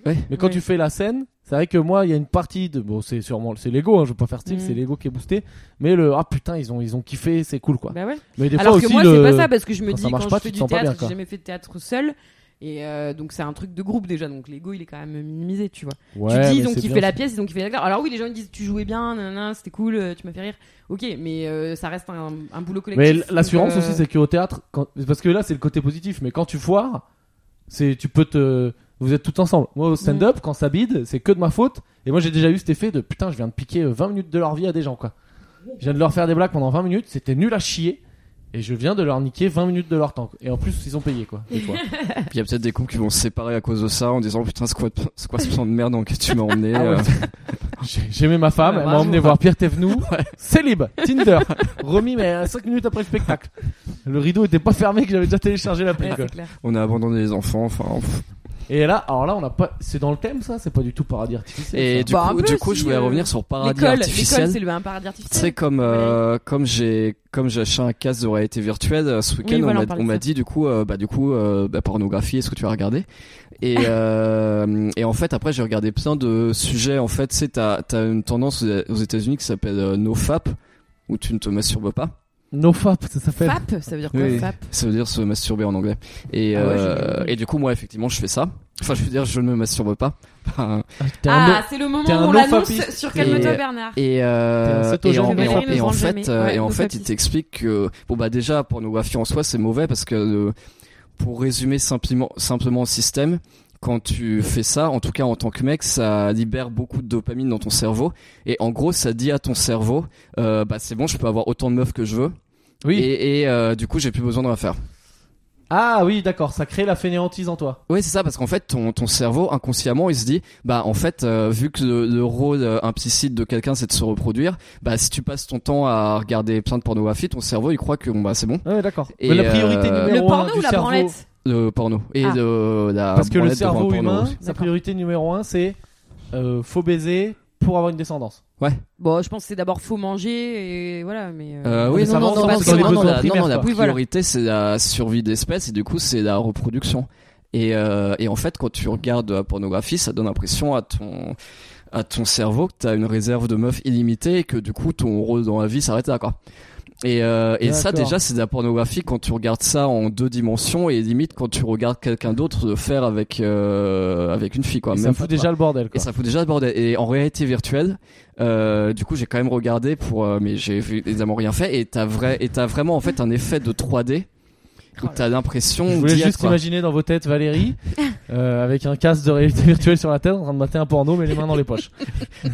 Speaker 2: Ouais.
Speaker 1: Mais quand
Speaker 3: Ouais.
Speaker 1: tu fais la scène, c'est vrai que moi, il y a une partie de, bon, c'est sûrement, c'est l'ego, hein, je veux pas faire style,
Speaker 3: Mm.
Speaker 1: c'est l'ego qui est boosté. Mais le, ah putain, ils ont, ils ont kiffé, c'est cool, quoi.
Speaker 3: Bah ouais.
Speaker 1: Mais des
Speaker 3: Alors
Speaker 1: fois
Speaker 3: que
Speaker 1: aussi,
Speaker 3: moi,
Speaker 1: le-
Speaker 3: c'est pas ça, parce que je me
Speaker 1: quand ça
Speaker 3: dis,
Speaker 1: marche
Speaker 3: quand
Speaker 1: pas,
Speaker 3: je fais
Speaker 1: tu te
Speaker 3: du
Speaker 1: sens pas bien,
Speaker 3: théâtre,
Speaker 1: quoi.
Speaker 3: j'ai jamais fait de théâtre seul. Et euh, donc, c'est un truc de groupe déjà. Donc, l'ego, il est quand même minimisé, tu vois.
Speaker 1: Ouais,
Speaker 3: tu dis,
Speaker 1: mais
Speaker 3: donc,
Speaker 1: c'est
Speaker 3: il
Speaker 1: bien
Speaker 3: fait la pièce, donc, il fait l'acteur. Alors, oui, les gens ils disent, tu jouais bien, nanana, c'était cool, euh, tu m'as fait rire. Ok, mais euh, ça reste un, un boulot collectif.
Speaker 1: Mais l-
Speaker 3: donc,
Speaker 1: l'assurance
Speaker 3: euh,
Speaker 1: aussi, c'est qu'au théâtre, quand... parce que là, c'est le côté positif, mais quand tu foires, c'est tu peux te. Vous êtes tous ensemble. Moi, au
Speaker 3: Mm.
Speaker 1: stand-up, quand ça bide, c'est que de ma faute. Et moi, j'ai déjà eu cet effet de putain, je viens de piquer euh, 20 minutes de leur vie à des gens, quoi. Je viens de leur faire des blagues pendant 20 minutes, c'était nul à chier. Et je viens de leur niquer 20 minutes de leur temps. Et en plus, ils ont payé, quoi. des fois.
Speaker 2: Puis il y a peut-être des cons qui vont se séparer à cause de ça en disant putain, c'est quoi, c'est quoi ce plan de merde dans lequel tu m'as emmené,
Speaker 1: Ah ouais.
Speaker 2: euh.
Speaker 1: J'ai- J'aimais ma femme,
Speaker 3: Ouais,
Speaker 1: elle m'a
Speaker 3: bravo.
Speaker 1: emmené voir Pierre Thévenoud. Célib, Tinder. Remis, mais 5 minutes après le spectacle. Le rideau était pas fermé que j'avais déjà téléchargé l'appli,
Speaker 3: ouais,
Speaker 1: quoi.
Speaker 3: Eh, c'est clair.
Speaker 2: on a abandonné les enfants, enfin. pff.
Speaker 1: Et là, alors là, on n'a pas. C'est dans le thème, ça. C'est pas du tout paradis artificiel.
Speaker 2: Et
Speaker 1: ça.
Speaker 2: du
Speaker 3: Bah, un
Speaker 2: coup,
Speaker 3: peu
Speaker 2: du coup,
Speaker 3: si,
Speaker 2: je voulais
Speaker 3: euh,
Speaker 2: revenir sur paradis
Speaker 3: L'école, l'école,
Speaker 2: artificiel.
Speaker 3: c'est le un paradis
Speaker 2: Tu sais
Speaker 3: artificiel.
Speaker 2: comme euh, comme j'ai comme j'ai acheté un casque de réalité virtuelle euh, ce week-end,
Speaker 3: Oui, voilà,
Speaker 2: on
Speaker 3: on
Speaker 2: m'a-
Speaker 3: parlait
Speaker 2: on
Speaker 3: de
Speaker 2: m'a
Speaker 3: ça.
Speaker 2: dit du coup euh, bah du coup euh, bah, pornographie est-ce que tu as regardé et euh, et en fait après j'ai regardé plein de sujets en fait c'est t'as t'as une tendance aux- aux États-Unis qui s'appelle euh, nofap où tu ne te masturbes pas
Speaker 1: NoFap, ça s'appelle.
Speaker 3: FAP, ça veut dire quoi
Speaker 2: Oui.
Speaker 3: FAP
Speaker 2: ça veut dire se masturber en anglais et
Speaker 3: Ah ouais,
Speaker 2: euh,
Speaker 3: j'ai-
Speaker 2: et du coup moi effectivement je fais ça enfin je veux dire je ne me masturbe pas
Speaker 1: T'es un
Speaker 3: Ah,
Speaker 1: no-
Speaker 3: c'est le moment
Speaker 1: t'es un
Speaker 3: où on
Speaker 1: no-fapiste.
Speaker 3: l'annonce sur Calme-toi
Speaker 2: Et-
Speaker 3: Bernard.
Speaker 2: Et,
Speaker 1: T'es un
Speaker 2: euh, et,
Speaker 1: cétogène,
Speaker 2: en,
Speaker 1: mais
Speaker 2: et en-
Speaker 1: Valérie
Speaker 2: et
Speaker 3: nous
Speaker 2: en
Speaker 3: vend
Speaker 2: fait,
Speaker 3: jamais.
Speaker 2: euh,
Speaker 3: Ouais,
Speaker 2: et en
Speaker 3: nos
Speaker 2: fait,
Speaker 3: papis.
Speaker 2: il t'explique que bon bah déjà pornographie en soi c'est mauvais parce que euh, pour résumer simplement simplement le système, quand tu fais ça, en tout cas en tant que mec, ça libère beaucoup de dopamine dans ton cerveau et en gros ça dit à ton cerveau euh, bah c'est bon je peux avoir autant de meufs que je veux
Speaker 1: Oui.
Speaker 2: et, et, euh, du coup j'ai plus besoin de rien faire.
Speaker 1: Ah oui, d'accord. Ça crée la fainéantise en toi.
Speaker 2: Oui, c'est ça, parce qu'en fait, ton, ton cerveau, inconsciemment, il se dit, bah, en fait, euh, vu que le, le rôle euh, implicite de quelqu'un, c'est de se reproduire, bah, si tu passes ton temps à regarder plein de pornographie, ton cerveau, il croit que, bon, bah, c'est bon,
Speaker 1: Ouais, d'accord.
Speaker 2: Et,
Speaker 1: Mais la priorité
Speaker 2: euh,
Speaker 1: numéro
Speaker 3: Le
Speaker 1: un
Speaker 3: porno
Speaker 1: du
Speaker 3: ou la
Speaker 1: cerveau.
Speaker 3: branlette
Speaker 2: le porno. Et
Speaker 3: Ah.
Speaker 2: de, la
Speaker 1: Parce que le
Speaker 2: branlette devant
Speaker 1: cerveau
Speaker 2: porno.
Speaker 1: humain, sa
Speaker 3: D'accord.
Speaker 1: priorité numéro un, c'est euh, faut baiser pour avoir une descendance.
Speaker 3: Bon, je pense que c'est d'abord faut manger et voilà, mais. euh,
Speaker 2: Euh,
Speaker 1: Mais
Speaker 2: oui,
Speaker 1: ça
Speaker 2: non, non,
Speaker 1: avance
Speaker 2: non,
Speaker 1: dans
Speaker 2: non,
Speaker 1: les
Speaker 2: c'est- non,
Speaker 1: besoins
Speaker 2: non, la, non,
Speaker 1: primaires,
Speaker 2: non, la
Speaker 1: quoi.
Speaker 3: Oui, voilà.
Speaker 2: priorité, c'est la survie d'espèce, et du coup, c'est la reproduction. Et, euh, et en fait, quand tu regardes la pornographie, ça donne l'impression à ton, à ton cerveau que t'as une réserve de meufs illimitée et que du coup, ton rôle dans la vie s'arrête là, quoi. Et, euh, et ça,
Speaker 1: D'accord.
Speaker 2: déjà, c'est de la pornographie quand tu regardes ça en deux dimensions et limite quand tu regardes quelqu'un d'autre le faire avec, euh, avec une fille, quoi.
Speaker 1: Et
Speaker 2: Même
Speaker 1: ça
Speaker 2: pas,
Speaker 1: fout
Speaker 2: quoi.
Speaker 1: déjà le bordel.
Speaker 2: Et
Speaker 1: Quoi.
Speaker 2: ça fout déjà le bordel. Et en réalité virtuelle, euh, du coup, j'ai quand même regardé pour, euh, mais j'ai vu- évidemment rien fait. Et t'as vrai, et t'as vraiment en fait un effet de 3D où t'as l'impression
Speaker 1: Je voulais
Speaker 2: d'y
Speaker 1: juste
Speaker 2: être. quoi.
Speaker 1: imaginer dans vos têtes Valérie euh, avec un casque de réalité virtuelle sur la tête en train de mater un porno mais les mains dans les poches.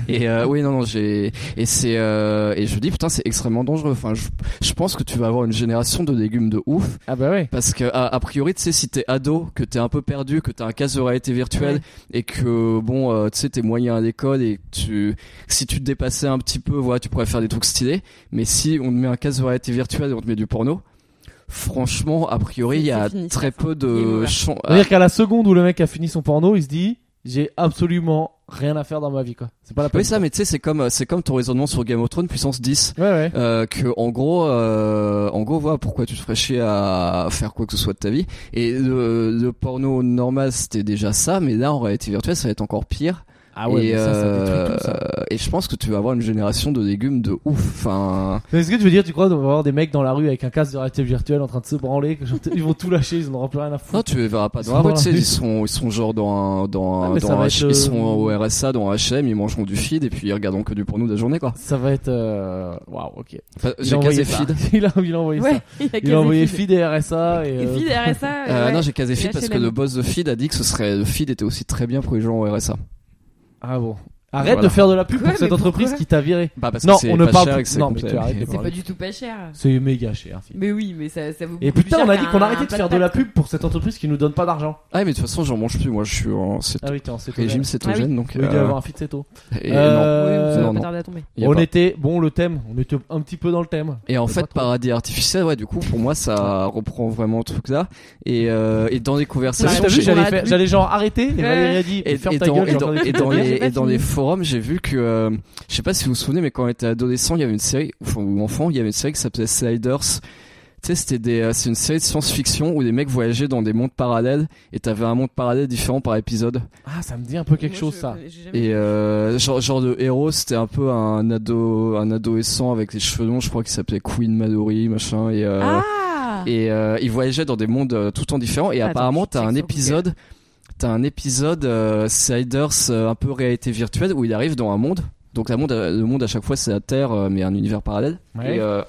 Speaker 2: Et euh, oui, non, non, j'ai. Et c'est, euh, et je me dis putain, c'est extrêmement dangereux. Enfin, je, je pense que tu vas avoir une génération de légumes de ouf
Speaker 1: Ah bah ouais.
Speaker 2: parce que a, a priori, tu sais, si t'es ado, que t'es un peu perdu, que t'as un casque de réalité virtuelle
Speaker 3: Ouais.
Speaker 2: et que bon, euh, tu sais, t'es moyen à l'école et que tu, si tu te dépassais un petit peu, voilà, tu pourrais faire des trucs stylés. Mais si on te met un casque de réalité virtuelle et on te met du porno, franchement, a priori, il y a
Speaker 3: C'est fini,
Speaker 2: très peu
Speaker 3: Il
Speaker 2: de
Speaker 3: est
Speaker 2: Ah,
Speaker 3: ouvert.
Speaker 2: chance.
Speaker 6: Bah,
Speaker 1: C'est-à-dire qu'à la seconde où le mec a fini son porno, il se dit j'ai absolument rien à faire dans ma vie quoi. C'est pas la peine.
Speaker 2: Oui, ça, mais tu sais, c'est comme, euh, c'est comme ton raisonnement sur Game of Thrones puissance 10.
Speaker 1: Ouais ouais.
Speaker 2: Euh, que en gros, euh, en gros, voilà pourquoi tu te ferais chier à faire quoi que ce soit de ta vie. Et le, le porno normal, c'était déjà ça, mais là, en réalité virtuelle, ça va être encore pire.
Speaker 6: Ah ouais,
Speaker 2: et,
Speaker 6: mais ça, ça détruit tout ça.
Speaker 2: euh, et je pense que tu vas avoir une génération de légumes de ouf. Enfin,
Speaker 1: Mais Est-ce que tu veux dire, tu crois, qu'on va avoir des mecs dans la rue avec un casque de réalité virtuelle en train de se branler, que genre, ils vont tout lâcher, ils n'en auront plus rien à foutre.
Speaker 2: non, tu les verras pas
Speaker 1: Ils
Speaker 2: dans
Speaker 1: sont
Speaker 2: la rue.
Speaker 1: dans
Speaker 2: tu
Speaker 1: la
Speaker 2: sais,
Speaker 1: rue.
Speaker 2: ils sont, ils sont genre dans, un- dans,
Speaker 1: Ah, mais ça
Speaker 2: dans un
Speaker 1: va
Speaker 2: H-
Speaker 1: être,
Speaker 2: ils sont
Speaker 1: euh,
Speaker 2: au RSA, dans un HM, ils mangeront du feed et puis ils regarderont que du porno de la journée, quoi.
Speaker 1: Ça va être. euh, Waouh, ok.
Speaker 2: Enfin,
Speaker 1: Il
Speaker 2: j'ai
Speaker 1: a
Speaker 2: casé
Speaker 1: envoyé
Speaker 2: feed.
Speaker 1: ça. Il a, il a envoyé ça.
Speaker 3: Ouais, il a
Speaker 1: Il a envoyé
Speaker 3: feed.
Speaker 1: feed et RSA et.
Speaker 3: Et
Speaker 1: euh,
Speaker 3: feed RSA.
Speaker 2: Euh,
Speaker 3: ouais.
Speaker 2: Non, j'ai casé
Speaker 3: Et
Speaker 2: feed parce que
Speaker 3: HLM.
Speaker 2: le boss de feed a dit que ce serait le feed était aussi très bien pour les gens au RSA.
Speaker 1: Ah bon. Arrête de
Speaker 2: Voilà.
Speaker 1: faire de la pub
Speaker 3: Quoi,
Speaker 1: pour cette
Speaker 3: mais
Speaker 1: entreprise
Speaker 3: pourquoi
Speaker 1: qui t'a viré.
Speaker 2: Bah parce
Speaker 1: Non,
Speaker 2: que c'est
Speaker 1: on ne
Speaker 2: pas
Speaker 1: parle
Speaker 2: cher
Speaker 1: plus-
Speaker 2: et que c'est
Speaker 1: non,
Speaker 2: comme
Speaker 1: mais
Speaker 2: ça.
Speaker 1: tu arrêtes de
Speaker 3: C'est pas
Speaker 1: parler.
Speaker 3: du tout pas cher.
Speaker 1: C'est méga cher, feed.
Speaker 3: Mais oui, mais ça, ça vaut
Speaker 1: Et
Speaker 3: beaucoup
Speaker 1: putain,
Speaker 3: plus
Speaker 1: on a
Speaker 3: cher
Speaker 1: dit qu'on
Speaker 3: qu'un
Speaker 1: arrêtait de
Speaker 3: plat
Speaker 1: faire de la
Speaker 3: pâtes.
Speaker 1: pub pour cette entreprise qui nous donne pas d'argent.
Speaker 2: Ah mais de toute façon j'en mange plus, moi je suis en céto-
Speaker 1: Ah oui, t'es en cétogène.
Speaker 2: régime
Speaker 3: Ah
Speaker 2: cétogène donc.
Speaker 1: Oui, il doit y
Speaker 2: euh,
Speaker 1: avoir un feed céto.
Speaker 2: et non,
Speaker 3: Oui,
Speaker 1: Euh,
Speaker 3: ça
Speaker 2: non,
Speaker 3: va pas
Speaker 2: non.
Speaker 3: tarder à tomber.
Speaker 2: y a
Speaker 1: on
Speaker 2: pas.
Speaker 1: était, bon, le thème, on était un petit peu dans le thème.
Speaker 2: Et en
Speaker 1: C'est
Speaker 2: fait,
Speaker 1: pas trop.
Speaker 2: paradis artificiel, ouais, du coup, pour moi, ça reprend vraiment le truc là. Et, euh, et dans les
Speaker 1: T'as vu,
Speaker 2: conversations,
Speaker 1: Bah, t'as vu,
Speaker 2: j'ai-
Speaker 1: j'allais
Speaker 3: On a
Speaker 1: faire-
Speaker 3: plus-
Speaker 1: j'allais genre arrêter, et
Speaker 3: Ouais.
Speaker 1: Valérie a dit,
Speaker 2: et,
Speaker 1: ferme
Speaker 2: et
Speaker 1: ta
Speaker 2: dans,
Speaker 1: gueule,
Speaker 2: et
Speaker 1: genre,
Speaker 2: dans-
Speaker 1: j'en ai-
Speaker 2: et dans
Speaker 3: J'ai
Speaker 2: les,
Speaker 3: pas
Speaker 2: et dans
Speaker 3: fini.
Speaker 2: les forums, j'ai vu que, euh, je sais pas si vous vous souvenez, mais quand on était adolescent, il y avait une série, enfin, ou enfant, il y avait une série qui s'appelait Sliders. Tu sais, c'était des, euh, c'est une série de science-fiction où des mecs voyageaient dans des mondes parallèles et t'avais un monde parallèle différent par épisode.
Speaker 1: Ah, ça me dit un peu quelque
Speaker 3: Moi,
Speaker 1: chose,
Speaker 3: je-
Speaker 1: ça.
Speaker 3: j'ai jamais-
Speaker 2: Et euh, genre, genre le héros, c'était un peu un ado, un adolescent avec les cheveux longs, je crois qu'il s'appelait Queen Mallory, machin. Et, euh,
Speaker 3: Ah
Speaker 2: et euh, il voyageait dans des mondes euh, tout le temps différents. Et
Speaker 3: Attends,
Speaker 2: apparemment,
Speaker 3: je check
Speaker 2: t'as un
Speaker 3: sur
Speaker 2: épisode, t'as un épisode euh, Siders euh, un peu réalité virtuelle où il arrive dans un monde. Donc la monde, euh, le monde à chaque fois c'est la Terre, euh, mais un univers parallèle.
Speaker 1: Ouais.
Speaker 2: Et, euh,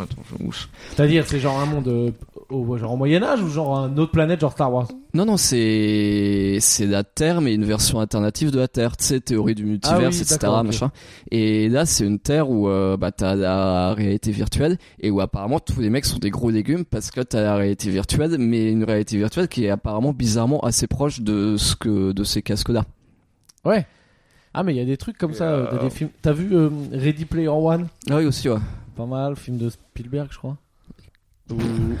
Speaker 2: Attends, je mouche.
Speaker 1: C'est-à-dire, c'est genre un monde euh, au, genre au Moyen-Âge ou genre un autre planète, genre Star Wars
Speaker 2: Non, non, c'est c'est la Terre, mais une version alternative de la Terre. Tu sais, théorie du multivers,
Speaker 1: Ah oui,
Speaker 2: etc.
Speaker 1: d'accord, ok.
Speaker 2: Machin. Et là, c'est une Terre où euh, bah, t'as la réalité virtuelle et où apparemment tous les mecs sont des gros légumes parce que t'as la réalité virtuelle, mais une réalité virtuelle qui est apparemment bizarrement assez proche de ce que de ces casques-là.
Speaker 1: Ouais. Ah, mais il y a des trucs comme ça,
Speaker 2: Euh,
Speaker 1: euh, t'as des films. T'as vu euh, Ready Player One
Speaker 2: Ah oui aussi, ouais.
Speaker 1: Pas mal, film de Spielberg, je crois.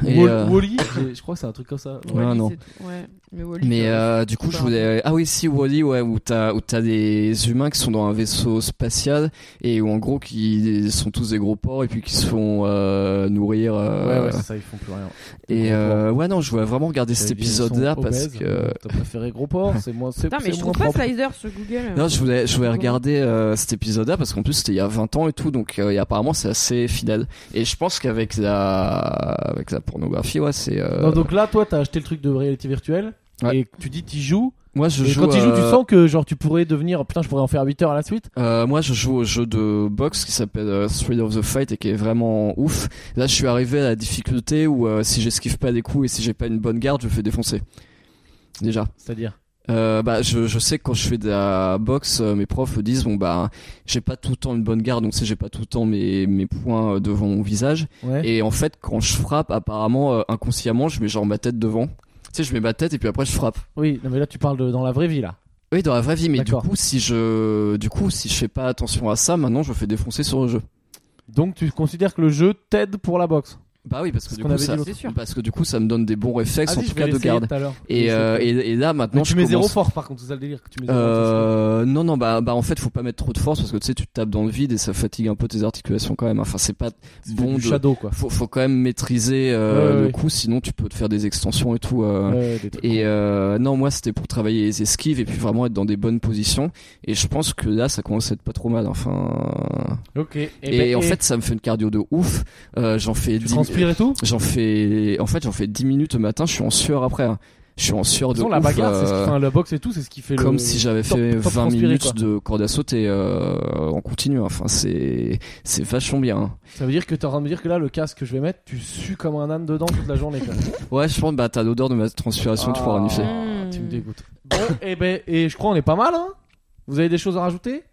Speaker 2: Et,
Speaker 1: Wall-
Speaker 2: euh,
Speaker 1: Wall-E, j'ai- je crois que c'est un truc comme ça.
Speaker 2: Ouais,
Speaker 3: Wall-E,
Speaker 2: non.
Speaker 3: c'est- ouais, mais Wall-E,
Speaker 2: Mais
Speaker 3: euh,
Speaker 2: euh, du coup, je voulais. Ah oui, si Wally, ouais, où t'as où t'as des humains qui sont dans un vaisseau spatial et où en gros qui sont tous des gros porcs et puis qui se font euh, nourrir. euh,
Speaker 1: Ouais, ouais, c'est ça, ils font plus rien.
Speaker 2: Et
Speaker 1: Gros
Speaker 2: euh, ouais, non, je voulais vraiment regarder
Speaker 1: Ils
Speaker 2: cet
Speaker 1: sont
Speaker 2: épisode-là parce
Speaker 1: obèses.
Speaker 2: que.
Speaker 1: T'as préféré Gros Porc, c'est moins. c'est-
Speaker 3: Non, mais
Speaker 1: c'est
Speaker 3: je
Speaker 1: moins
Speaker 3: trouve pas
Speaker 1: propre.
Speaker 3: Slider sur Google.
Speaker 2: Non, je voulais, je voulais
Speaker 3: Gros.
Speaker 2: regarder euh, cet épisode-là parce qu'en plus c'était il y a 20 ans et tout, donc euh, et apparemment c'est assez fidèle. Et je pense qu'avec la, avec la pornographie, ouais, c'est. euh,
Speaker 1: Non, donc là, toi, t'as acheté le truc de réalité virtuelle.
Speaker 2: Ouais.
Speaker 1: Et tu dis, t'y joues.
Speaker 2: moi, je
Speaker 1: et
Speaker 2: joue.
Speaker 1: quand tu joues, tu
Speaker 2: euh,
Speaker 1: sens que genre tu pourrais devenir. Putain, je pourrais en faire 8 heures à la suite.
Speaker 2: Euh, moi, je joue au jeu de boxe qui s'appelle euh, Thrill of the Fight et qui est vraiment ouf. Là, je suis arrivé à la difficulté où euh, si j'esquive pas des coups et si j'ai pas une bonne garde, je me fais défoncer. Déjà.
Speaker 1: C'est-à-dire.
Speaker 2: Euh, bah, je, je sais que quand je fais de la boxe, euh, mes profs disent bon bah j'ai pas tout le temps une bonne garde, donc c'est j'ai pas tout le temps mes mes poings euh, devant mon visage.
Speaker 1: Ouais.
Speaker 2: Et en fait, quand je frappe, apparemment euh, inconsciemment, je mets genre ma tête devant. Tu sais, je mets ma tête et puis après je frappe.
Speaker 1: Oui, non, mais là, tu parles de, dans la vraie vie, là.
Speaker 2: Oui, dans la vraie vie, mais du
Speaker 1: D'accord.
Speaker 2: coup, si je, du coup, si je fais pas attention à ça, maintenant, je me fais défoncer sur le jeu.
Speaker 1: Donc tu considères que le jeu t'aide pour la boxe
Speaker 2: Bah oui, parce que
Speaker 1: C'est ce
Speaker 2: du
Speaker 1: qu'on
Speaker 2: coup,
Speaker 1: avait
Speaker 2: ça,
Speaker 1: dit l'autre
Speaker 3: C'est sûr.
Speaker 2: parce que du coup, ça me donne des bons réflexes en
Speaker 1: Vas-y,
Speaker 2: tout
Speaker 1: Ah je
Speaker 2: cas
Speaker 1: vais
Speaker 2: de
Speaker 1: l'essayer
Speaker 2: garde.
Speaker 1: tout à l'heure.
Speaker 2: Et,
Speaker 1: Je vais
Speaker 2: euh,
Speaker 1: essayer.
Speaker 2: et, et là maintenant,
Speaker 1: Mais tu
Speaker 2: je
Speaker 1: mets
Speaker 2: commence...
Speaker 1: zéro fort par contre, c'est ça le délire que tu mets zéro hein. intensité.
Speaker 2: Euh, non, non, bah, bah en fait, faut pas mettre trop de force parce que tu sais, tu te tapes dans le vide et ça fatigue un peu tes articulations quand même. Enfin, c'est pas
Speaker 1: C'est
Speaker 2: bon
Speaker 1: du
Speaker 2: de.
Speaker 1: shadow quoi.
Speaker 2: Faut, faut quand même maîtriser euh,
Speaker 1: Ouais,
Speaker 2: le
Speaker 1: ouais.
Speaker 2: coup, sinon tu peux te faire des extensions et tout. euh.
Speaker 1: Ouais, des trucs.
Speaker 2: Et euh, non, moi c'était pour travailler les esquives et puis vraiment être dans des bonnes positions. Et je pense que là, ça commence à être pas trop mal. Enfin.
Speaker 1: Ok. Et,
Speaker 2: Et,
Speaker 1: ben,
Speaker 2: en fait, ça me fait une cardio de ouf. Euh, J'en fais
Speaker 1: tu
Speaker 2: 10
Speaker 1: transpires et tout
Speaker 2: J'en fais, en fait, j'en fais 10 minutes le matin, je suis en sueur après. hein. Je suis en sueur
Speaker 1: De
Speaker 2: de
Speaker 1: toute façon, la
Speaker 2: ouf,
Speaker 1: bagarre,
Speaker 2: euh,
Speaker 1: c'est ce qui... enfin, la boxe et tout, c'est ce qui fait le.
Speaker 2: comme si j'avais
Speaker 1: top-
Speaker 2: fait
Speaker 1: top
Speaker 2: 20
Speaker 1: transpirer,
Speaker 2: minutes
Speaker 1: quoi.
Speaker 2: de corde à sauter euh, en continu. hein. Enfin, c'est, c'est vachement bien. hein.
Speaker 1: Ça veut dire que t'es en train de me dire que là, le casque que je vais mettre, tu sues comme un âne dedans toute la journée. Quoi.
Speaker 2: Ouais, je pense, bah, t'as l'odeur de ma transpiration, tu pourras en effet.
Speaker 3: Hmm.
Speaker 1: Ah, Tu me dégoûtes. Bon, et ben, et je crois on est pas mal, hein. Vous avez des choses à rajouter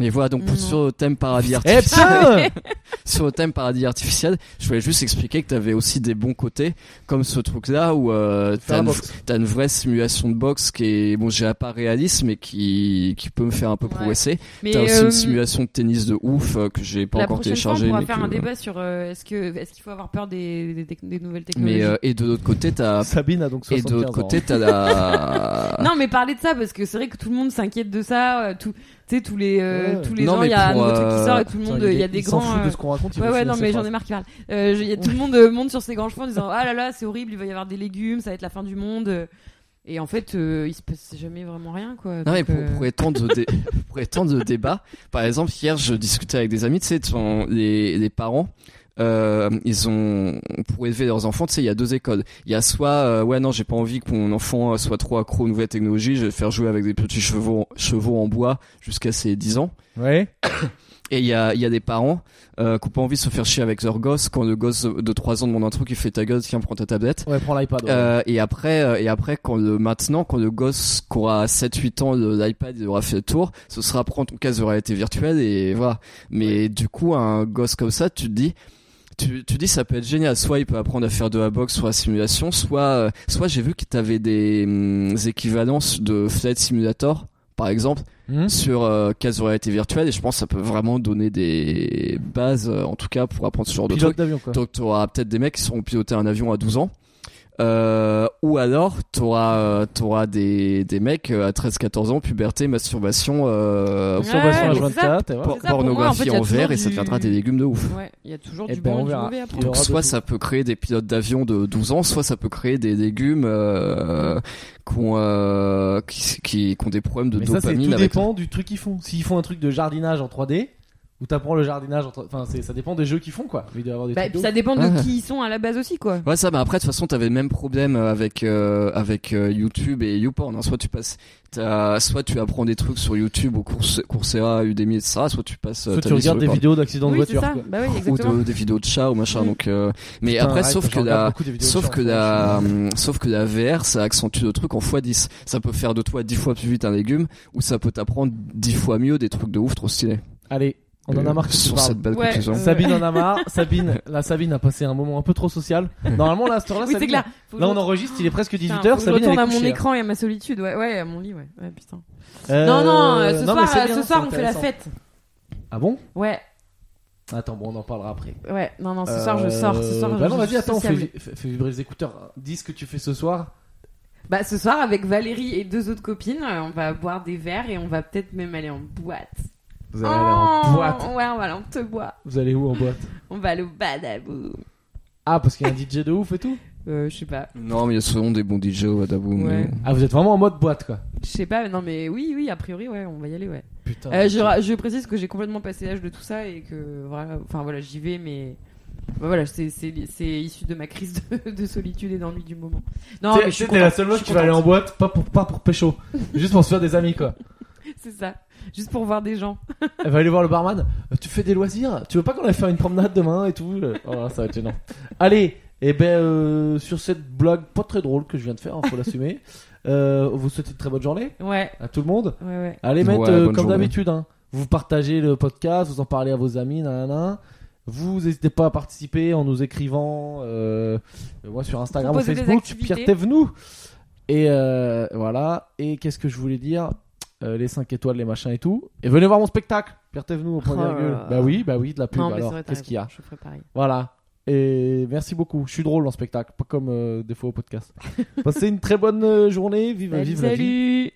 Speaker 2: Et voilà, donc, pour-
Speaker 3: Ah. Non.
Speaker 2: sur le thème paradis
Speaker 1: Eh
Speaker 2: artificiel,
Speaker 1: putain
Speaker 2: sur le thème paradis artificiel, je voulais juste expliquer que t'avais aussi des bons côtés, comme ce truc-là où, euh,
Speaker 1: Faire
Speaker 2: t'as
Speaker 1: la
Speaker 2: une,
Speaker 1: boxe.
Speaker 2: t'as une vraie simulation de boxe qui est, bon, j'ai pas réaliste, mais qui, qui peut me faire un peu
Speaker 3: Ouais.
Speaker 2: progresser.
Speaker 3: Mais,
Speaker 2: T'as aussi
Speaker 3: euh,
Speaker 2: une simulation de tennis de ouf euh, que j'ai pas
Speaker 3: la
Speaker 2: encore
Speaker 3: prochaine fois, on
Speaker 2: téléchargée.
Speaker 3: pourra
Speaker 2: mais
Speaker 3: faire
Speaker 2: que-
Speaker 3: un débat sur euh, est-ce que est-ce qu'il faut avoir peur des, des, tec- des nouvelles technologies.
Speaker 2: Mais euh, et de l'autre côté, t'as
Speaker 1: Sabine a donc
Speaker 2: et
Speaker 1: 75
Speaker 2: de l'autre
Speaker 1: ans.
Speaker 2: côté, t'as la.
Speaker 3: Non, mais parler de ça parce que c'est vrai que tout le monde s'inquiète de ça. euh, tout, tu sais, tous les euh,
Speaker 1: Ouais.
Speaker 3: tous les
Speaker 2: Non,
Speaker 3: ans,
Speaker 2: mais
Speaker 3: il y a un
Speaker 2: pour,
Speaker 3: nouveau truc qui sort et
Speaker 2: euh,
Speaker 3: tout le
Speaker 1: Putain,
Speaker 3: monde,
Speaker 1: est-
Speaker 3: il y a des
Speaker 1: s'en
Speaker 3: grands.
Speaker 1: fout de
Speaker 3: euh,
Speaker 1: ce qu'on raconte. il
Speaker 3: Ouais,
Speaker 1: veut
Speaker 3: ouais,
Speaker 1: finir
Speaker 3: non,
Speaker 1: ses
Speaker 3: mais
Speaker 1: phrases.
Speaker 3: j'en ai marre qui parle. Euh, je- il y a tout le monde euh, monte sur ses grands chevaux en disant Ah là là, c'est horrible, il va y avoir des légumes, ça va être la fin du monde. Et en fait, euh, il se passe jamais vraiment rien, quoi.
Speaker 2: Non,
Speaker 3: Donc,
Speaker 2: mais pour,
Speaker 3: euh,
Speaker 2: pour étendre le dé- pour étendre le débat, par exemple, hier, je discutais avec des amis, tu sais, de son- les, les parents, euh, ils ont, pour élever leurs enfants, tu sais, il y a deux écoles. Il y a soit, euh, ouais, non, j'ai pas envie que mon enfant euh, soit trop accro aux nouvelles technologies, je vais le faire jouer avec des petits chevaux, chevaux en bois jusqu'à ses 10 ans.
Speaker 6: Ouais.
Speaker 2: Et il y a, il y a des parents euh, qui ont pas envie de se faire chier avec leur gosse quand le gosse de 3 ans demande un truc, il fait ta gueule, tiens, prends ta tablette.
Speaker 1: Ouais, prends l'iPad. ouais.
Speaker 2: Euh, et après, euh, et après, quand le, maintenant, quand le gosse qui aura 7-8 ans, le- l'iPad il aura fait le tour, ce sera prendre ton casque de réalité virtuelle et voilà. Mais du coup, un gosse comme ça, tu te dis, tu, tu dis ça peut être génial. Soit il peut apprendre à faire de la boxe, soit la simulation, soit, euh, soit j'ai vu que t'avais des hum, équivalences de Flight Simulator, par exemple,
Speaker 3: Mmh.
Speaker 1: Hmm
Speaker 2: sur euh, casque de réalité virtuelle. Et je pense que ça peut vraiment donner des bases, euh, en tout cas, pour apprendre ce genre de truc.
Speaker 1: Pilote d'avion, quoi.
Speaker 2: Donc tu auras peut-être des mecs qui sauront piloter un avion à 12 ans. Euh, ou alors tu auras, des, des mecs euh, à 13-14 ans, puberté, masturbation, euh,
Speaker 3: Ouais,
Speaker 1: Masturbation
Speaker 3: mais
Speaker 1: à
Speaker 3: c'est ça.
Speaker 1: 24, et voilà.
Speaker 2: por-
Speaker 3: pour moi, en fait,
Speaker 2: pornographie
Speaker 3: il y a
Speaker 2: en verre et
Speaker 3: toujours
Speaker 2: ça
Speaker 3: du-
Speaker 2: deviendra des légumes de ouf.
Speaker 3: euh, Ouais, il y a toujours
Speaker 1: Eh
Speaker 3: du
Speaker 1: ben,
Speaker 3: bon
Speaker 1: on
Speaker 3: et du
Speaker 1: verra.
Speaker 3: mauvais après.
Speaker 1: Il y
Speaker 2: Donc
Speaker 1: aura de
Speaker 2: soit
Speaker 1: tout.
Speaker 2: ça peut créer des pilotes d'avion de 12 ans, soit ça peut créer des légumes euh, qui, ont, euh, qui, qui- qui ont des problèmes de
Speaker 1: Mais ça, c'est
Speaker 2: dopamine.
Speaker 1: tout
Speaker 2: avec-
Speaker 1: dépend du truc qu'ils font. S'ils font un truc de jardinage en 3D, ou t'apprends le jardinage en 3D, enfin, c'est- ça dépend des jeux qu'ils font, quoi. Mais il doit y avoir des
Speaker 3: Bah,
Speaker 1: trucs
Speaker 3: puis
Speaker 1: de
Speaker 3: ça
Speaker 1: ouf.
Speaker 3: dépend de
Speaker 2: Ouais.
Speaker 3: qui ils sont à la base aussi, quoi.
Speaker 2: Ouais, ça, mais après, de toute façon, t'avais le même problème euh, avec, euh, avec euh, YouTube et YouPorn. hein. Soit tu passes, t'as- soit tu apprends des trucs sur YouTube ou Course- Coursera, Udemy, etc. Soit tu passes, euh,
Speaker 1: Soit
Speaker 2: ta
Speaker 1: tu
Speaker 2: vie sur
Speaker 1: regardes des
Speaker 2: YouPorn.
Speaker 1: vidéos d'accidents de
Speaker 3: oui, c'est
Speaker 1: voiture,
Speaker 3: ça.
Speaker 1: quoi.
Speaker 3: Bah oui,
Speaker 2: ou
Speaker 3: exactement.
Speaker 2: de- des vidéos de chats ou machin.
Speaker 3: Mm.
Speaker 2: Donc, euh, mais
Speaker 1: Putain,
Speaker 2: après,
Speaker 1: arrête,
Speaker 2: sauf
Speaker 1: je
Speaker 2: que
Speaker 1: regarde
Speaker 2: la,
Speaker 1: beaucoup des vidéos de
Speaker 2: sauf
Speaker 1: chats,
Speaker 2: que
Speaker 1: en
Speaker 2: la, hum, sauf que la VR, ça accentue le truc en x10. Ça peut faire de toi 10 fois plus vite un légume, ou ça peut t'apprendre 10 fois mieux des trucs de ouf trop stylés.
Speaker 1: Allez, on en
Speaker 2: Euh,
Speaker 1: a marre que tu
Speaker 2: sur
Speaker 1: parles.
Speaker 2: cette belle
Speaker 3: Ouais.
Speaker 2: conclusion.
Speaker 3: Euh,
Speaker 1: Sabine en a marre. Sabine, là, Sabine a passé un moment un peu trop social. Normalement, là, à cette heure-là,
Speaker 3: Oui, c'est
Speaker 1: Sabine-
Speaker 3: clair. Faut que
Speaker 1: Là,
Speaker 3: je
Speaker 1: on enregistre, il est presque 18h.
Speaker 3: Putain, faut que je
Speaker 1: Sabine, elle
Speaker 3: retourne
Speaker 1: est
Speaker 3: à mon
Speaker 1: couchée,
Speaker 3: écran et à ma solitude, ouais, ouais, à mon lit, ouais, ouais putain.
Speaker 1: hein. Euh,
Speaker 3: Non, non, euh, ce
Speaker 1: mais
Speaker 3: soir,
Speaker 1: c'est
Speaker 3: euh,
Speaker 1: bien,
Speaker 3: ce
Speaker 1: c'est
Speaker 3: soir on fait la
Speaker 1: intéressant.
Speaker 3: fête.
Speaker 1: Ah bon
Speaker 3: Ouais,
Speaker 1: Attends, bon, on en parlera après.
Speaker 3: ouais, non, non, ce soir je
Speaker 1: Euh,
Speaker 3: sors, ce soir
Speaker 1: bah
Speaker 3: je
Speaker 1: non, vas-y,
Speaker 3: suis
Speaker 1: attends, fais,
Speaker 3: sociable.
Speaker 1: vi- fais- fais vibrer les écouteurs. Dis ce que tu fais ce soir.
Speaker 3: Bah ce soir avec Valérie et deux autres copines, euh, on va boire des verres et on va peut-être même aller en boîte.
Speaker 1: Vous allez aller en
Speaker 3: Oh,
Speaker 1: boîte.
Speaker 3: Ouais, on va aller en te boire.
Speaker 1: Vous allez où en boîte
Speaker 3: On va aller au badabou.
Speaker 1: Ah, parce qu'il y a un DJ de ouf et tout
Speaker 3: Euh, je sais pas,
Speaker 2: Non, mais il y a souvent des bons DJ au Wadaboum,
Speaker 3: Ouais.
Speaker 2: mais-
Speaker 1: Ah, vous êtes vraiment en mode boîte, quoi.
Speaker 3: je sais pas, non mais oui, oui, a priori, ouais, on va y aller, ouais.
Speaker 1: Putain.
Speaker 3: Euh, je, ra- je précise que j'ai complètement passé l'âge de tout ça et que voilà, enfin voilà, j'y vais, mais bah, voilà, c'est c'est- c'est issu de ma crise de, de solitude et d'ennui du moment. Non, mais je suis
Speaker 1: T'es la
Speaker 3: contente,
Speaker 1: seule
Speaker 3: je
Speaker 1: meuf
Speaker 3: suis
Speaker 1: qui va aller en
Speaker 3: contente.
Speaker 1: boîte, pas pour, pas pour pécho, juste pour se faire des amis, quoi.
Speaker 3: C'est ça, juste pour voir des gens.
Speaker 1: Elle va aller voir le barman. Euh, Tu fais des loisirs Tu veux pas qu'on aille faire une promenade demain et tout Euh, Oh, là, ça va être gênant. Allez, et ben euh, sur cette blague pas très drôle que je viens de faire, hein, faut l'assumer. Euh, on vous souhaite une très bonne journée
Speaker 3: Ouais,
Speaker 1: à tout le monde.
Speaker 3: ouais, ouais.
Speaker 1: Allez mettre
Speaker 2: Ouais,
Speaker 1: euh,
Speaker 2: bonne
Speaker 1: comme
Speaker 2: journée.
Speaker 1: d'habitude, hein, vous partagez le podcast, vous en parlez à vos amis, nanana. Vous n'hésitez pas à participer en nous écrivant, euh, euh, moi sur Instagram ou
Speaker 3: Proposez des
Speaker 1: Facebook,
Speaker 3: activités.
Speaker 1: Pierre Thévenoud. Et euh, voilà. Et qu'est-ce que je voulais dire Euh, Les 5 étoiles, les machins et tout. Et venez voir mon spectacle, Pierre Thévenoud au point
Speaker 3: Oh là
Speaker 1: virgule.
Speaker 3: là.
Speaker 1: Bah oui, bah oui, de la pub.
Speaker 3: non, mais c'est
Speaker 1: alors,
Speaker 3: vrai, t'as
Speaker 1: qu'est-ce qu'il y a
Speaker 3: raison, Je ferai pareil.
Speaker 1: Voilà. Et merci beaucoup. Je suis drôle en spectacle, pas comme euh, des fois au podcast. Passez une très bonne euh, journée. Vive,
Speaker 3: Salut,
Speaker 1: vive la vie.
Speaker 3: salut.